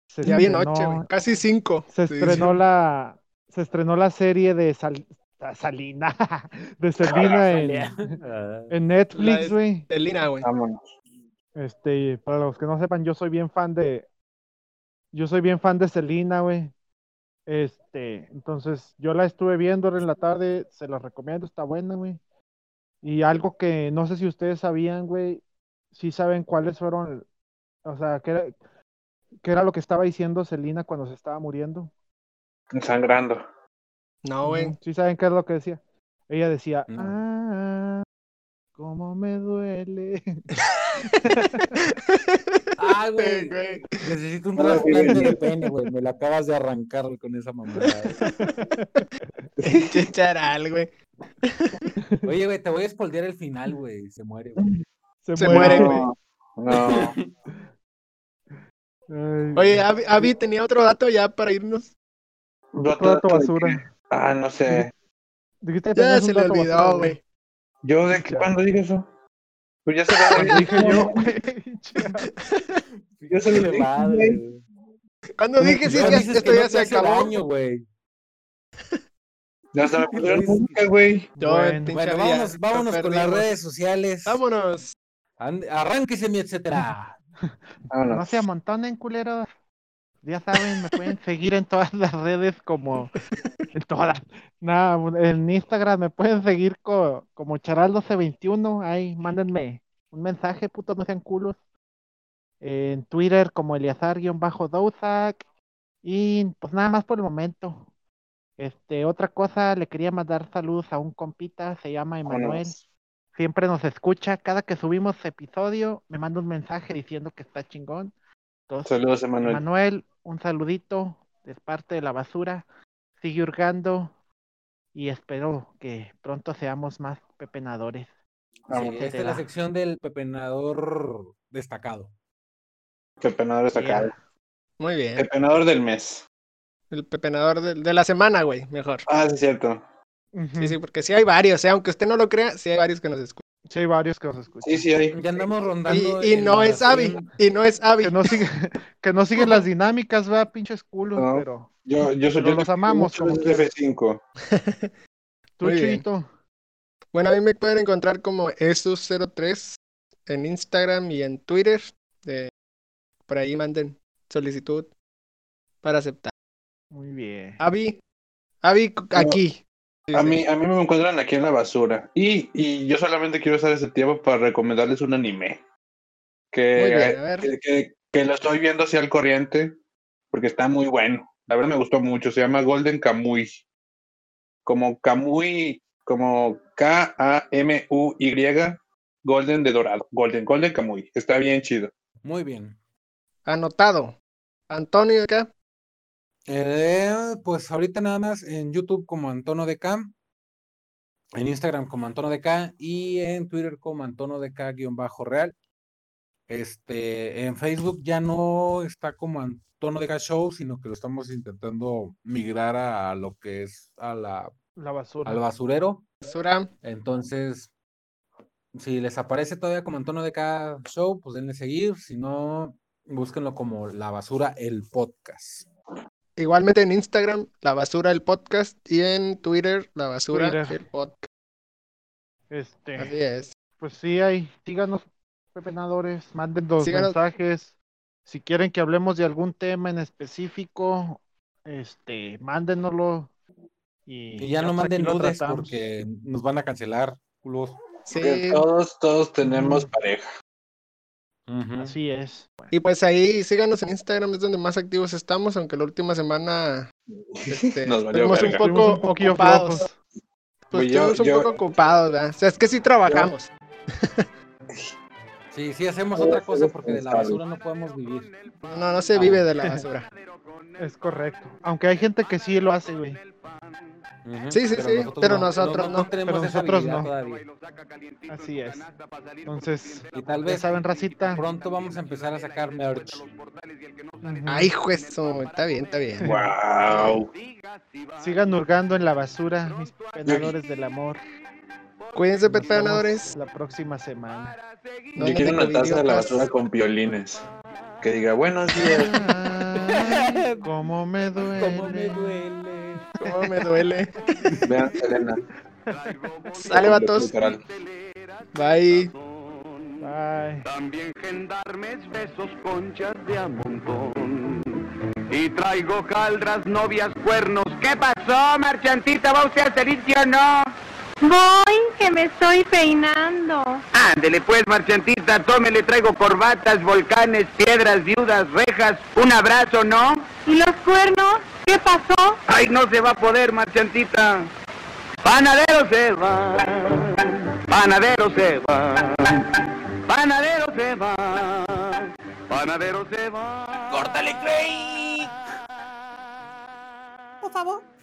Speaker 3: Se
Speaker 4: Ya bien
Speaker 3: estrenó-
Speaker 4: noche, güey. Casi cinco.
Speaker 3: Se
Speaker 4: Sí.
Speaker 3: estrenó la se estrenó la serie de Sal- Sa- Salina. De Selena en,
Speaker 5: Ah,
Speaker 3: en
Speaker 4: La de-
Speaker 3: Netflix, güey.
Speaker 4: De Lina, güey.
Speaker 2: Vámonos.
Speaker 3: Este, para los que no sepan, yo soy bien fan de. Yo soy bien fan de Selena, güey. Este, entonces yo la estuve viendo ahora en la tarde, se la recomiendo, está buena, güey. Y algo que no sé si ustedes sabían, güey, si saben cuáles fueron, o sea, qué era, qué era lo que estaba diciendo Selena cuando se estaba muriendo.
Speaker 2: Sangrando.
Speaker 4: No, güey.
Speaker 3: Sí saben qué es lo que decía. Ella decía,
Speaker 1: No.
Speaker 3: ah, cómo me duele.
Speaker 5: Ay,
Speaker 4: Sí,
Speaker 5: güey.
Speaker 4: güey.
Speaker 1: Ah, Necesito un
Speaker 2: Hola,
Speaker 1: trasplante
Speaker 2: güey.
Speaker 1: de pene, güey. Me lo acabas de arrancar güey, con esa mamada. güey.
Speaker 4: Chicharal, güey.
Speaker 1: Oye, güey, te voy a espoldear el final, güey. Se muere, güey.
Speaker 4: Se muere,
Speaker 3: güey.
Speaker 4: güey.
Speaker 2: No, no.
Speaker 3: Ay, güey.
Speaker 4: Oye, Abby, Abby tenía otro dato ya para irnos.
Speaker 2: Dato-
Speaker 3: Otro dato
Speaker 2: dato de qué?
Speaker 3: basura.
Speaker 2: Ah, no sé.
Speaker 3: Dijiste que
Speaker 4: Ya
Speaker 3: tenías un
Speaker 4: se le
Speaker 3: dato basura,
Speaker 4: olvidó, güey.
Speaker 2: ¿Yo de qué
Speaker 3: Ya.
Speaker 2: cuando dije eso? Pues ya se lo
Speaker 3: Dije yo, güey.
Speaker 2: Yo se lo
Speaker 1: Qué
Speaker 2: dije,
Speaker 1: madre,
Speaker 2: güey.
Speaker 1: güey.
Speaker 4: Cuando dije sí,
Speaker 1: No
Speaker 4: ya,
Speaker 1: dices
Speaker 4: esto
Speaker 1: que
Speaker 4: ya
Speaker 1: no te
Speaker 4: se
Speaker 1: hace
Speaker 4: acabó.
Speaker 1: daño, güey.
Speaker 2: Ya se me pusieron música, güey.
Speaker 4: Yo,
Speaker 3: Bueno,
Speaker 4: pinche
Speaker 1: Bueno,
Speaker 4: Abby, ya
Speaker 1: vámonos,
Speaker 4: lo
Speaker 1: vámonos con las
Speaker 4: perdimos.
Speaker 1: redes sociales.
Speaker 4: Vámonos.
Speaker 1: And- arránquese mi etcétera.
Speaker 3: No
Speaker 2: Vámonos.
Speaker 3: se amontonen, culeros. Ya saben, me pueden seguir en todas las redes como... En todas. Nada, en Instagram me pueden seguir co- como Charaldo21. Ahí, mándenme un mensaje, puto, no sean culos. En Twitter como Eliazar-Dousak. Y pues nada más por el momento. Este, otra cosa, le quería mandar saludos a un compita, se llama Emanuel.
Speaker 2: Vámonos.
Speaker 3: siempre nos escucha. Cada que subimos episodio, me manda un mensaje diciendo que está chingón. Entonces,
Speaker 2: Saludos, Emanuel.
Speaker 3: Manuel, un saludito de parte de la basura. Sigue hurgando y espero que pronto seamos más pepenadores.
Speaker 1: Sí,
Speaker 2: Vámonos.
Speaker 1: esta es la sección del pepenador destacado.
Speaker 2: Qué penador es acá.
Speaker 3: Yeah.
Speaker 4: Muy
Speaker 2: El
Speaker 4: bien.
Speaker 2: penador del mes.
Speaker 4: El pepenador de, de la semana, güey, mejor.
Speaker 2: Ah, sí, es cierto.
Speaker 4: Sí, sí, porque sí hay varios, ¿eh? aunque usted no lo crea, sí hay varios que nos escuchan.
Speaker 3: Sí, hay varios que nos escuchan.
Speaker 2: Sí, sí, ahí.
Speaker 1: Ya andamos rondando.
Speaker 4: Y, y
Speaker 1: en
Speaker 4: no
Speaker 1: la
Speaker 4: es Abby,
Speaker 1: oración.
Speaker 4: y no es Abby.
Speaker 3: Que no siguen que no siguen las dinámicas, va, pinches culos,
Speaker 2: No.
Speaker 3: pero
Speaker 2: Yo, yo soy yo
Speaker 3: Pero los
Speaker 2: soy
Speaker 3: amamos,
Speaker 2: mucho
Speaker 3: como
Speaker 2: de F5.
Speaker 3: tú,
Speaker 4: Muy bien.
Speaker 3: Chuyito,
Speaker 4: Bueno, a mí me pueden encontrar como Esus03 en Instagram y en Twitter. Eh, por ahí manden solicitud para aceptar.
Speaker 3: muy bien.
Speaker 4: Abby, Abby c- aquí. Sí,
Speaker 2: A
Speaker 4: sí.
Speaker 2: mí, a mí me encuentran aquí en la basura. Y, y yo solamente quiero usar este tiempo para recomendarles un anime. Que, eh,
Speaker 4: Muy bien, a ver.
Speaker 2: que, que- que lo estoy viendo así al corriente. Porque está muy bueno. La verdad me gustó mucho. Se llama Golden Kamuy. Como Kamui, como K-A-M-U-Y. Golden de dorado. Golden, Golden Kamuy. Está bien chido.
Speaker 1: Muy bien.
Speaker 4: Anotado. Antonio acá.
Speaker 1: Eh, pues ahorita nada más en YouTube como Antono de K, en Instagram como Antono de K y en Twitter como Antono de K guión bajo real. Este, en Facebook ya no está como Antono de K Show, sino que lo estamos intentando migrar a lo que es a la,
Speaker 3: La basura.
Speaker 1: al basurero.
Speaker 4: Sura.
Speaker 1: Entonces, si les aparece todavía como Antono de K Show, pues denle seguir. Si no, búsquenlo como La Basura, el podcast.
Speaker 4: Igualmente en Instagram, La Basura el Podcast. Y en Twitter, La Basura
Speaker 3: Twitter.
Speaker 4: el Podcast.
Speaker 3: Este,
Speaker 4: Así es.
Speaker 3: Pues sí, ahí, síganos, pepenadores, manden los
Speaker 4: Síganos.
Speaker 3: mensajes. Si quieren que hablemos de algún tema en específico, este, mándenoslo. Y,
Speaker 1: Y ya no
Speaker 3: pues aquí
Speaker 1: manden
Speaker 3: lo
Speaker 1: nudes
Speaker 3: tratamos.
Speaker 1: porque nos van a cancelar, culos.
Speaker 4: Sí.
Speaker 2: Que Todos, todos tenemos pareja.
Speaker 3: Así es. Bueno,
Speaker 4: Y pues ahí síganos en Instagram, es donde más activos estamos, aunque la última semana este,
Speaker 2: Nos valió
Speaker 4: estuvimos un
Speaker 2: verga.
Speaker 4: poco
Speaker 3: Estuvimos un poquillo
Speaker 4: ocupados.
Speaker 3: flojos.
Speaker 4: Pues
Speaker 2: Pues yo-
Speaker 4: estuvimos un
Speaker 2: yo-
Speaker 4: poco ocupados, ¿verdad? O sea, es que sí trabajamos.
Speaker 1: Sí, sí, hacemos
Speaker 2: Todo
Speaker 1: otra
Speaker 2: es
Speaker 1: cosa porque de la
Speaker 2: irresponsable.
Speaker 1: basura no podemos vivir.
Speaker 4: No, no se
Speaker 2: Ah.
Speaker 4: vive de la basura.
Speaker 3: es correcto. Aunque hay gente que sí lo hace, güey.
Speaker 4: Sí, sí, sí, pero nosotros no.
Speaker 1: tenemos
Speaker 3: Pero
Speaker 1: esa
Speaker 3: nosotros
Speaker 1: habilidad
Speaker 3: no.
Speaker 1: todavía.
Speaker 3: Así es. Entonces,
Speaker 1: Y tal vez
Speaker 3: saben, racita.
Speaker 1: pronto vamos a empezar a sacar merch.
Speaker 3: ujú,
Speaker 4: Ay, juez, eso, está bien, está bien.
Speaker 2: Wow.
Speaker 3: sigan hurgando en la basura, mis pepenadores del amor.
Speaker 4: Cuídense,
Speaker 3: Nos vemos
Speaker 4: pepenadores.
Speaker 3: La próxima semana.
Speaker 4: No
Speaker 2: Yo quiero
Speaker 4: anden
Speaker 2: una taza de la
Speaker 4: idiotas.
Speaker 2: basura con violines. eh, Que diga, buenos días.
Speaker 3: Ay, cómo me duele.
Speaker 1: Cómo me duele.
Speaker 4: Cómo me duele.
Speaker 2: Vean, Selena.
Speaker 4: Sale, vatos.
Speaker 2: Literal.
Speaker 4: Bye.
Speaker 3: Ay,
Speaker 5: También gendarmes, besos, conchas de a montón. Y traigo caldras, novias, cuernos. ¿Qué pasó, marchantita? ¿Va usted al servicio o no?
Speaker 6: Voy, que me estoy peinando.
Speaker 5: Ándele pues, marchantita, tómele, traigo corbatas, volcanes, piedras, viudas, rejas. Un abrazo, ¿no?
Speaker 6: ¿Y los cuernos? ¿Qué pasó?
Speaker 5: Ay, no se va a poder, marchantita. Panadero se va, panadero se va, panadero se va, panadero se va. ¡Córtale, Clay!
Speaker 7: Por favor.